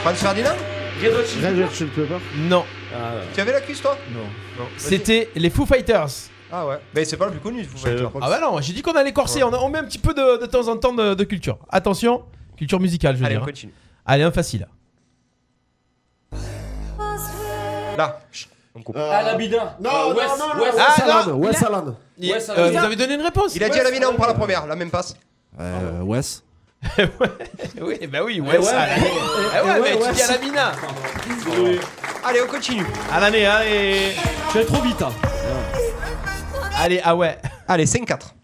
Franz Ferdinand
Red Hot Chili
Red Hot Chili Peppers.
Non,
Ah, ouais.
Tu avais la cuisse, toi
Non.
Non. Vas-y.
c'était les Foo Fighters.
Ah ouais. Mais c'est pas le plus connu, vous faites
Ah bah non, j'ai dit qu'on allait corser, on, a- on met un petit peu de, de temps en temps de, de culture. Attention, culture musicale, je veux
Allez,
dire. hein.
on continue.
Allez, un facile.
Là. Chut, on coupe.
Ah, la bida.
Non,
Ah,
non,
West-
non,
West-
non, Euh, West
Ah,
Allen,
non.
West
Il a-
Allen.
Il-
West Allen. euh, vous avez donné une réponse
Il a dit à
West
la Vina, on
Allen.
prend la première, la même passe.
Euh, Wes.
Oui, bah oui,
Eh
ouais,
ouais,
ça.
eh,
là. Eh ouais,
eh
mec,
ouais,
tu dis à
ouais.
la mina.
Allez, on continue.
À l'année, allez.
Je vais trop vite. hein.
Allez, ah ouais.
Allez, 5-4.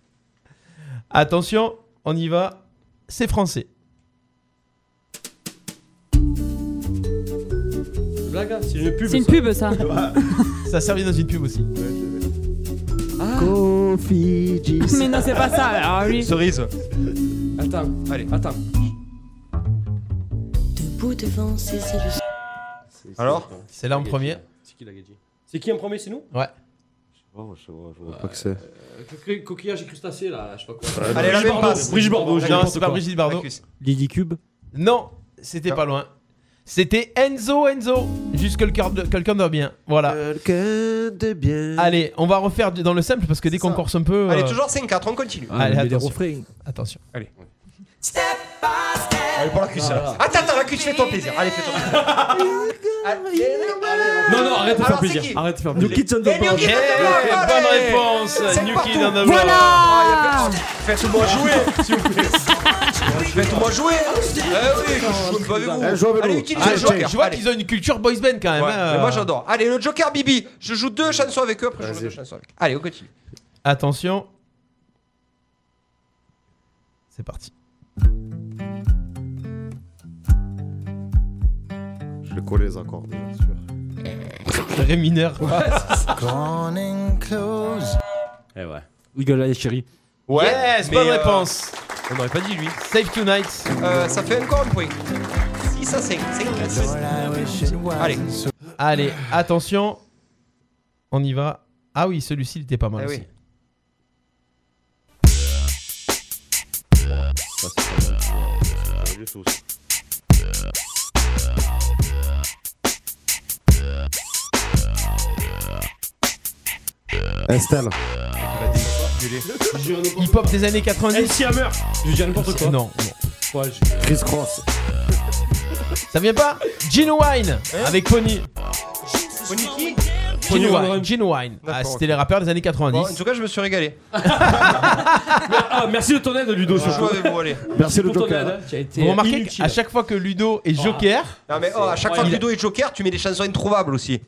Attention, on y va. C'est français.
Blague, hein, c'est une pub.
C'est une
ça.
pub, ça.
Ça a servi dans une pub aussi.
Kofi Gis.
(laughs) Mais non, c'est pas ça. Alors, lui.
Cerise.
Attends,
allez,
attends.
Debout devant ses illusions.
Alors
C'est là en premier.
C'est qui la gadget C'est qui en premier C'est nous
Ouais.
Pas que c'est.
Coquillage Euh, Coquillage et crustacé là, je sais pas quoi.
Allez, la
Brigitte
même
Bardot,
passe.
Brigitte Bardot, je
Non,
n'importe
hein, c'est pas
quoi.
Brigitte Bardot.
Marcus.
Lily Cube.
Non, c'était
Non.
pas loin. C'était Enzo Enzo. Juste quelqu'un de, quelqu'un de bien. Voilà.
Euh,
Quelqu'un de bien.
Allez, on va refaire du- dans le simple parce que dès qu'on
ça.
corse un peu.
Allez,
euh,
toujours 5-4, on continue.
Ah,
Allez,
mais les
attention.
refrains.
Attention.
Allez. Allez, pour la cuisse. là. Attends, attends, la cuisse, fais-toi plaisir. Allez, fais-toi plaisir. Allez, allez,
Non, non, arrête de
Alors,
faire
c'est
plaisir.
qui
Arrête de faire
New
plaisir.
Kids on the
Eh, New
Block.
Kids on the
Eh,
Block,
bonne
allez.
réponse,
Cinq
New
partout.
Kid on the Block.
Voilà Faites-moi jouer, s'il vous plaît. Faites-moi jouer. Eh oui, je joue pas avec vous.
Elle joue avec
Allez,
nous.
utilisez
Ah,
le
je vois-
joker.
je vois
Allez.
qu'ils ont une culture boys band quand même.
Ouais,
hein,
mais moi
euh.
j'adore. Allez, le Joker Bibi. Je joue deux chansons avec eux, après je joue
Vas-y.
deux chansons avec eux. Allez, on continue.
Attention. C'est parti.
Je le connais encore, bien sûr.
Ré mineur.
Eh ouais.
Wiggle Eye Chérie.
yes,
mais,
bonne
euh,
réponse.
On n'aurait pas dit lui.
Save Tonight.
Euh, ça fait encore un point. 6 à 5. Allez.
Allez, attention. On y va. Ah oui, celui-ci, il était pas mal
Eh
aussi.
oui.
Estelle.
Hip-hop des années 90.
MC Hammer Je veux dire n'importe quoi.
Non, non.
Ouais, je-
Chris Cross.
Ça vient pas Gin Wine avec Pony.
Boniki
Gin
Pony
Wine.
Wine.
Gin Wine.
D'accord,
Ah, c'était
ok.
les rappeurs des années 90.
Bon, en tout cas, je me suis régalé.
Ah, merci de ton aide, Ludo.
Je joue
surtout.
avec vous, allez.
Merci le
pour ton aide.
Joker.
hein, qui a été
Vous remarquez
inutile.
qu'à chaque fois que Ludo est Joker,
Non, mais oh, à chaque fois que Ludo est Joker, tu mets des chansons introuvables aussi.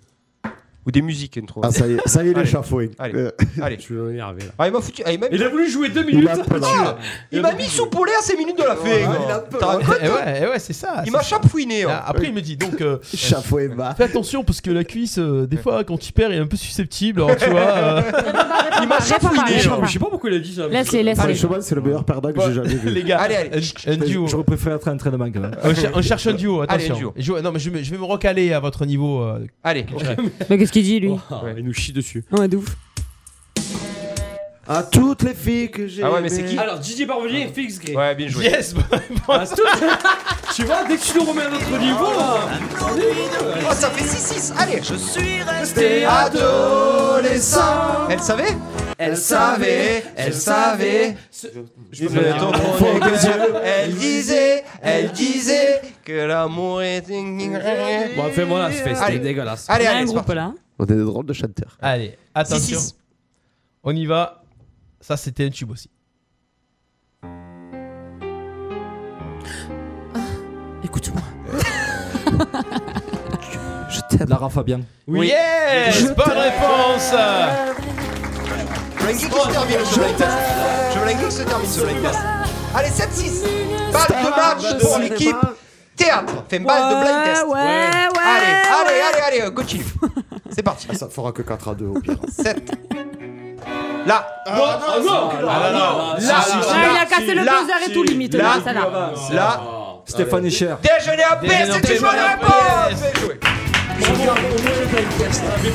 Ou des musiques
Ah,
introuvables.
ça y est, ça y est, l'échafoué.
Allez.
Euh,
Allez.
Je suis énervé. là.
Ah, il m'a foutu. Ah, il m'a mis,
Il a voulu jouer deux
Il
minutes.
a pas
Ah, il m'a mis sous poulet à 5 minutes de la fin. gros.
(laughs)
T'as raconté
eh ouais, eh ouais, c'est ça.
Il
c'est
m'a
ça.
chapfouiné. hein.
Ah, Après, il me dit donc. euh,
Échafoué bas.
Fais attention parce que la cuisse, euh, des fois, quand tu perds, est un peu susceptible. Alors, tu (laughs) vois, euh,
Ah,
Il m'a chapfouiné.
Je sais
genre.
pas- Ah, je sais pas pourquoi il a dit ça.
Laisse-les,
Allez,
laisse-les.
cheval, c'est le meilleur perdant que j'ai jamais vu.
les gars,
Allez, allez.
un- un, duo.
J'aurais préféré être un entraînement quand même.
On, cher- on cherche un duo,
Allez,
attention.
un duo.
Je vois- non, mais je, vais- je vais me recaler à votre niveau. euh,
Allez.
Mais qu'est-ce qu'il dit, lui
Oh, Il nous chie dessus.
Non, mais de ouf.
À toutes les filles que j'ai.
Ah ouais, mais c'est qui
Alors, Didier Barbelier et Félix Gray.
Ouais, bien joué.
Yes, bonne réponse.
Ah, c'est tout. (laughs) Tu vois, dès que tu nous remets à notre niveau, là, on est mieux.
Oh, ça fait 6-6. Allez. Je suis resté
adolescent.
Elle savait
Elle
elle savait.
Je peux
Mais
pas dire.
ton premier cœur, elle disait, elle disait que l'amour est.
Bon,
Bon,
fais-moi là, c'est
Allez.
c'était dégueulasse.
Allez,
On a un
allez, c'est
groupe
parti.
là.
On est des drôles de chanteurs.
Allez, attention.
6-6.
On y va. Ça, c'était un tube aussi.
Écoute-moi.
Je t'aime.
Lara Fabian.
Oui. Yes, bonne réponse.
Je veux un geek qui se termine sur blind test. Je veux un geek qui se termine sur blind test. Allez, 7-6. Balle de match pour l'équipe théâtre. Fait une balle de blind test.
Ouais, ouais, ouais.
Allez, allez, allez, allez, continue. C'est parti.
Ah, Ça fera que 4 à 2 au pire.
7. Là.
Ah non Ah non
Là,
Ah, il a cassé le
là,
buzzer et tout, limite.
là,
Là, ça là.
Là.
Stéphane Escher.
Déjeuner à paix,
Déjeuner en
c'est
paix,
toujours
déjeuner
la
en
réponse. Bien joué.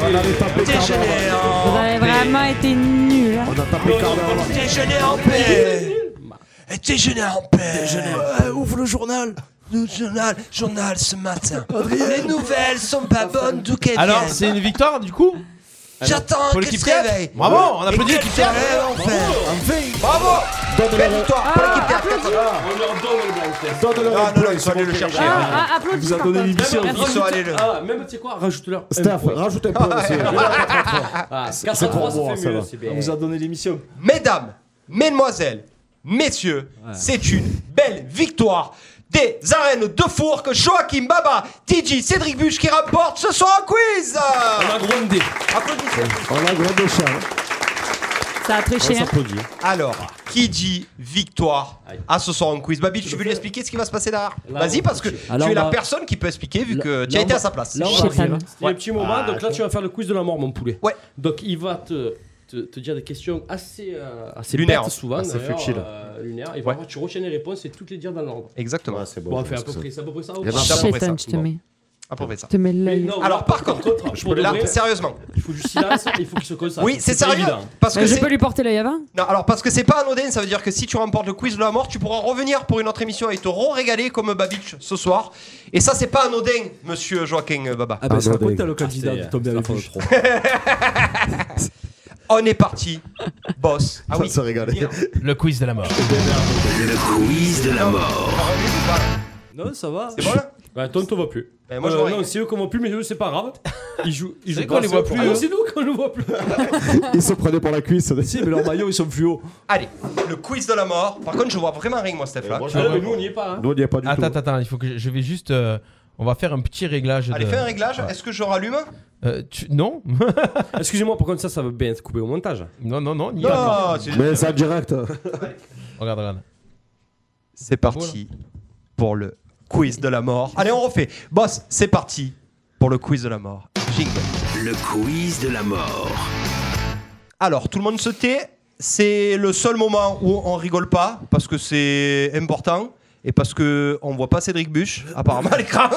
On avait tapé Cardin.
Déjeuner en
Vous avez vraiment été nuls. hein.
On a tapé Cardin.
Déjeuner en paix. Déjeuner en paix. ouvre le journal. Le journal, journal ce matin. Les nouvelles sont pas bonnes d'où qu'elles
Alors, c'est une victoire du coup
J'attends
Pour
que
l'équipe
se
quatre.
réveille.
Bravo, on
Et
applaudit
qu'elle
l'équipe
se
quatre.
réveille enfin. Bravo Belle victoire pour l'équipe 4
Ah,
On leur donne le blind test. Non, non, non, ils sont allés le chercher.
Ah, ah, applaudis,
Ils vous ont donné
Quentin.
l'émission.
Même
Ils sont allés le.
Ah, même, tu sais quoi, rajoute-leur. un
Staff,
hein.
point.
rajoute un point aussi.
Ah, 4 à 3, ça fait mieux. c'est bien.
donné l'émission. Mesdames, mesdemoiselles, messieurs, c'est une belle victoire des arènes de Fourques, Joachim Baba, DJ Cédric Buche qui rapporte ce soir un quiz
Ah,
On a grondé. Applaudissements.
On a gros hein. de chat.
Ça a
triché, On hein. s'applaudit.
Alors, qui dit victoire à ce soir en quiz Babi, tu veux lui expliquer ce qui va se passer derrière
Là,
Vas-y,
on-
parce que
Alors,
tu es
on
la
va-
personne qui peut expliquer vu
Là-
que tu
là,
as
on
été
va-
à sa place.
Là, on va rire. Il y a un petit moment, donc là, tu vas faire le quiz de la mort, mon poulet.
Ouais.
Donc, il va te, te, te dire des questions assez, euh, assez
Lunaire,
bêtes souvent.
assez
d'ailleurs,
futile.
euh, lunaire. Et vraiment, tu retiens les réponses et toutes les dire dans l'ordre.
Exactement.
Bon, on fait à peu près ça. À peu près ça.
Il y en a
ou
pas
pas
à peu près
Putain,
ça.
tu te
Bon.
mets.
À peu près ça.
Te mets l'œil.
Non,
Alors, par contre,
pour de
là,
vrai-
sérieusement.
Il faut du silence, il faut qu'il se concentre.
Oui, c'est
pas
sérieux.
évident.
Parce que
je
c'est-
peux lui porter l'œil avant
Non, alors parce que c'est pas anodin, ça veut dire que si tu remportes le quiz de la mort, tu pourras revenir pour une autre émission et te re-régaler comme Babich ce soir. Et ça, c'est pas anodin, monsieur Joaquin euh, Baba.
Ah, ben, c'est à côté, le candidat de Tom David.
On est parti, boss. Ah
Ça
oui.
se régale.
Le quiz de la mort.
Le quiz de la mort.
Non, ça va.
C'est bon là
Bah, Tonton va plus.
Ben, moi, je vois rien.
Euh, non, c'est eux qu'on voit plus, mais eux, c'est pas grave. Ils jouent. Ils
C'est
jouent
vrai qu'on les voit
grâce à eux.
plus,
Ah non,
hein.
C'est nous qu'on ne voit plus.
Ils se prenaient pour la cuisse. Si, mais leurs maillots, ils sont fluo.
Allez, le quiz de la mort. Par contre, je vois vraiment rien, moi, Steph. Là.
Ah non, mais nous, on n'y est pas. hein.
Nous, on n'y est pas du
attends,
tout.
Attends, attends, il faut que je, je vais juste. euh, on va faire un petit réglage.
Allez,
de-
fais un réglage.
Ouais.
Est-ce que je rallume
Euh, tu- Non
Excusez-moi, par contre, ça, ça va bien être coupé au montage.
Non, non, non, il y a
Non,
encore.
c'est-
Mais ça direct. hein.
Regarde, regarde.
C'est parti pour le quiz de la mort. Allez, on refait. Boss, c'est parti pour le quiz de la mort. Jingle.
Le quiz de la mort.
Alors, tout le monde se tait. C'est le seul moment où on rigole pas parce que c'est important et parce que on voit pas Cédric Buche apparemment à l'écran.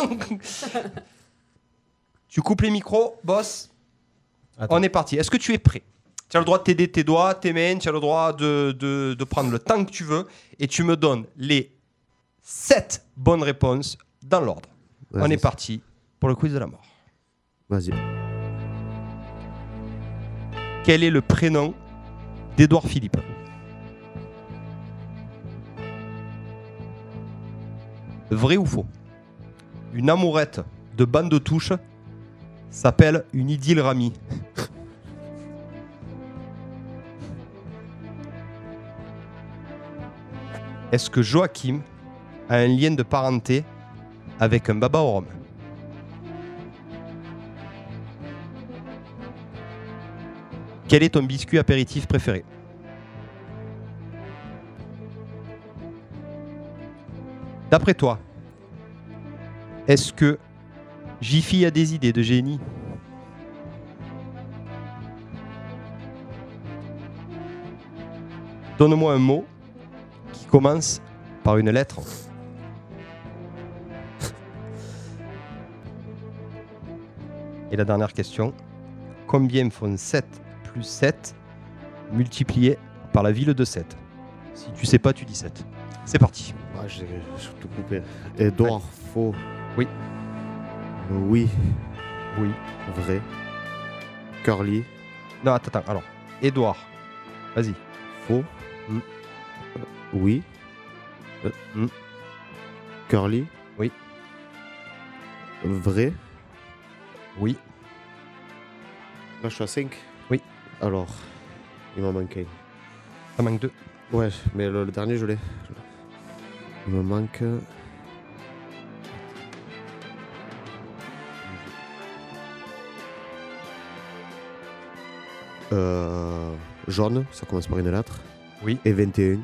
tu coupes les micros, boss. On est parti. Est-ce que tu es prêt Tu as le droit de t'aider tes doigts, tes mains, tu as le droit de, de- de prendre le temps que tu veux et tu me donnes les 7 bonnes réponses dans l'ordre. On
Vas-y.
est parti pour le quiz de la mort.
Vas-y.
Quel est le prénom d'Edouard Philippe Vrai ou faux Une amourette de bande de touche s'appelle une idylle Rami. Est-ce que Joachim a un lien de parenté avec un baba au rhum Quel est ton biscuit apéritif préféré D'après toi, est-ce que Jiffy a des idées de génie Donne-moi un mot qui commence par une lettre. Et la dernière question, combien font 7 plus 7 multiplié par la ville de 7 Si tu sais pas, tu dis 7. C'est parti.
Ah, j'ai j'ai tout coupé. Edouard, faux.
Oui.
Oui.
Oui.
Vrai. Curly.
Non, attends, attends. Alors, Edouard, vas-y.
Faux.
Mm.
Euh, Oui. Euh,
mm.
Curly.
Oui.
Vrai.
Oui.
Là, je suis à 5.
Oui.
Alors, il m'en manque un.
Ça manque deux.
Ouais, mais le, le dernier, je l'ai. Il me manque. euh, Euh, jaune, ça commence par une lettre.
Oui.
Et 21.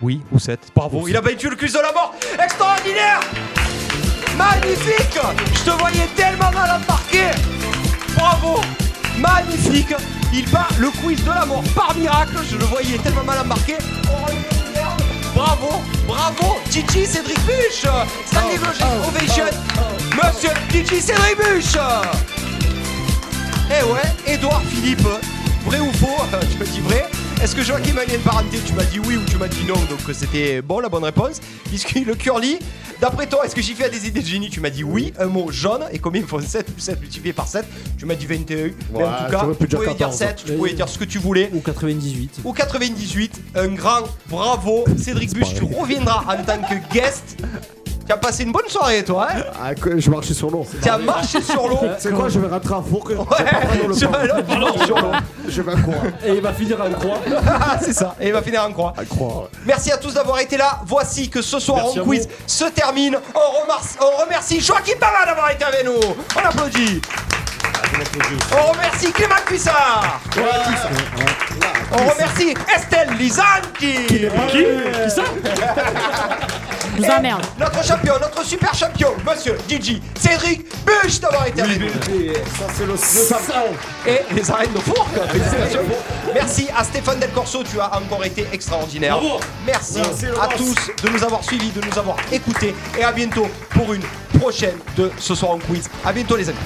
Oui, ou 7. Bravo, il a battu le quiz de la mort Extraordinaire Magnifique Je te voyais tellement mal embarqué Bravo Magnifique Il bat le quiz de la mort par miracle, je le voyais tellement mal embarqué. On relève les merdes. Bravo Bravo Gigi Cédric Buche Stanley Logic Ovation Monsieur Gigi Cédric Buche Eh ouais, Edouard Philippe, vrai ou faux (laughs) Tu m'as dit vrai. Est-ce que Joachim a une parenté Tu m'as dit oui ou tu m'as dit non, donc euh, c'était bon la bonne réponse. Puisque le curly, D'après toi, est-ce que j'y fais des idées de génie Tu m'as dit oui, un mot jaune, et combien il faut 7 plus 7 multiplié par 7 Tu m'as dit 21. mais en
Ouais,
tout cas,
j'aurais pu
tu
dire
pouvais dire
14.
7, tu pouvais dire ce que tu voulais.
Ou 98.
Ou 98, un grand bravo. Cédric Buche, tu reviendras en tant que guest. Tu as passé une bonne soirée, toi, hein
Ah, que- je marchais sur l'eau.
Tu as marché sur l'eau.
C'est quoi, je vais rentrer à four que
je vais aller en sur l'eau.
Je vais à quoi
Et il va finir en croix.
c'est ça, et il va finir en croix. Merci à tous d'avoir été là. Voici que ce soir,
Merci
on
à
quiz
vous.
se termine. On remercie, on remercie Joachim Pava d'avoir été avec nous. On applaudit. On remercie Clément Cuissard. On remercie Estelle Lisanti. Qui
Qui Qui ça
Nous emmerde. Notre champion, notre super champion, monsieur Gigi Cédric Buche d'avoir été avec nous.
Ça, c'est le savon.
Et les arènes de four, quoi. Félicitations. Merci à Stéphane Del Corso, tu as encore été extraordinaire.
Bravo.
Merci
Merci,
à
Laurence.
tous de nous avoir suivis, de nous avoir écoutés et à bientôt pour une prochaine de ce soir en quiz. À bientôt les amis.